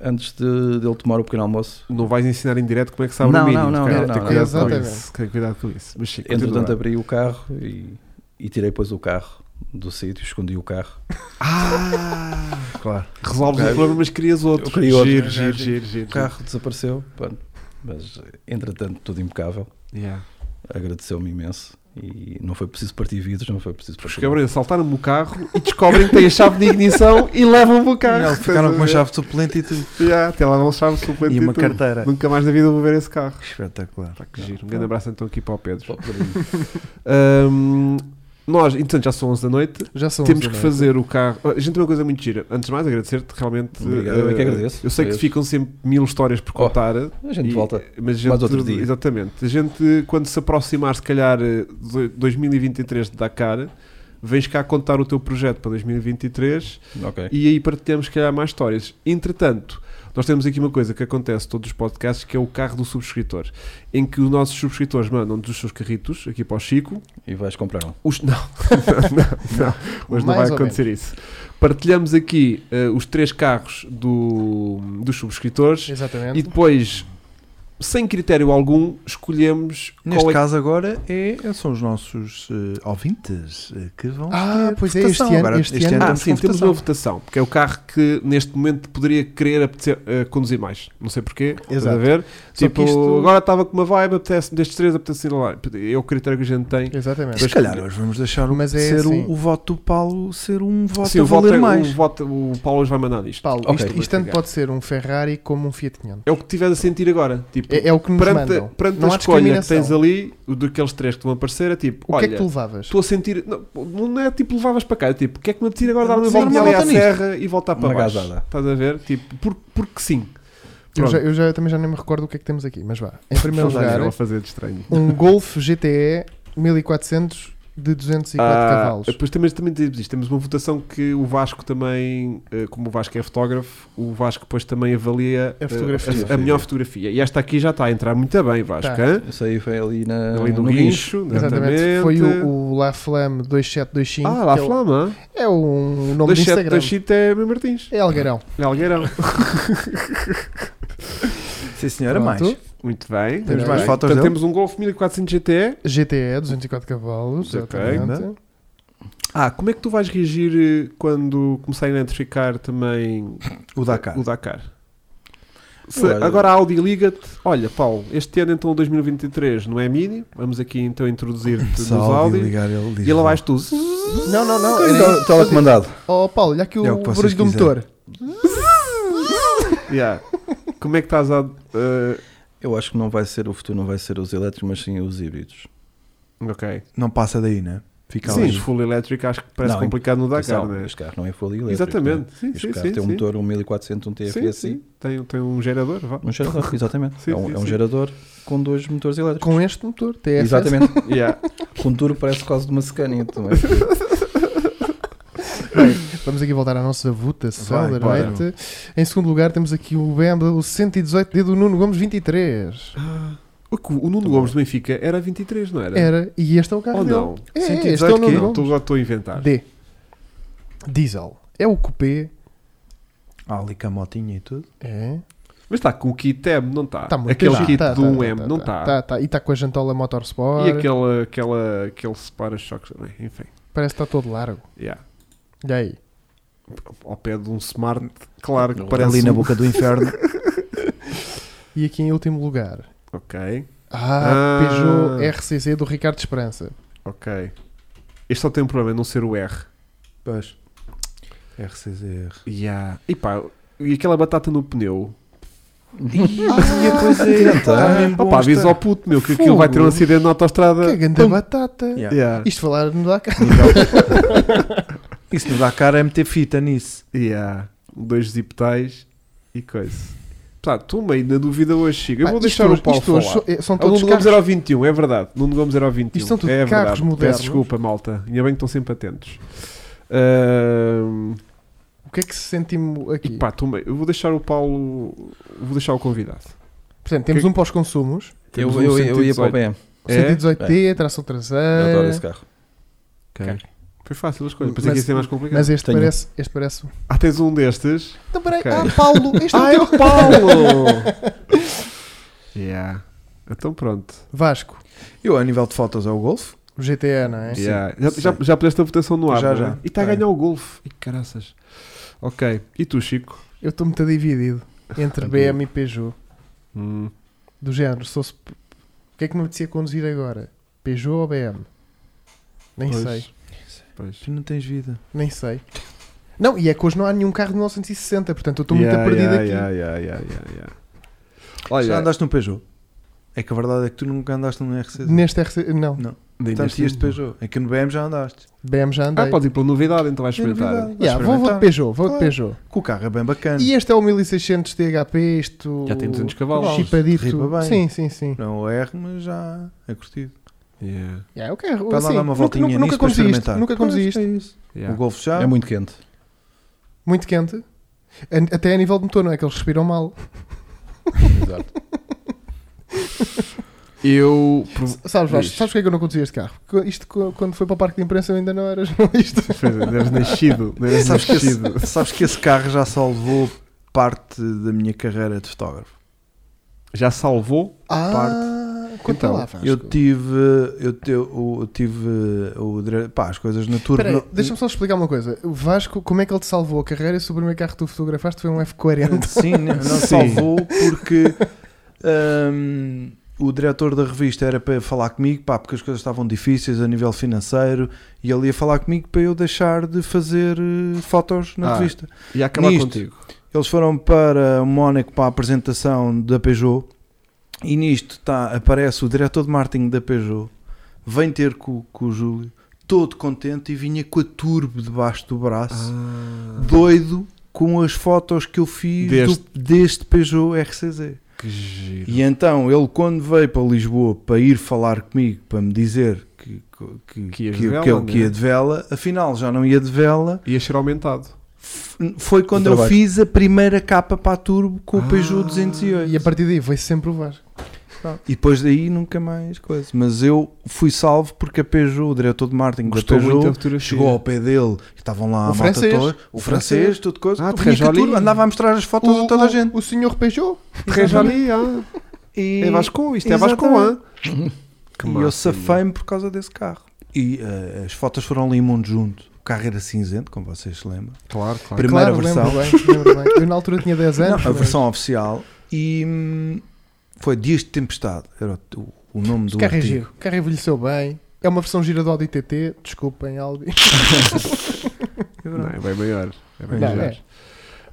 Speaker 4: antes de, de ele tomar o pequeno almoço,
Speaker 1: Não vais ensinar em direto como é que sabe
Speaker 4: Não,
Speaker 1: o
Speaker 4: não,
Speaker 1: mínimo.
Speaker 4: não,
Speaker 1: cara.
Speaker 4: não,
Speaker 1: Tem
Speaker 4: não,
Speaker 1: cuidado com
Speaker 3: exatamente.
Speaker 1: isso. Tem cuidado com isso. Mas sim,
Speaker 4: entretanto
Speaker 1: continua.
Speaker 4: abri o carro e, e tirei depois o carro do sítio, escondi o carro.
Speaker 1: Ah!
Speaker 2: Claro.
Speaker 1: Resolves
Speaker 4: Ok.
Speaker 1: um problema, mas crias outro.
Speaker 4: Eu crio outro.
Speaker 1: Giro, giro, giro, giro.
Speaker 4: O carro desapareceu, pronto. mas entretanto tudo impecável.
Speaker 1: Yeah.
Speaker 4: Agradeceu-me imenso e não foi preciso partir vidros, não foi preciso
Speaker 1: Os
Speaker 4: partir
Speaker 1: cabrões saltaram-me o carro e descobrem que tem a chave de ignição e levam-me o carro.
Speaker 2: Eles ficaram com uma chave suplente e tudo.
Speaker 1: Yeah, até lá não chave suplente
Speaker 2: E
Speaker 1: e
Speaker 2: uma
Speaker 1: tudo.
Speaker 2: carteira.
Speaker 1: Nunca mais na vida vou ver esse carro.
Speaker 2: Espetacular.
Speaker 1: É. Pá, que giro. Um grande abraço então aqui para o Pedro.
Speaker 4: vidros.
Speaker 1: Ahm, nós, entretanto, já são 11 da noite.
Speaker 3: Já são
Speaker 1: Temos
Speaker 3: onze
Speaker 1: que
Speaker 3: da noite.
Speaker 1: fazer o carro. Ah, A gente tem uma coisa muito gira. Antes de mais, agradecer-te realmente.
Speaker 4: Obrigado, eu é que
Speaker 1: eh,
Speaker 4: agradeço.
Speaker 1: Eu sei que
Speaker 4: Agradeço.
Speaker 1: ficam sempre mil histórias por
Speaker 4: Oh,
Speaker 1: contar.
Speaker 4: A gente
Speaker 1: E-
Speaker 4: volta.
Speaker 1: [LAUGHS] Mas a gente,
Speaker 4: Mais outro dia.
Speaker 1: Exatamente. A gente, quando se aproximar, se calhar, eh, de 2023 de Dakar, vens cá contar o teu projeto para 2023
Speaker 4: Ok.
Speaker 1: É. e aí partilhamos, se calhar, mais histórias. Entretanto, Nós temos aqui uma coisa que acontece em todos os podcasts, que é o carro do subscritor, em que os nossos subscritores mandam-nos os seus carritos aqui para o Chico,
Speaker 4: E vais comprar um.
Speaker 1: os- Não, [LAUGHS] não, não, mas não vai
Speaker 3: Mais ou
Speaker 1: acontecer isso. Partilhamos aqui eh, os três carros do, dos subscritores
Speaker 3: Exatamente.
Speaker 1: e depois, sem critério algum, escolhemos
Speaker 2: Neste
Speaker 1: qual é
Speaker 2: caso agora é, são os nossos eh, ouvintes eh, que vão
Speaker 3: Ah,
Speaker 2: escolher
Speaker 3: pois é,
Speaker 2: votação.
Speaker 3: este ano-
Speaker 2: Agora,
Speaker 3: este ano-
Speaker 1: Ah,
Speaker 2: estamos
Speaker 1: sim,
Speaker 2: com
Speaker 1: temos
Speaker 2: votação.
Speaker 1: uma votação, porque é o carro que neste momento poderia querer apetecer, eh, conduzir mais. Não sei porquê, estás a
Speaker 3: Exato.
Speaker 1: ver?
Speaker 3: Só
Speaker 1: tipo,
Speaker 3: que isto-
Speaker 1: agora estava com uma vibe, apetece, destes três apetece ir lá. É o critério que a gente tem.
Speaker 3: Exatamente.
Speaker 2: Se calhar hoje vamos deixar o,
Speaker 3: Mas é
Speaker 2: ser o-
Speaker 3: assim.
Speaker 2: o, voto do Paulo ser um voto
Speaker 1: Sim,
Speaker 2: a
Speaker 1: o voto,
Speaker 2: valer
Speaker 1: é-
Speaker 2: mais.
Speaker 1: o voto, o Paulo hoje vai mandar disto.
Speaker 3: Paulo,
Speaker 4: Ok.
Speaker 3: isto, isto tanto
Speaker 1: Obrigado.
Speaker 3: pode ser um Ferrari como um Fiat 500.
Speaker 1: É o que tiveres a sentir agora. Tipo,
Speaker 3: É, é o que nos
Speaker 1: perante,
Speaker 3: mandam.
Speaker 1: perante
Speaker 3: não
Speaker 1: a
Speaker 3: há
Speaker 1: escolha que
Speaker 3: discriminação.
Speaker 1: tens ali, o daqueles três que te vão aparecer, é tipo,
Speaker 3: O que
Speaker 1: olha,
Speaker 3: é que tu levavas?
Speaker 1: estou a sentir. Não, não é tipo levavas para cá, é tipo, o que é que me apetece agora dar uma
Speaker 2: Sim,
Speaker 1: volta
Speaker 2: uma
Speaker 1: ali à
Speaker 2: volta nisto.
Speaker 1: serra e voltar para
Speaker 4: Uma
Speaker 1: baixo?
Speaker 4: gazada.
Speaker 1: Estás a ver? Tipo, por- porque sim.
Speaker 3: Eu,
Speaker 1: Pronto.
Speaker 3: já, eu já- também já nem me recordo o que é que temos aqui, mas vá. Em primeiro
Speaker 1: Vamos lá ver
Speaker 3: lugar,
Speaker 1: ela é fazer de estranho.
Speaker 3: um Golf GTE 1400 de 204
Speaker 1: Ah,
Speaker 3: cavalos.
Speaker 1: Depois também, também temos isto. Temos uma votação que o Vasco também, eh, como o Vasco é fotógrafo, o Vasco depois também avalia eh,
Speaker 3: A É fotografia.
Speaker 1: a- a melhor fotografia. E esta aqui já está a entrar muito bem, Vasco.
Speaker 3: Tá. Ah,
Speaker 1: hã?
Speaker 4: Isso aí foi ali, na,
Speaker 1: Ali no,
Speaker 4: guincho.
Speaker 1: guincho,
Speaker 3: Exatamente. Foi o, o La Flamme 2725.
Speaker 1: Ah, lá
Speaker 3: que é o-
Speaker 1: Flama.
Speaker 3: É um nome do
Speaker 1: 27
Speaker 3: Instagram.
Speaker 1: da Chita é meu Martins.
Speaker 3: É Algarão.
Speaker 1: É
Speaker 3: [LAUGHS]
Speaker 1: Algueirão.
Speaker 2: Sim, senhora, mais.
Speaker 3: Pronto.
Speaker 1: Muito bem.
Speaker 3: Temos
Speaker 1: muito
Speaker 3: mais
Speaker 1: bem.
Speaker 2: fotos
Speaker 1: Portanto,
Speaker 2: dele?
Speaker 1: temos um Golf 1400 GTE.
Speaker 3: GTE 204 cavalos.
Speaker 1: Ok,
Speaker 3: exatamente.
Speaker 2: né?
Speaker 1: Ah, como é que tu vais reagir eh, quando começar a identificar também
Speaker 2: O Dakar.
Speaker 1: o Dakar? Se
Speaker 4: Olha.
Speaker 1: agora a Audi liga-te, olha Paulo, este ano então 2023 não é Mini, vamos aqui então introduzir-te nos
Speaker 2: [LAUGHS] Se alguém
Speaker 1: Audi
Speaker 2: ligar, ele diz
Speaker 1: e lá
Speaker 2: lá.
Speaker 1: vais tu. [LAUGHS]
Speaker 3: Não, não, não. era
Speaker 1: Então-
Speaker 4: Tele-
Speaker 3: isso.
Speaker 4: Telecomandado.
Speaker 3: Oh, Paulo, olha aqui o,
Speaker 2: É o que vocês
Speaker 3: barulho do
Speaker 2: quiserem.
Speaker 3: motor.
Speaker 1: Yeah. Como é que estás a. eh,
Speaker 4: Eu acho que não vai ser o futuro, não vai ser os elétricos, mas sim os híbridos.
Speaker 1: ok.
Speaker 2: Não passa daí, né? Fica
Speaker 1: Sim,
Speaker 2: ali.
Speaker 1: os full elétrico acho que parece
Speaker 4: Não,
Speaker 1: complicado no Dakar,
Speaker 4: Atenção,
Speaker 1: não é?
Speaker 4: Este carro não é full elétrico.
Speaker 1: Exatamente. Sim,
Speaker 4: Este
Speaker 1: sim,
Speaker 4: carro
Speaker 1: sim,
Speaker 4: tem um
Speaker 1: sim.
Speaker 4: motor, um 1400, um TFSI.
Speaker 1: Sim, sim. Tem, tem um gerador,
Speaker 4: [LAUGHS]
Speaker 1: vá.
Speaker 4: Um gerador, exatamente.
Speaker 1: Sim,
Speaker 4: é um,
Speaker 1: sim,
Speaker 4: é um
Speaker 1: sim.
Speaker 4: gerador com dois motores elétricos.
Speaker 3: Com este motor, TFS.
Speaker 4: Exatamente. [LAUGHS]
Speaker 1: Yeah.
Speaker 4: com duro parece quase de uma é? secânia também.
Speaker 3: Bem, vamos aqui voltar à nossa votação
Speaker 2: Vai,
Speaker 3: da noite. Em segundo lugar, temos aqui o BMW 118D do Nuno Gomes 23.
Speaker 1: O que o Nuno Gomes do Benfica era 23, não era?
Speaker 3: Era, e este é o carro
Speaker 1: Ou
Speaker 3: dele.
Speaker 1: não? Tá.
Speaker 3: É,
Speaker 1: Sentido
Speaker 3: este é o
Speaker 1: de quê?
Speaker 3: Nuno
Speaker 1: Estou- já Estou a inventar.
Speaker 3: D. Diesel. É o Coupé.
Speaker 2: Há ali com a motinha e tudo.
Speaker 3: É.
Speaker 1: Mas está com o kit M, não está?
Speaker 3: Está muito
Speaker 1: Aquele
Speaker 3: giro.
Speaker 1: kit
Speaker 3: Tá,
Speaker 1: do
Speaker 3: tá,
Speaker 1: 1M,
Speaker 3: tá,
Speaker 1: não
Speaker 3: tá,
Speaker 1: está?
Speaker 3: tá, tá. E está com a jantola Motorsport.
Speaker 1: E aquele, aquela, aquele separa-choques também, enfim.
Speaker 3: Parece que está todo largo.
Speaker 1: Yeah.
Speaker 3: E aí?
Speaker 1: Ao pé de um smart, claro que
Speaker 2: ali
Speaker 1: parece
Speaker 2: na
Speaker 1: um-
Speaker 2: boca do inferno.
Speaker 3: E aqui em último lugar.
Speaker 1: Ok,
Speaker 3: Ah,
Speaker 1: Ah.
Speaker 3: Peugeot RCC do Ricardo Esperança.
Speaker 1: ok. Este só tem um problema, é não ser o R.
Speaker 2: pois. RCZR.
Speaker 1: Yeah. E pá, e aquela batata no pneu.
Speaker 2: Ah, pois [LAUGHS] é. Está mesmo bom.
Speaker 1: Opa, avisa
Speaker 2: está.
Speaker 1: ao puto, meu, que aquilo vai ter um
Speaker 3: Fogo.
Speaker 1: acidente na autostrada.
Speaker 3: Que grande batata.
Speaker 2: Yeah.
Speaker 1: Yeah.
Speaker 3: Isto falar no Dakar.
Speaker 2: [LAUGHS] Isso no Dakar é meter fita nisso.
Speaker 1: Yeah. Dois ziptais e coisa. Portanto, estou meio na dúvida hoje, Chico. Eu
Speaker 3: Ah,
Speaker 1: vou
Speaker 3: isto
Speaker 1: deixar
Speaker 3: hoje-
Speaker 1: o Paulo
Speaker 3: isto hoje
Speaker 1: falar.
Speaker 3: so- é- São
Speaker 1: Ah, O
Speaker 3: todos
Speaker 1: Nuno Gomes era
Speaker 3: carros.
Speaker 1: ao 21, é verdade. Nuno Gomes era ao 21.
Speaker 3: Isto são tudo
Speaker 1: é
Speaker 3: carros
Speaker 1: verdade.
Speaker 3: modernos.
Speaker 1: Peço desculpa, malta. Ainda bem que estão sempre atentos. Ahm,
Speaker 3: O que é que se sentimos
Speaker 1: e
Speaker 3: aqui?
Speaker 1: pá, tô meio- eu vou deixar o Paulo. Vou deixar o convidado.
Speaker 3: Portanto, temos
Speaker 1: que- É?
Speaker 3: um para os consumos.
Speaker 4: eu,
Speaker 1: [LAUGHS] Temos um
Speaker 4: eu, eu ia
Speaker 1: 118.
Speaker 4: para o BM.
Speaker 3: O 118D, tração traseira.
Speaker 4: Eu adoro esse carro.
Speaker 1: Ok. Foi fácil a escolha. Pensei
Speaker 3: Mas-
Speaker 1: que ia ser mais complicado.
Speaker 3: Mas este
Speaker 4: Tenho.
Speaker 3: parece, este parece.
Speaker 1: Ah, tens um destes.
Speaker 3: Então, peraí.
Speaker 1: Ok.
Speaker 3: Ah, Paulo,
Speaker 1: [LAUGHS]
Speaker 3: este
Speaker 1: Ah, é
Speaker 3: é o
Speaker 1: o
Speaker 3: teu.
Speaker 1: Paulo! [LAUGHS] yeah. Então pronto.
Speaker 3: [LAUGHS] Vasco,
Speaker 2: Eu, a nível de fotos, é o Golf.
Speaker 3: o GTE, não é?
Speaker 1: Yeah. Já, já, já puseste a votação no ar. não
Speaker 2: Já,
Speaker 1: é?
Speaker 2: já.
Speaker 1: E está a
Speaker 2: Tá.
Speaker 1: ganhar o golfe. E caraças. Ok. E tu, Chico?
Speaker 3: Eu estou muito dividido entre BM e Peugeot.
Speaker 1: Hum.
Speaker 3: Do género, se fosse. O que é que me apetecia conduzir agora? Peugeot ou BM? Nem
Speaker 1: Pois.
Speaker 3: sei,
Speaker 1: Pois.
Speaker 2: Tu não tens vida.
Speaker 3: nem sei. Não, e é que hoje não há nenhum carro de 1960, portanto eu estou
Speaker 1: Yeah,
Speaker 3: muito perdido
Speaker 1: yeah,
Speaker 3: aqui.
Speaker 1: yeah, yeah, yeah, yeah, yeah.
Speaker 2: Ah, Já
Speaker 1: Olha,
Speaker 2: andaste num Peugeot? É que a verdade é que tu nunca andaste num RCZ.
Speaker 3: Neste RC. Não,
Speaker 1: nem
Speaker 2: Portanto,
Speaker 1: neste-
Speaker 2: ias de Peugeot. É que no BM já andaste.
Speaker 3: BM já andei.
Speaker 1: Ah, pode ir pela novidade, então vais
Speaker 2: É
Speaker 1: experimentar.
Speaker 2: novidade.
Speaker 3: Yeah,
Speaker 2: Vais
Speaker 3: vou, vou de
Speaker 2: experimentar.
Speaker 3: Peugeot, vou de
Speaker 2: Claro.
Speaker 3: Peugeot.
Speaker 2: Que o carro é bem bacana.
Speaker 3: E este é o 1600 THP, isto.
Speaker 1: Já tem 200 cavalos.
Speaker 3: Chipadito.
Speaker 2: Ripa bem.
Speaker 3: Sim, sim, sim.
Speaker 2: Não é o R, mas já é curtido.
Speaker 1: Yeah,
Speaker 3: Yeah, eu quero,
Speaker 2: Vai Tá lá
Speaker 3: assim,
Speaker 2: dar uma
Speaker 3: nunca-
Speaker 2: voltinha
Speaker 3: nunca,
Speaker 2: nisso
Speaker 3: nunca
Speaker 2: para é
Speaker 3: conduzi isto,
Speaker 1: é
Speaker 2: experimentar.
Speaker 3: Nunca conduzi
Speaker 2: Pois,
Speaker 3: isto.
Speaker 2: é isso.
Speaker 1: yeah.
Speaker 2: O Golf já.
Speaker 4: É muito quente.
Speaker 3: Muito quente. An- Até a nível de motor, não é que eles respiram mal.
Speaker 4: Exato.
Speaker 1: Eu. prov-
Speaker 3: Sabes, Vasco,
Speaker 1: Diz.
Speaker 3: sabes porque é que eu não conduzia este carro? Co- Isto co- quando foi para o parque de imprensa eu ainda não era [LAUGHS] jornalista.
Speaker 1: Pois é, deves nascido. Deves
Speaker 2: Sabes que,
Speaker 1: nascido.
Speaker 2: esse, [LAUGHS] sabes que esse carro já salvou parte da minha carreira de fotógrafo.
Speaker 1: Já salvou.
Speaker 3: Ah, conta
Speaker 1: Então,
Speaker 3: lá, Vasco.
Speaker 2: Eu tive, eu, te- eu, eu tive o, dire- pá, as coisas na turma.
Speaker 3: Espera aí, deixa-me só explicar uma coisa. O Vasco, como é que ele te salvou a carreira se o primeiro carro que tu fotografaste foi um F40?
Speaker 2: Sim,
Speaker 1: [LAUGHS]
Speaker 2: não não
Speaker 1: Sim.
Speaker 2: salvou porque hum, o diretor da revista era para falar comigo, pá, porque as coisas estavam difíceis a nível financeiro e ele ia falar comigo para eu deixar de fazer eh, fotos na
Speaker 1: Ah.
Speaker 2: revista.
Speaker 1: E acabar
Speaker 2: Nisto.
Speaker 1: contigo.
Speaker 2: Eles foram para Mónaco para a apresentação da Peugeot e nisto tá, aparece o diretor de marketing da Peugeot, vem ter com, com o Júlio, todo contente e vinha com a turbo debaixo do
Speaker 1: Ah.
Speaker 2: braço Ah, doido com as fotos que eu fiz do-
Speaker 1: Deste.
Speaker 2: deste, Peugeot RCZ.
Speaker 1: Que giro.
Speaker 2: E então ele, quando veio para Lisboa para ir falar comigo, para me dizer que, que,
Speaker 1: Que ia de
Speaker 2: que, que
Speaker 1: vela,
Speaker 2: eu que
Speaker 1: né?
Speaker 2: ia de vela, afinal já não ia de vela.
Speaker 1: Ia ser aumentado.
Speaker 2: F- Foi quando
Speaker 4: O
Speaker 2: eu
Speaker 4: trabalho.
Speaker 2: fiz a primeira capa para a Turbo com
Speaker 1: Ah.
Speaker 2: o Peugeot
Speaker 3: E a
Speaker 2: 208.
Speaker 3: partir daí foi sempre o Vasco.
Speaker 2: E depois daí nunca mais coisa. Mas eu fui salvo porque a Peugeot, o diretor de marketing
Speaker 1: Gostou
Speaker 2: da
Speaker 1: muito da
Speaker 2: Peugeot,
Speaker 1: fotografia.
Speaker 2: chegou ao pé dele, que estavam lá
Speaker 3: O
Speaker 2: a malta
Speaker 3: francês.
Speaker 2: toda, o,
Speaker 1: O
Speaker 2: francês,
Speaker 1: francês.
Speaker 2: tudo coisa,
Speaker 1: Ah,
Speaker 2: Eu vinha com a
Speaker 1: Terrajolinho.
Speaker 2: Turbo, andava a mostrar as fotos a toda a gente.
Speaker 3: O senhor Peugeot?
Speaker 1: Terrejo ali, ah.
Speaker 2: E,
Speaker 1: É Vasco, isto é
Speaker 2: Exatamente.
Speaker 1: Vasco, ah. Que
Speaker 2: e
Speaker 1: massa,
Speaker 2: eu safei-me por causa desse carro. E eh, as fotos foram ali em mundo junto. O carro era cinzento, como vocês se lembram.
Speaker 1: Claro, claro.
Speaker 2: Prim- Primeira versão.
Speaker 3: Lembro bem, lembro bem. Eu na altura tinha 10 anos.
Speaker 2: Não, a
Speaker 3: mas
Speaker 2: versão oficial. E hum, foi Dias de Tempestade. Era o, o- o nome
Speaker 3: este
Speaker 2: do
Speaker 3: carro é
Speaker 2: artigo.
Speaker 3: giro. O carro envelheceu bem. É uma versão gira do Audi TT. Desculpem, Audi.
Speaker 1: Não, é bem maior. É bem
Speaker 2: Não,
Speaker 1: maior.
Speaker 3: é.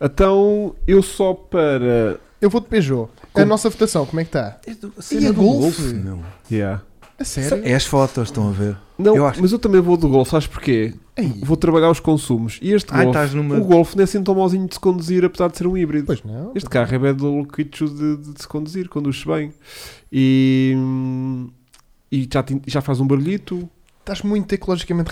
Speaker 1: Então, eu só para.
Speaker 3: Eu vou de Peugeot. A
Speaker 1: Como?
Speaker 3: nossa votação, como é que está?
Speaker 2: Cena
Speaker 3: E a
Speaker 2: do
Speaker 3: Golf?
Speaker 2: Golf, meu.
Speaker 1: Yeah.
Speaker 3: A sério?
Speaker 2: É as fotos, estão a ver?
Speaker 1: Não,
Speaker 2: Eu acho-
Speaker 1: mas eu também vou do Golf, sabes porquê?
Speaker 3: Ei,
Speaker 1: Vou trabalhar os consumos. E este
Speaker 2: Ah,
Speaker 1: Golf,
Speaker 2: estás numa-
Speaker 1: o Golf não é assim tão mauzinho de se conduzir, apesar de ser um híbrido.
Speaker 3: Pois não.
Speaker 1: Este carro é bem do loquicho de, de se conduzir, conduz-se bem. E, e já, tin- já faz um barulhito,
Speaker 3: Estás muito ecologicamente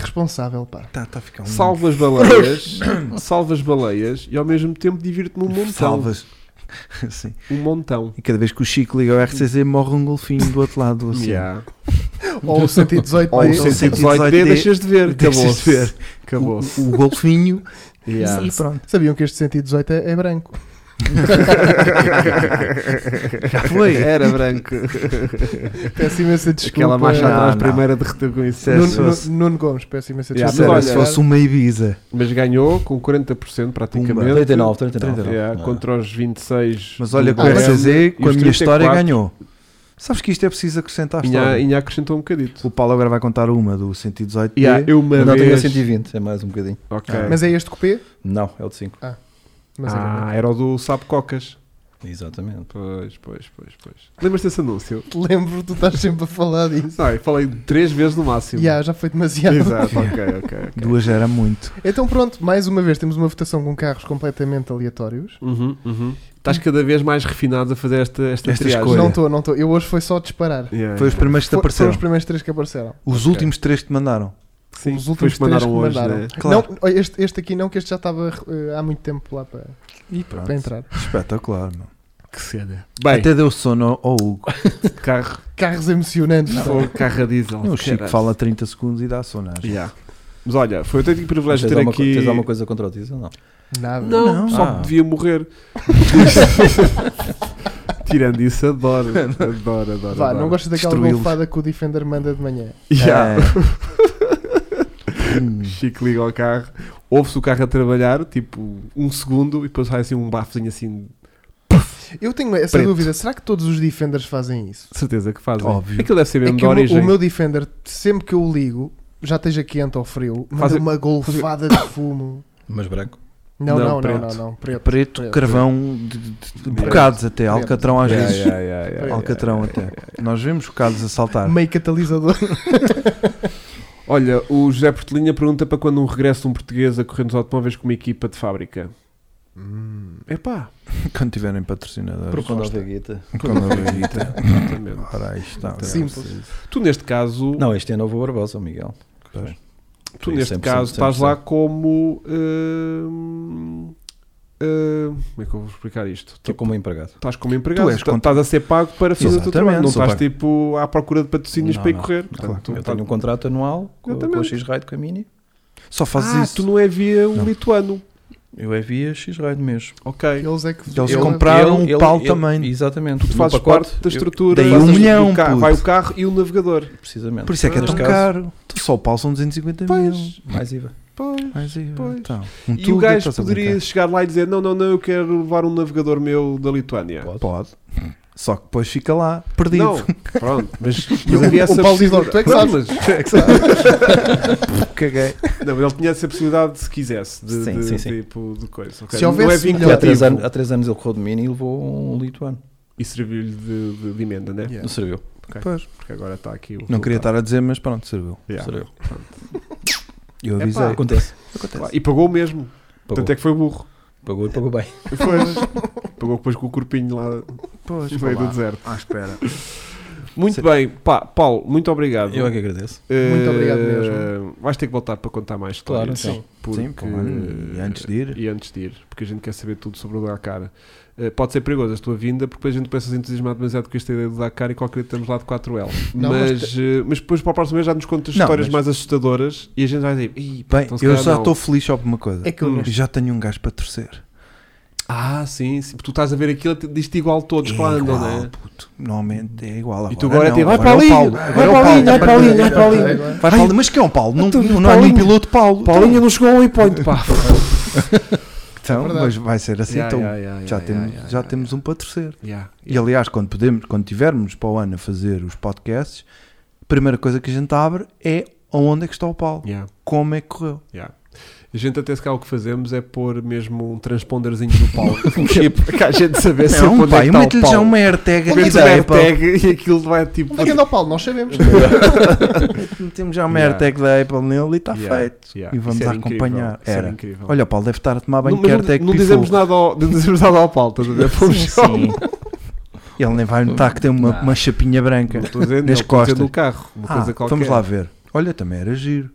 Speaker 2: [LAUGHS]
Speaker 3: responsável, pá.
Speaker 2: Está tá a ficar um.
Speaker 1: salva
Speaker 2: [COUGHS]
Speaker 1: as baleias, salva as baleias e ao mesmo tempo divirte-me um montão.
Speaker 2: Salvas. [LAUGHS] Sim.
Speaker 1: Um montão.
Speaker 2: E cada vez que o Chico liga ao RCZ, morre um golfinho do outro lado. assim. do oceano.
Speaker 1: Yeah.
Speaker 3: Ou o 118
Speaker 1: Ou o
Speaker 3: dele.
Speaker 2: Então,
Speaker 1: 118D,
Speaker 2: 118D,
Speaker 1: deixas de ver,
Speaker 2: Deixa-se
Speaker 1: acabou-se.
Speaker 2: ver
Speaker 1: Acabou-se. [LAUGHS]
Speaker 2: o, o golfinho
Speaker 1: Yeah.
Speaker 2: e pronto.
Speaker 3: Sabiam que este 118 é, é branco.
Speaker 2: [LAUGHS] Já foi.
Speaker 1: Era branco.
Speaker 3: Peço imensa desculpa.
Speaker 1: Aquela marcha
Speaker 2: Não,
Speaker 1: atrás
Speaker 2: não.
Speaker 1: primeira derreteu com isso.
Speaker 3: Nuno,
Speaker 2: se fosse-
Speaker 3: Nuno- Nuno Gomes, peço imensa
Speaker 1: Yeah,
Speaker 3: desculpa.
Speaker 1: mas
Speaker 2: se
Speaker 1: olha-
Speaker 2: fosse uma Ibiza.
Speaker 1: Mas ganhou com 40%
Speaker 2: Pumba.
Speaker 1: praticamente.
Speaker 4: 39, 39.
Speaker 1: Yeah,
Speaker 4: Ah.
Speaker 1: É, Contra os 26
Speaker 2: Mas olha,
Speaker 1: do
Speaker 2: com o
Speaker 3: Ah,
Speaker 1: Grêmio.
Speaker 2: RCZ,
Speaker 1: e
Speaker 2: com a
Speaker 1: os
Speaker 2: minha história,
Speaker 1: 34.
Speaker 2: ganhou. Sabes que isto é preciso acrescentar à
Speaker 1: Inha,
Speaker 2: história.
Speaker 1: Inha acrescentou um bocadito.
Speaker 2: O Paulo agora vai contar uma do 118 d
Speaker 1: Yeah, eu uma
Speaker 4: Eu não tenho a
Speaker 2: assim
Speaker 1: vez...
Speaker 4: 120, é mais um bocadinho.
Speaker 1: Ok.
Speaker 2: Ah,
Speaker 3: Mas é este copê?
Speaker 4: Não, é o de 5.
Speaker 3: Mas é
Speaker 1: Ah, era o do Sapo Cocas.
Speaker 4: Exatamente.
Speaker 1: Pois, pois, pois, pois. Lembras desse anúncio?
Speaker 3: branco. Lembro, tu estás sempre a falar disso.
Speaker 1: Não, eu falei três vezes no máximo.
Speaker 3: Yeah, já foi demasiado.
Speaker 1: Exato, ok, ok.
Speaker 2: [LAUGHS]
Speaker 1: ok.
Speaker 2: Duas era muito.
Speaker 3: Então pronto, mais uma vez temos uma votação com carros completamente aleatórios.
Speaker 1: Uhum, uhum. Estás cada vez mais refinado a fazer esta, esta
Speaker 2: Estas
Speaker 1: triagem.
Speaker 2: Olha.
Speaker 3: Não estou, não estou. Eu hoje foi só disparar.
Speaker 1: Yeah,
Speaker 2: Foi os
Speaker 1: yeah.
Speaker 2: primeiros que te
Speaker 3: Fo- Foram
Speaker 2: apareceram.
Speaker 3: os primeiros três que apareceram.
Speaker 2: Os
Speaker 1: Ok.
Speaker 2: últimos três que te mandaram.
Speaker 1: Sim,
Speaker 3: os últimos
Speaker 1: foi os que mandaram
Speaker 3: três
Speaker 1: hoje,
Speaker 3: que mandaram.
Speaker 1: né?
Speaker 2: Claro.
Speaker 3: Não, oh, este, este aqui não, que este já estava eh, há muito tempo lá para,
Speaker 2: E pronto.
Speaker 3: para entrar.
Speaker 2: Espetacular, meu.
Speaker 1: Que cena. Bem, Ah,
Speaker 2: Até deu sono ao Hugo.
Speaker 1: carro,
Speaker 3: Carros emocionantes. pá.
Speaker 1: fogo, carro a diesel.
Speaker 2: o Chico
Speaker 1: caralho.
Speaker 2: fala 30 segundos e dá sono. acho.
Speaker 1: Yeah. Mas olha, foi um autêntico privilégio
Speaker 4: Tens
Speaker 1: ter
Speaker 4: alguma,
Speaker 1: aqui.
Speaker 4: tens alguma coisa contra o diesel? Não.
Speaker 3: Nada.
Speaker 1: Não,
Speaker 2: Não.
Speaker 1: só
Speaker 4: Ah.
Speaker 1: que devia morrer. Tirando isso, adoro. Adoro, adoro.
Speaker 3: Vá,
Speaker 1: adoro.
Speaker 3: não gosto daquela
Speaker 2: Destruí-los.
Speaker 3: golfada que o Defender manda de manhã.
Speaker 1: [LAUGHS] Yeah.
Speaker 2: É. Hum.
Speaker 1: Chico liga ao carro, ouve-se o carro a trabalhar, tipo um segundo, e depois sai assim um bafozinho assim,
Speaker 3: Eu tenho essa
Speaker 1: Preto.
Speaker 3: dúvida, será que todos os Defenders fazem isso?
Speaker 1: de certeza que fazem.
Speaker 2: Óbvio.
Speaker 1: Aquilo deve ser
Speaker 3: É
Speaker 1: mesmo
Speaker 3: que
Speaker 1: da
Speaker 3: o, meu-
Speaker 1: origem.
Speaker 3: o meu Defender, sempre que eu ligo, já esteja quente ou frio, manda
Speaker 1: Fazem-
Speaker 3: uma golfada de fumo.
Speaker 4: Mas branco.
Speaker 1: Não,
Speaker 3: Não, não, não,
Speaker 1: preto.
Speaker 3: não, não, preto.
Speaker 2: Preto,
Speaker 3: Preto.
Speaker 2: carvão, de, de- de
Speaker 1: Preto.
Speaker 2: bocados até,
Speaker 3: Preto.
Speaker 2: alcatrão às
Speaker 4: É,
Speaker 1: Yeah,
Speaker 2: vezes.
Speaker 1: yeah, yeah, yeah, yeah,
Speaker 2: Alcatrão
Speaker 1: yeah,
Speaker 2: até.
Speaker 1: yeah.
Speaker 2: É, Nós vemos bocados a saltar.
Speaker 3: Meio [LAUGHS] catalisador.
Speaker 1: Olha, o José Portelinha pergunta para quando um regresso de um português a correr nos automóveis com uma equipa de fábrica. Epá, [LAUGHS]
Speaker 2: Quando tiverem patrocinadores.
Speaker 4: Por quando houve a guita.
Speaker 2: Quando houver guita.
Speaker 1: exatamente.
Speaker 2: Ora, aí está.
Speaker 3: Simples.
Speaker 1: Tu neste caso,
Speaker 4: Não, este ano houve o Barbosa, o Miguel.
Speaker 2: Pois.
Speaker 1: tu
Speaker 4: Sim,
Speaker 1: neste
Speaker 4: 100%,
Speaker 1: caso estás
Speaker 4: 100%.
Speaker 1: lá como hum, eh, como é que eu vou explicar isto?
Speaker 4: Estou como empregado.
Speaker 1: Estás como empregado,
Speaker 2: és
Speaker 1: tá-
Speaker 2: contra-
Speaker 1: estás a ser pago para fazer o teu
Speaker 2: Exatamente,
Speaker 1: trabalho, não
Speaker 2: sou
Speaker 1: estás
Speaker 2: pago.
Speaker 1: tipo à procura de patrocínios
Speaker 4: Não,
Speaker 1: para ir
Speaker 4: não.
Speaker 1: correr.
Speaker 4: Claro,
Speaker 1: Portanto, tu-
Speaker 4: eu
Speaker 1: tá-
Speaker 4: tenho um contrato anual com, com a
Speaker 1: Exatamente.
Speaker 4: X-Ride com a Mini.
Speaker 2: Só fazes
Speaker 1: ah,
Speaker 2: isso.
Speaker 1: tu não é via um
Speaker 2: Não.
Speaker 1: lituano.
Speaker 4: Eu é via X-Ride mesmo.
Speaker 1: Ok.
Speaker 3: Eles é que
Speaker 2: Eles
Speaker 4: Eu-
Speaker 2: compraram um pau também.
Speaker 4: Exatamente.
Speaker 1: Tu
Speaker 4: No
Speaker 1: fazes
Speaker 4: pacote,
Speaker 1: parte da
Speaker 4: eu-
Speaker 1: estrutura.
Speaker 2: Daí um
Speaker 1: fazes do
Speaker 2: milhão,
Speaker 1: carro,
Speaker 2: puto.
Speaker 1: vai o carro e o navegador.
Speaker 4: precisamente.
Speaker 2: Por isso é que é tão
Speaker 4: Neste caso,
Speaker 2: caro. Tu só o pau são 250 mil.
Speaker 1: Pois,
Speaker 4: Mais IVA.
Speaker 1: pois.
Speaker 2: Mas e-
Speaker 1: Pois.
Speaker 2: então, um
Speaker 1: E o
Speaker 2: Tuga,
Speaker 1: gajo
Speaker 2: estás a
Speaker 1: poderia
Speaker 2: brincar.
Speaker 1: chegar lá e dizer: Não, não, não, eu quero levar um navegador meu da Lituânia.
Speaker 2: Pode. Só que depois fica lá, perdido.
Speaker 1: Não, pronto, mas
Speaker 3: o-
Speaker 1: havia
Speaker 3: o
Speaker 1: essa
Speaker 3: Paulo
Speaker 1: possibilidade-
Speaker 3: diz logo, "Tu é que
Speaker 1: Não,
Speaker 3: sabes."
Speaker 1: mas-
Speaker 3: [LAUGHS]
Speaker 2: Caguei.
Speaker 1: Não, mas ele tinha essa possibilidade se quisesse, de,
Speaker 4: Sim,
Speaker 1: de-
Speaker 4: sim, sim.
Speaker 1: tipo de coisa. ok?
Speaker 3: Se houvesse
Speaker 1: não é
Speaker 3: melhor-
Speaker 4: Há três, anos,
Speaker 1: vinculativo.
Speaker 4: há três anos ele correu de Mini e levou um lituano.
Speaker 1: E serviu-lhe de, de- de emenda, né?
Speaker 3: Yeah.
Speaker 4: Não serviu.
Speaker 2: Pois.
Speaker 1: Porque agora está aqui o.
Speaker 2: Não queria estar a dizer, mas pronto, serviu.
Speaker 1: Yeah.
Speaker 4: Serviu.
Speaker 2: Eu
Speaker 1: Epá.
Speaker 2: avisei.
Speaker 4: Acontece.
Speaker 1: E pagou mesmo.
Speaker 4: Pagou.
Speaker 1: Tanto é que foi
Speaker 3: [LAUGHS]
Speaker 1: burro.
Speaker 4: Pagou e pagou bem.
Speaker 1: Pois. pagou depois com o corpinho lá
Speaker 2: Pois,
Speaker 1: no meio do
Speaker 2: vá lá.
Speaker 1: deserto.
Speaker 2: Ah, espera.
Speaker 1: [LAUGHS] Muito
Speaker 2: Sim.
Speaker 1: bem, pá, Paulo, muito obrigado.
Speaker 4: Eu é que agradeço.
Speaker 1: Eh,
Speaker 3: Muito obrigado mesmo.
Speaker 1: Vais ter que voltar para contar mais
Speaker 4: Claro,
Speaker 1: histórias.
Speaker 4: sim.
Speaker 1: Porque, então,
Speaker 2: Sim, claro. E antes de ir?
Speaker 1: E antes de ir, porque a gente quer saber tudo sobre o Dakar. Eh, pode ser perigoso a tua vinda, porque depois a gente começa a se entusiasmar demasiado com esta ideia do Dakar e qualquer dia estamos lá de 4L.
Speaker 3: Não,
Speaker 1: mas,
Speaker 3: mas
Speaker 1: eh, mas depois para o próximo mês já nos contas
Speaker 2: Não,
Speaker 1: histórias
Speaker 2: mas-
Speaker 1: mais assustadoras e a gente vai dizer, "Ih, pá,
Speaker 2: Bem,
Speaker 1: então se
Speaker 2: eu
Speaker 1: calhar
Speaker 2: já
Speaker 1: não."
Speaker 2: estou feliz só por uma coisa.
Speaker 3: É que eu
Speaker 1: Hum.
Speaker 3: neste-
Speaker 2: Já tenho um gajo para torcer.
Speaker 1: Ah, sim, sim, tu estás a ver aquilo, te- diz-te igual a todos,
Speaker 2: é
Speaker 1: quando,
Speaker 2: igual,
Speaker 1: não é?
Speaker 2: puto. Normalmente é igual.
Speaker 1: E tu agora é tipo, vai para
Speaker 2: o
Speaker 1: ali,
Speaker 2: Paulo.
Speaker 1: vai
Speaker 2: Agora é o
Speaker 1: para ali,
Speaker 2: Paulo.
Speaker 1: vai para ali, vai para ali.
Speaker 2: Vai Paulo, mas que é um Paulo? Não,
Speaker 3: então,
Speaker 1: tu-
Speaker 2: não, não há nenhum
Speaker 1: Paulinho.
Speaker 2: piloto Paulo.
Speaker 1: Paulinha não chegou ao waypoint, pá.
Speaker 2: Então,
Speaker 3: É
Speaker 2: então
Speaker 3: verdade.
Speaker 2: mas vai ser [LAUGHS] assim.
Speaker 1: Ya,
Speaker 2: então,
Speaker 1: ya, ya,
Speaker 2: já
Speaker 1: ya,
Speaker 2: temos,
Speaker 1: ya,
Speaker 2: já
Speaker 1: ya,
Speaker 2: temos um para torcer.
Speaker 1: ya.
Speaker 2: E aliás, quando, podemos, quando tivermos para o ano a fazer os podcasts, a primeira coisa que a gente abre é onde é que está o Paulo.
Speaker 1: Ya.
Speaker 2: Como é que correu.
Speaker 1: Yeah. A gente até se calhar o que fazemos é pôr mesmo um transponderzinho no pau. [LAUGHS]
Speaker 2: [LAUGHS]
Speaker 1: tipo, que a gente saber se
Speaker 2: Não,
Speaker 1: onde é
Speaker 2: um pai,
Speaker 1: que tá o é
Speaker 2: mete-lhe já
Speaker 1: pau.
Speaker 2: uma AirTag
Speaker 1: Metes
Speaker 2: aqui
Speaker 1: uma
Speaker 2: da Apple.
Speaker 1: hashtag e aquilo vai tipo...
Speaker 3: Onde é que anda o Paulo? Nós sabemos.
Speaker 2: Metemos já uma
Speaker 1: Ya.
Speaker 2: AirTag da Apple nele e está
Speaker 1: Yeah,
Speaker 2: tá feito.
Speaker 1: yeah.
Speaker 2: E vamos
Speaker 1: Isso era
Speaker 2: acompanhar.
Speaker 1: Incrível. Isso era
Speaker 2: Era.
Speaker 1: incrível.
Speaker 2: Olha, o Paulo deve estar a tomar
Speaker 1: não,
Speaker 2: banho
Speaker 1: mas
Speaker 2: que
Speaker 1: não-
Speaker 2: AirTag
Speaker 1: não
Speaker 2: pifou.
Speaker 1: dizemos nada ao, não dizemos nada ao Paulo, estás a ver? Fomos só-
Speaker 2: Ele nem vai notar que tem uma,
Speaker 4: Não.
Speaker 2: uma chapinha branca.
Speaker 1: Não estou a dizer, não,
Speaker 2: Nas
Speaker 1: estou a dizer
Speaker 2: costas.
Speaker 1: no carro. Uma
Speaker 2: Ah,
Speaker 1: coisa qualquer.
Speaker 2: vamos lá ver. Olha, também era giro.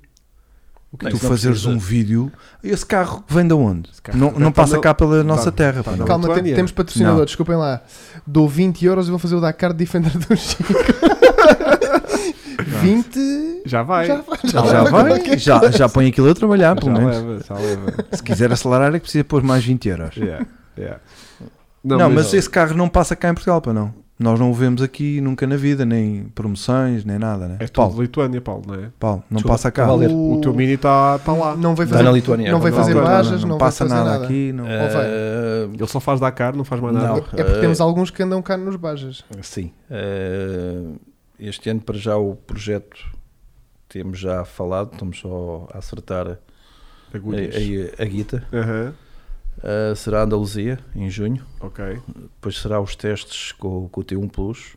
Speaker 4: Não,
Speaker 2: tu
Speaker 4: isso não
Speaker 2: fazeres
Speaker 4: precisa.
Speaker 2: um vídeo. Esse carro vem de onde?
Speaker 1: Esse carro
Speaker 2: Não,
Speaker 1: tá-
Speaker 2: não
Speaker 1: tá
Speaker 2: passa
Speaker 1: no-
Speaker 2: cá pela
Speaker 1: tá-
Speaker 2: nossa
Speaker 1: tá
Speaker 2: terra. pá,
Speaker 1: no-
Speaker 2: não.
Speaker 3: Calma, tem-
Speaker 1: Lituânia.
Speaker 3: temos patrocinador,
Speaker 2: Não.
Speaker 3: desculpem lá. Dou 20 euros e vou fazer o Dakar Defender do Chico. 20.
Speaker 1: Já vai.
Speaker 3: Já vai.
Speaker 2: Já, já vai, já, já põe aquilo a
Speaker 1: Já
Speaker 2: trabalhar, pelo menos.
Speaker 1: leva, já leva.
Speaker 2: Se quiser acelerar, é que precisa pôr mais 20 euros.
Speaker 1: Yeah, yeah.
Speaker 2: Não, mas, esse carro não passa cá em Portugal, pá, não. Nós não o vemos aqui nunca na vida, nem promoções, nem nada, né?
Speaker 1: É tudo
Speaker 2: Paulo,
Speaker 1: Lituânia, Paulo, não é?
Speaker 2: Paulo, não
Speaker 4: Desculpa,
Speaker 2: passa cá.
Speaker 4: tá valendo.
Speaker 1: O teu mini está tá lá.
Speaker 3: Não vai
Speaker 4: Está na
Speaker 3: fazer,
Speaker 4: Lituânia.
Speaker 3: não vai
Speaker 1: Não,
Speaker 3: fazer
Speaker 1: não, não,
Speaker 3: bajas, não, vai
Speaker 2: passa
Speaker 3: fazer
Speaker 2: nada,
Speaker 3: nada.
Speaker 2: aqui. Não.
Speaker 3: Ou vai?
Speaker 4: Ah,
Speaker 1: Ele só faz Dakar, não faz mais nada.
Speaker 4: Não.
Speaker 3: É porque temos alguns que andam cá nos bajas.
Speaker 4: Uh, Sim. Eh, este ano, para já, o projeto temos já falado, estamos só a acertar a,
Speaker 1: Agulhas.
Speaker 4: a, a guita.
Speaker 1: Aham,
Speaker 4: Eh, será a Andaluzia, em junho.
Speaker 1: Ok.
Speaker 4: Depois será os testes com, com o T1 Plus.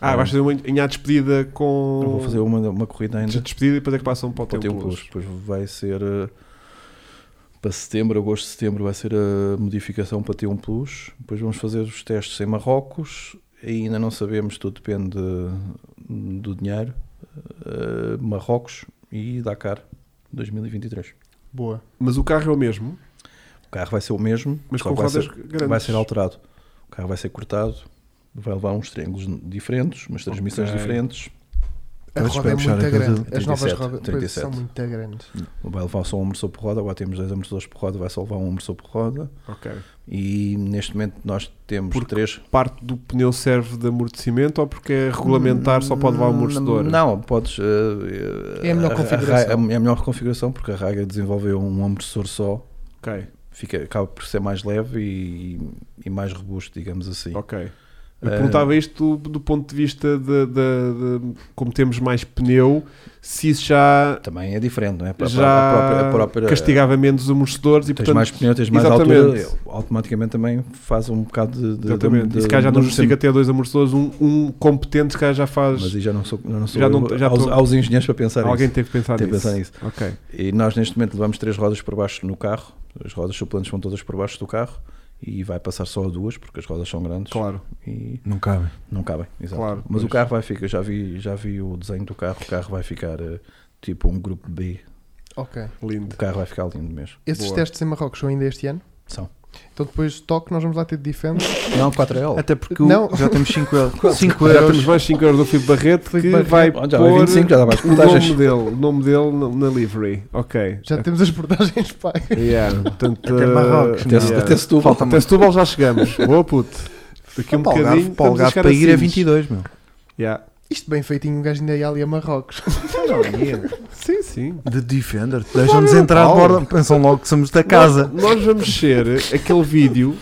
Speaker 1: Ah,
Speaker 4: Ah.
Speaker 1: vais fazer uma em à despedida com.
Speaker 4: Eu vou fazer uma, uma corrida ainda
Speaker 1: de despedida e depois é que passam para o
Speaker 4: para o
Speaker 1: teu
Speaker 4: T1 Plus. Depois vai ser... eh, para setembro, agosto, setembro, vai ser a modificação para T1 Plus. Depois vamos fazer os testes em Marrocos. Ainda não sabemos, tudo depende de- do dinheiro. Eh, Marrocos e Dakar 2023.
Speaker 3: Boa.
Speaker 1: Mas o carro é o mesmo,
Speaker 4: O carro vai ser o mesmo,
Speaker 1: mas
Speaker 4: só
Speaker 1: com
Speaker 4: que vai
Speaker 1: rodas
Speaker 4: ser,
Speaker 1: grandes.
Speaker 4: vai ser alterado. O carro vai ser cortado, vai levar uns triângulos diferentes, umas transmissões
Speaker 1: Ok.
Speaker 4: diferentes.
Speaker 3: A
Speaker 2: Eu
Speaker 3: roda é
Speaker 2: espero puxar
Speaker 3: muito
Speaker 2: aquele
Speaker 3: grande.
Speaker 2: do
Speaker 3: As novas
Speaker 4: 37,
Speaker 3: rodas pois, são
Speaker 4: 37.
Speaker 3: muito grandes.
Speaker 4: Vai levar só um amortecedor por roda, agora temos dois amortecedores por roda, vai só levar um amortecedor por roda.
Speaker 1: Ok.
Speaker 4: E neste momento nós temos
Speaker 1: Porque
Speaker 4: três.
Speaker 1: Parte do pneu serve de amortecimento ou porque é regulamentar só pode levar um o amortecedor?
Speaker 4: Hum, Não, podes. eh, eh,
Speaker 3: É a melhor configuração.
Speaker 4: Ra- é a melhor configuração porque a Raga desenvolveu um amortecedor só,
Speaker 1: Ok,
Speaker 4: fica, acaba por ser mais leve e, e mais robusto, digamos assim.
Speaker 1: ok. Eu
Speaker 4: Eh,
Speaker 1: perguntava isto do, do ponto de vista de, de- de como temos mais pneu, se isso já,
Speaker 4: Também é diferente, não é? A- a- a
Speaker 1: já
Speaker 4: própria- a própria-
Speaker 1: castigava menos os amortecedores e
Speaker 4: Tens
Speaker 1: portanto.
Speaker 4: mais pneu, tens mais
Speaker 1: exatamente.
Speaker 4: altura, automaticamente também faz um bocado de. de
Speaker 1: Exatamente.
Speaker 4: de-
Speaker 1: e se calhar já não
Speaker 4: de-
Speaker 1: justifica ter dois amortecedores, um, um competente se calhar já faz.
Speaker 4: Mas aí já não sou. Não sou
Speaker 1: Já
Speaker 4: já
Speaker 1: não- já
Speaker 4: aos,
Speaker 1: tô-
Speaker 4: aos engenheiros para pensar
Speaker 1: Alguém
Speaker 4: nisso.
Speaker 1: teve que pensar
Speaker 4: Tem que
Speaker 1: nisso.
Speaker 4: pensar nisso.
Speaker 1: Ok.
Speaker 4: E nós neste momento levamos três rodas por baixo no carro, as rodas suplentes vão todas por baixo do carro e vai passar só a duas porque as rodas são grandes
Speaker 1: Claro,
Speaker 4: e
Speaker 2: Não cabe.
Speaker 4: não cabem. exato.
Speaker 1: claro.
Speaker 4: Mas o
Speaker 1: pois.
Speaker 4: carro vai ficar, já vi, já vi o desenho do carro, o carro vai ficar eh, tipo um grupo B,
Speaker 3: Ok.
Speaker 1: Lindo.
Speaker 4: o carro vai ficar lindo mesmo.
Speaker 3: Esses
Speaker 1: Boa.
Speaker 3: testes em Marrocos são ainda este ano?
Speaker 4: São.
Speaker 3: Então depois toque, nós vamos lá ter de Defender.
Speaker 4: Não, 4L.
Speaker 2: Até porque o-
Speaker 3: Não.
Speaker 2: já temos 5 euros. 5
Speaker 1: Já temos
Speaker 2: euros.
Speaker 1: mais 5 euros do Filipe Barreto
Speaker 3: Filipe
Speaker 1: que
Speaker 3: Barreto.
Speaker 1: vai
Speaker 4: Já vai
Speaker 1: pôr
Speaker 4: 25, já dá mais
Speaker 1: o nome
Speaker 4: portagens.
Speaker 1: dele, o nome dele na- na livery. Ok.
Speaker 3: Já temos as portagens [LAUGHS] pagas.
Speaker 2: [LAUGHS]
Speaker 1: Yeah, portanto,
Speaker 2: Até
Speaker 1: uh,
Speaker 2: é Marrocos,
Speaker 4: Até,
Speaker 1: yeah.
Speaker 4: até Setúbal.
Speaker 2: Falta
Speaker 1: Até Setúbal já
Speaker 2: [LAUGHS]
Speaker 1: chegamos. Boa puto. Daqui um
Speaker 2: Para o Algarve,
Speaker 1: bocadinho.
Speaker 2: para, o
Speaker 1: estamos a
Speaker 2: Algarve
Speaker 1: chegar
Speaker 2: para
Speaker 1: a
Speaker 2: ir é
Speaker 1: Sines.
Speaker 2: 22, meu. [LAUGHS]
Speaker 1: Yeah.
Speaker 3: Isto bem feitinho, um gajo ainda ia ali a Marrocos.
Speaker 1: Sim, sim.
Speaker 2: De Defender. Deixam-nos entrar de
Speaker 1: Paulo.
Speaker 2: borda. Pensam logo que somos da casa.
Speaker 1: Nós, nós vamos ser aquele vídeo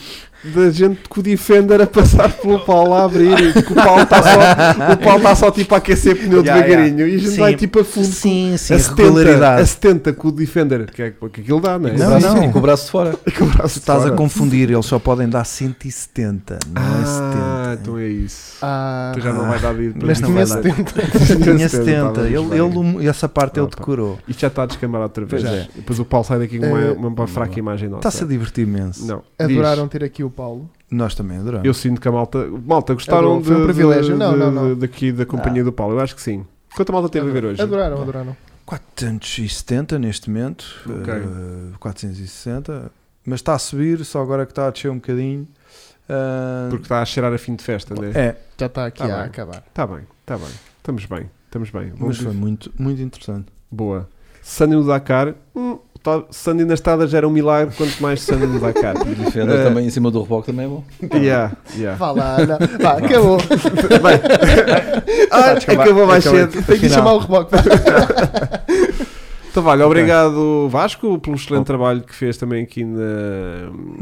Speaker 1: da gente com o Defender a passar pelo pau lá a abrir e que o pau está
Speaker 2: [LAUGHS]
Speaker 1: só, o pau tá só tipo a aquecer pneu
Speaker 2: Yeah,
Speaker 1: devagarinho e a gente
Speaker 2: Sim.
Speaker 1: vai tipo a fundo.
Speaker 2: Sim, sim.
Speaker 1: a,
Speaker 2: A
Speaker 1: 70, a
Speaker 2: regularidade.
Speaker 1: 70 com o Defender, que é que aquilo dá, não é?
Speaker 2: Não, não.
Speaker 4: com o braço de [LAUGHS] fora.
Speaker 1: Com o braço
Speaker 2: Tu estás
Speaker 1: fora.
Speaker 2: a confundir. Eles só podem dar 170, não é 70.
Speaker 1: Ah, [LAUGHS] então é isso.
Speaker 3: Ah,
Speaker 1: Tu já não vai dar vida para
Speaker 3: mas
Speaker 1: mim.
Speaker 3: tinha
Speaker 2: vai dar.
Speaker 3: 70.
Speaker 1: [LAUGHS]
Speaker 2: Tinha 70.
Speaker 1: tá bem,
Speaker 2: Ele,
Speaker 1: bem.
Speaker 2: ele- essa parte
Speaker 1: Ah,
Speaker 2: ele
Speaker 1: pá.
Speaker 2: decorou.
Speaker 1: Isto já está a descambar outra vez.
Speaker 2: Pois é.
Speaker 1: Depois o Paulo sai daqui com uma,
Speaker 3: Eh,
Speaker 1: uma, uma fraca imagem nossa.
Speaker 2: Está-se a divertir imenso.
Speaker 1: Não.
Speaker 3: Adoraram
Speaker 1: Diz.
Speaker 3: ter aqui o Paulo.
Speaker 2: Nós também adoramos.
Speaker 1: Eu sinto que a malta. Malta, gostaram
Speaker 3: Adorou, foi um
Speaker 1: de-
Speaker 3: privilégio.
Speaker 1: de-
Speaker 3: Não, não,
Speaker 1: de-
Speaker 3: não. Ah.
Speaker 1: daqui da companhia do Paulo. Eu acho que sim. Quanto a malta teve a ver hoje?
Speaker 3: Adoraram, adoraram.
Speaker 2: 470 neste momento.
Speaker 1: Ok.
Speaker 2: eh, 460. Mas está a subir, só agora que está a descer um bocadinho. Ah,
Speaker 1: Porque está a cheirar a fim de festa, não é?
Speaker 2: é,
Speaker 3: Já está aqui
Speaker 1: Tá
Speaker 3: a
Speaker 1: bem.
Speaker 3: acabar.
Speaker 1: Está bem, está bem. Estamos bem, estamos bem.
Speaker 2: mas
Speaker 1: Vamos
Speaker 2: foi muito, muito interessante.
Speaker 1: Boa. Sandy no Dakar. Hum, tá- Sandy na estrada já era um milagre, quanto mais Sandy no
Speaker 3: [LAUGHS]
Speaker 1: Dakar.
Speaker 4: Defender
Speaker 1: Eh,
Speaker 4: também em cima do reboque também é bom.
Speaker 1: yeah, yeah.
Speaker 3: Vá lá, Ana. Vá, acabou.
Speaker 1: [LAUGHS]
Speaker 3: [LAUGHS]
Speaker 1: Ah,
Speaker 2: descambar.
Speaker 1: acabou mais
Speaker 2: Acabou.
Speaker 1: cedo.
Speaker 3: Tenho que
Speaker 2: Afinal.
Speaker 3: chamar o reboque.
Speaker 1: Então, vale, obrigado Vasco pelo excelente trabalho que fez também aqui na,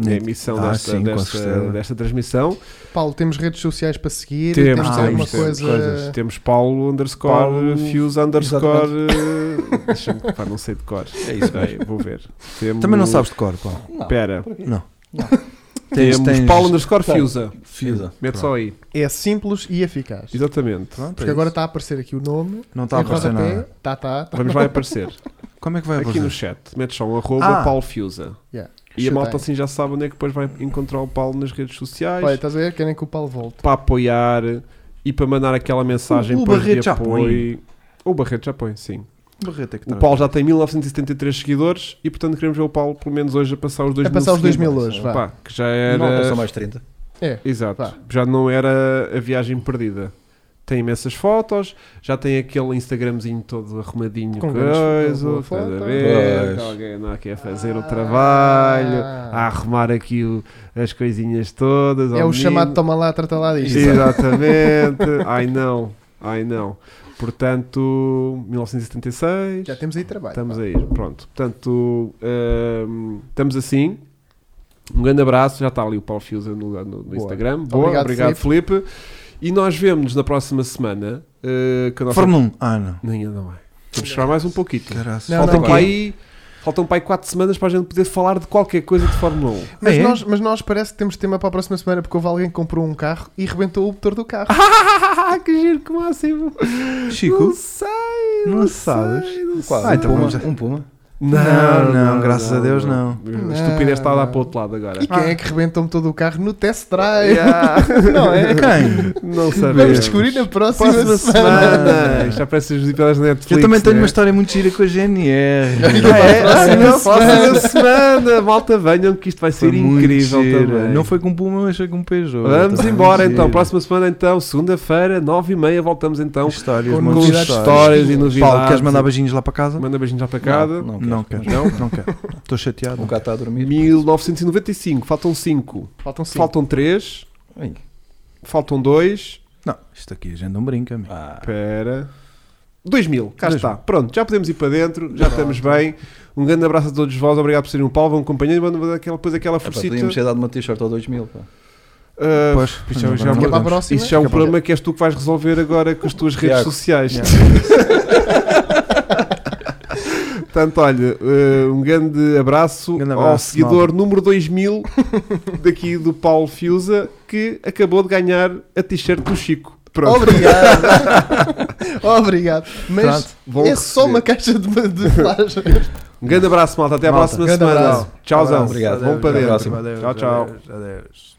Speaker 1: na emissão
Speaker 2: Ah,
Speaker 1: desta,
Speaker 2: Oh. sim, com
Speaker 1: desta,
Speaker 2: certeza.
Speaker 1: desta transmissão.
Speaker 3: Paulo, temos redes sociais para seguir?
Speaker 1: Temos,
Speaker 3: Temos,
Speaker 2: temos,
Speaker 3: alguma
Speaker 2: temos
Speaker 3: coisa?
Speaker 2: coisas.
Speaker 1: Temos Paulo underscore
Speaker 4: Paulo-
Speaker 1: Fuse underscore. eh, [LAUGHS] Deixa-me, pá, não sei de cor.
Speaker 4: É isso
Speaker 1: Bem, vou ver. Temos,
Speaker 2: Também não sabes de cor, Paulo.
Speaker 4: Não,
Speaker 1: Espera.
Speaker 2: Não.
Speaker 4: Não.
Speaker 2: Tens,
Speaker 1: Temos
Speaker 2: tens-
Speaker 1: Paulo underscore
Speaker 4: Tem.
Speaker 1: Fusa.
Speaker 4: Fisa.
Speaker 1: Mete só aí.
Speaker 3: É simples e eficaz.
Speaker 1: Exatamente.
Speaker 2: Pronto, é
Speaker 3: Porque agora
Speaker 2: isso.
Speaker 3: está a aparecer aqui o nome.
Speaker 2: não está a
Speaker 3: em
Speaker 2: aparecer
Speaker 3: rodapé.
Speaker 2: nada.
Speaker 3: Tá, tá, tá.
Speaker 1: Vamos, vai aparecer.
Speaker 2: Como é que vai
Speaker 1: Aqui
Speaker 2: aparecer?
Speaker 1: no chat, metes só um arroba
Speaker 2: Ah.
Speaker 1: Paulo Fiusa.
Speaker 3: Yeah.
Speaker 1: E a malta
Speaker 3: Chutem.
Speaker 1: assim já sabe onde é que depois vai encontrar o Paulo nas redes sociais
Speaker 3: Olha, estás a ver? Querem que o Paulo volte.
Speaker 1: para apoiar e para mandar aquela mensagem
Speaker 2: O- o
Speaker 1: depois
Speaker 2: Barreto
Speaker 1: de
Speaker 2: já
Speaker 1: apoio. O Barreto já põe, sim. tá.
Speaker 2: Barreto é que
Speaker 1: O
Speaker 2: traz.
Speaker 1: Paulo já tem 1973 seguidores e portanto queremos ver o Paulo pelo menos hoje a passar os 2000
Speaker 3: A É passar os 2000
Speaker 1: seguidores.
Speaker 3: hoje, vá.
Speaker 1: Pá, que já
Speaker 4: Não
Speaker 1: era.
Speaker 4: alcançou mais 30.
Speaker 3: É.
Speaker 1: Exato.
Speaker 3: Vá.
Speaker 1: Já não era a viagem perdida. Tem imensas fotos, já tem aquele Instagramzinho todo arrumadinho,
Speaker 3: Com grandes
Speaker 1: coisa,
Speaker 3: foto,
Speaker 1: estás a
Speaker 3: foto.
Speaker 1: ver?
Speaker 4: Pois.
Speaker 1: que Alguém não quer fazer o trabalho,
Speaker 3: Ah.
Speaker 1: Ah, a arrumar aqui o- as coisinhas todas.
Speaker 3: É
Speaker 1: ao
Speaker 3: o
Speaker 1: menino.
Speaker 3: chamado toma lá, trata lá disto.
Speaker 1: Exatamente. [LAUGHS] Ai não, ai não. Portanto, 1976.
Speaker 3: [LAUGHS] Já temos aí trabalho.
Speaker 1: Estamos
Speaker 3: pá.
Speaker 1: aí, pronto. Portanto, hum, estamos assim. Um grande abraço. Já está ali o Paulo Fiusa no, no- no
Speaker 3: Boa.
Speaker 1: Instagram. Boa, obrigado,
Speaker 3: Obrigado,
Speaker 1: Felipe. E nós vemos-nos na próxima semana. Uh, com a nossa...
Speaker 2: Fórmula 1. Ah, não.
Speaker 1: Nem ainda não é. Vamos esperar mais um pouquinho.
Speaker 2: Caraças.
Speaker 3: Não,
Speaker 1: Faltam
Speaker 3: não,
Speaker 1: para
Speaker 3: não.
Speaker 1: aí. Faltam para aí 4 semanas para a gente poder falar de qualquer coisa de Fórmula 1.
Speaker 3: Mas,
Speaker 2: Ah, é?
Speaker 3: nós, mas nós parece que temos tema para a próxima semana porque houve alguém que comprou um carro e rebentou o motor do carro.
Speaker 1: [LAUGHS] Ah, que giro, que máximo! Não
Speaker 2: Chico,
Speaker 1: sei,
Speaker 2: não,
Speaker 1: não,
Speaker 2: sabes?
Speaker 1: sei, não
Speaker 4: Quase.
Speaker 2: Ah,
Speaker 1: sei.
Speaker 2: então
Speaker 4: um,
Speaker 2: vamos
Speaker 4: puma, um puma.
Speaker 2: Não, não, graças a Deus,
Speaker 1: A estupidez está a dar para o outro lado agora.
Speaker 3: E quem é que rebentou o motor do carro no test
Speaker 2: [LAUGHS]
Speaker 3: drive?
Speaker 1: Não é? [LAUGHS]
Speaker 2: Quem?
Speaker 1: Não sabemos.
Speaker 3: [LAUGHS] Vamos descobrir na próxima,
Speaker 1: Próxima
Speaker 3: semana.
Speaker 1: semana. Já parece as episódios da Netflix.
Speaker 2: Eu também tenho
Speaker 1: né? [LAUGHS]
Speaker 2: uma história muito gira com a GNR.
Speaker 1: Ah, é?
Speaker 3: Próxima
Speaker 1: Ah, não,
Speaker 3: semana.
Speaker 1: próxima semana. Malta, venham que isto vai ser
Speaker 2: Foi muito
Speaker 1: incrível
Speaker 2: giro.
Speaker 1: também.
Speaker 2: Não foi com Puma, mas foi com Peugeot.
Speaker 1: Vamos
Speaker 2: Também
Speaker 1: embora
Speaker 2: giro.
Speaker 1: então. Próxima semana então, segunda-feira, nove e meia, voltamos então
Speaker 2: Histórias,
Speaker 3: Com
Speaker 1: com
Speaker 2: muitas
Speaker 3: novidades.
Speaker 1: histórias e novidades.
Speaker 2: Paulo, queres mandar beijinhos lá para casa?
Speaker 1: Manda beijinhos já para cada.
Speaker 4: Não,
Speaker 2: Não
Speaker 4: não Um
Speaker 2: quero.
Speaker 4: quero.
Speaker 2: Não, não quero. Estou chateado.
Speaker 4: O gato está a dormir.
Speaker 1: 1995, faltam cinco.
Speaker 3: Faltam 5.
Speaker 1: Faltam três,
Speaker 4: Ai.
Speaker 1: faltam dois.
Speaker 2: Não, isto aqui a gente não brinca. meu.
Speaker 4: Ah,
Speaker 1: Espera. 2000, cá
Speaker 2: 2000.
Speaker 1: está. Pronto, já podemos ir para dentro, já estamos bem. Um grande abraço a todos vós, obrigado por serem um palvo, um companheiro, e mandar aquela- depois aquela
Speaker 4: é pá,
Speaker 1: forcita.
Speaker 4: podíamos ter dado uma t-shirt ao 2000. Pá.
Speaker 1: Ah,
Speaker 2: Pois,
Speaker 1: isso já-
Speaker 2: não,
Speaker 1: já
Speaker 2: não
Speaker 1: é uma-
Speaker 3: Que é para a
Speaker 2: podemos.
Speaker 3: próxima.
Speaker 1: isso já é um
Speaker 3: Que é para-
Speaker 1: problema que és tu que vais resolver agora com as tuas redes
Speaker 4: Tiago.
Speaker 1: sociais. [LAUGHS] Portanto, olha, ah, um grande abraço,
Speaker 2: Grande
Speaker 1: ao
Speaker 2: abraço,
Speaker 1: seguidor número 2000 daqui do Paulo Fiusa, que acabou de ganhar a t-shirt do Chico. Pronto,
Speaker 3: Obrigado.
Speaker 1: [LAUGHS]
Speaker 3: Obrigado. Mas
Speaker 1: vão
Speaker 3: é só
Speaker 1: receber.
Speaker 3: uma caixa de, de flash.
Speaker 1: Um grande abraço, malta. Até à
Speaker 2: Malta,
Speaker 1: próxima
Speaker 3: grande
Speaker 1: semana.
Speaker 3: abraço.
Speaker 1: Tchauzão.
Speaker 4: Obrigado.
Speaker 1: Vamos para
Speaker 4: Até à
Speaker 1: dentro. Tchau,
Speaker 4: próxima.
Speaker 1: tchau.
Speaker 2: Adeus.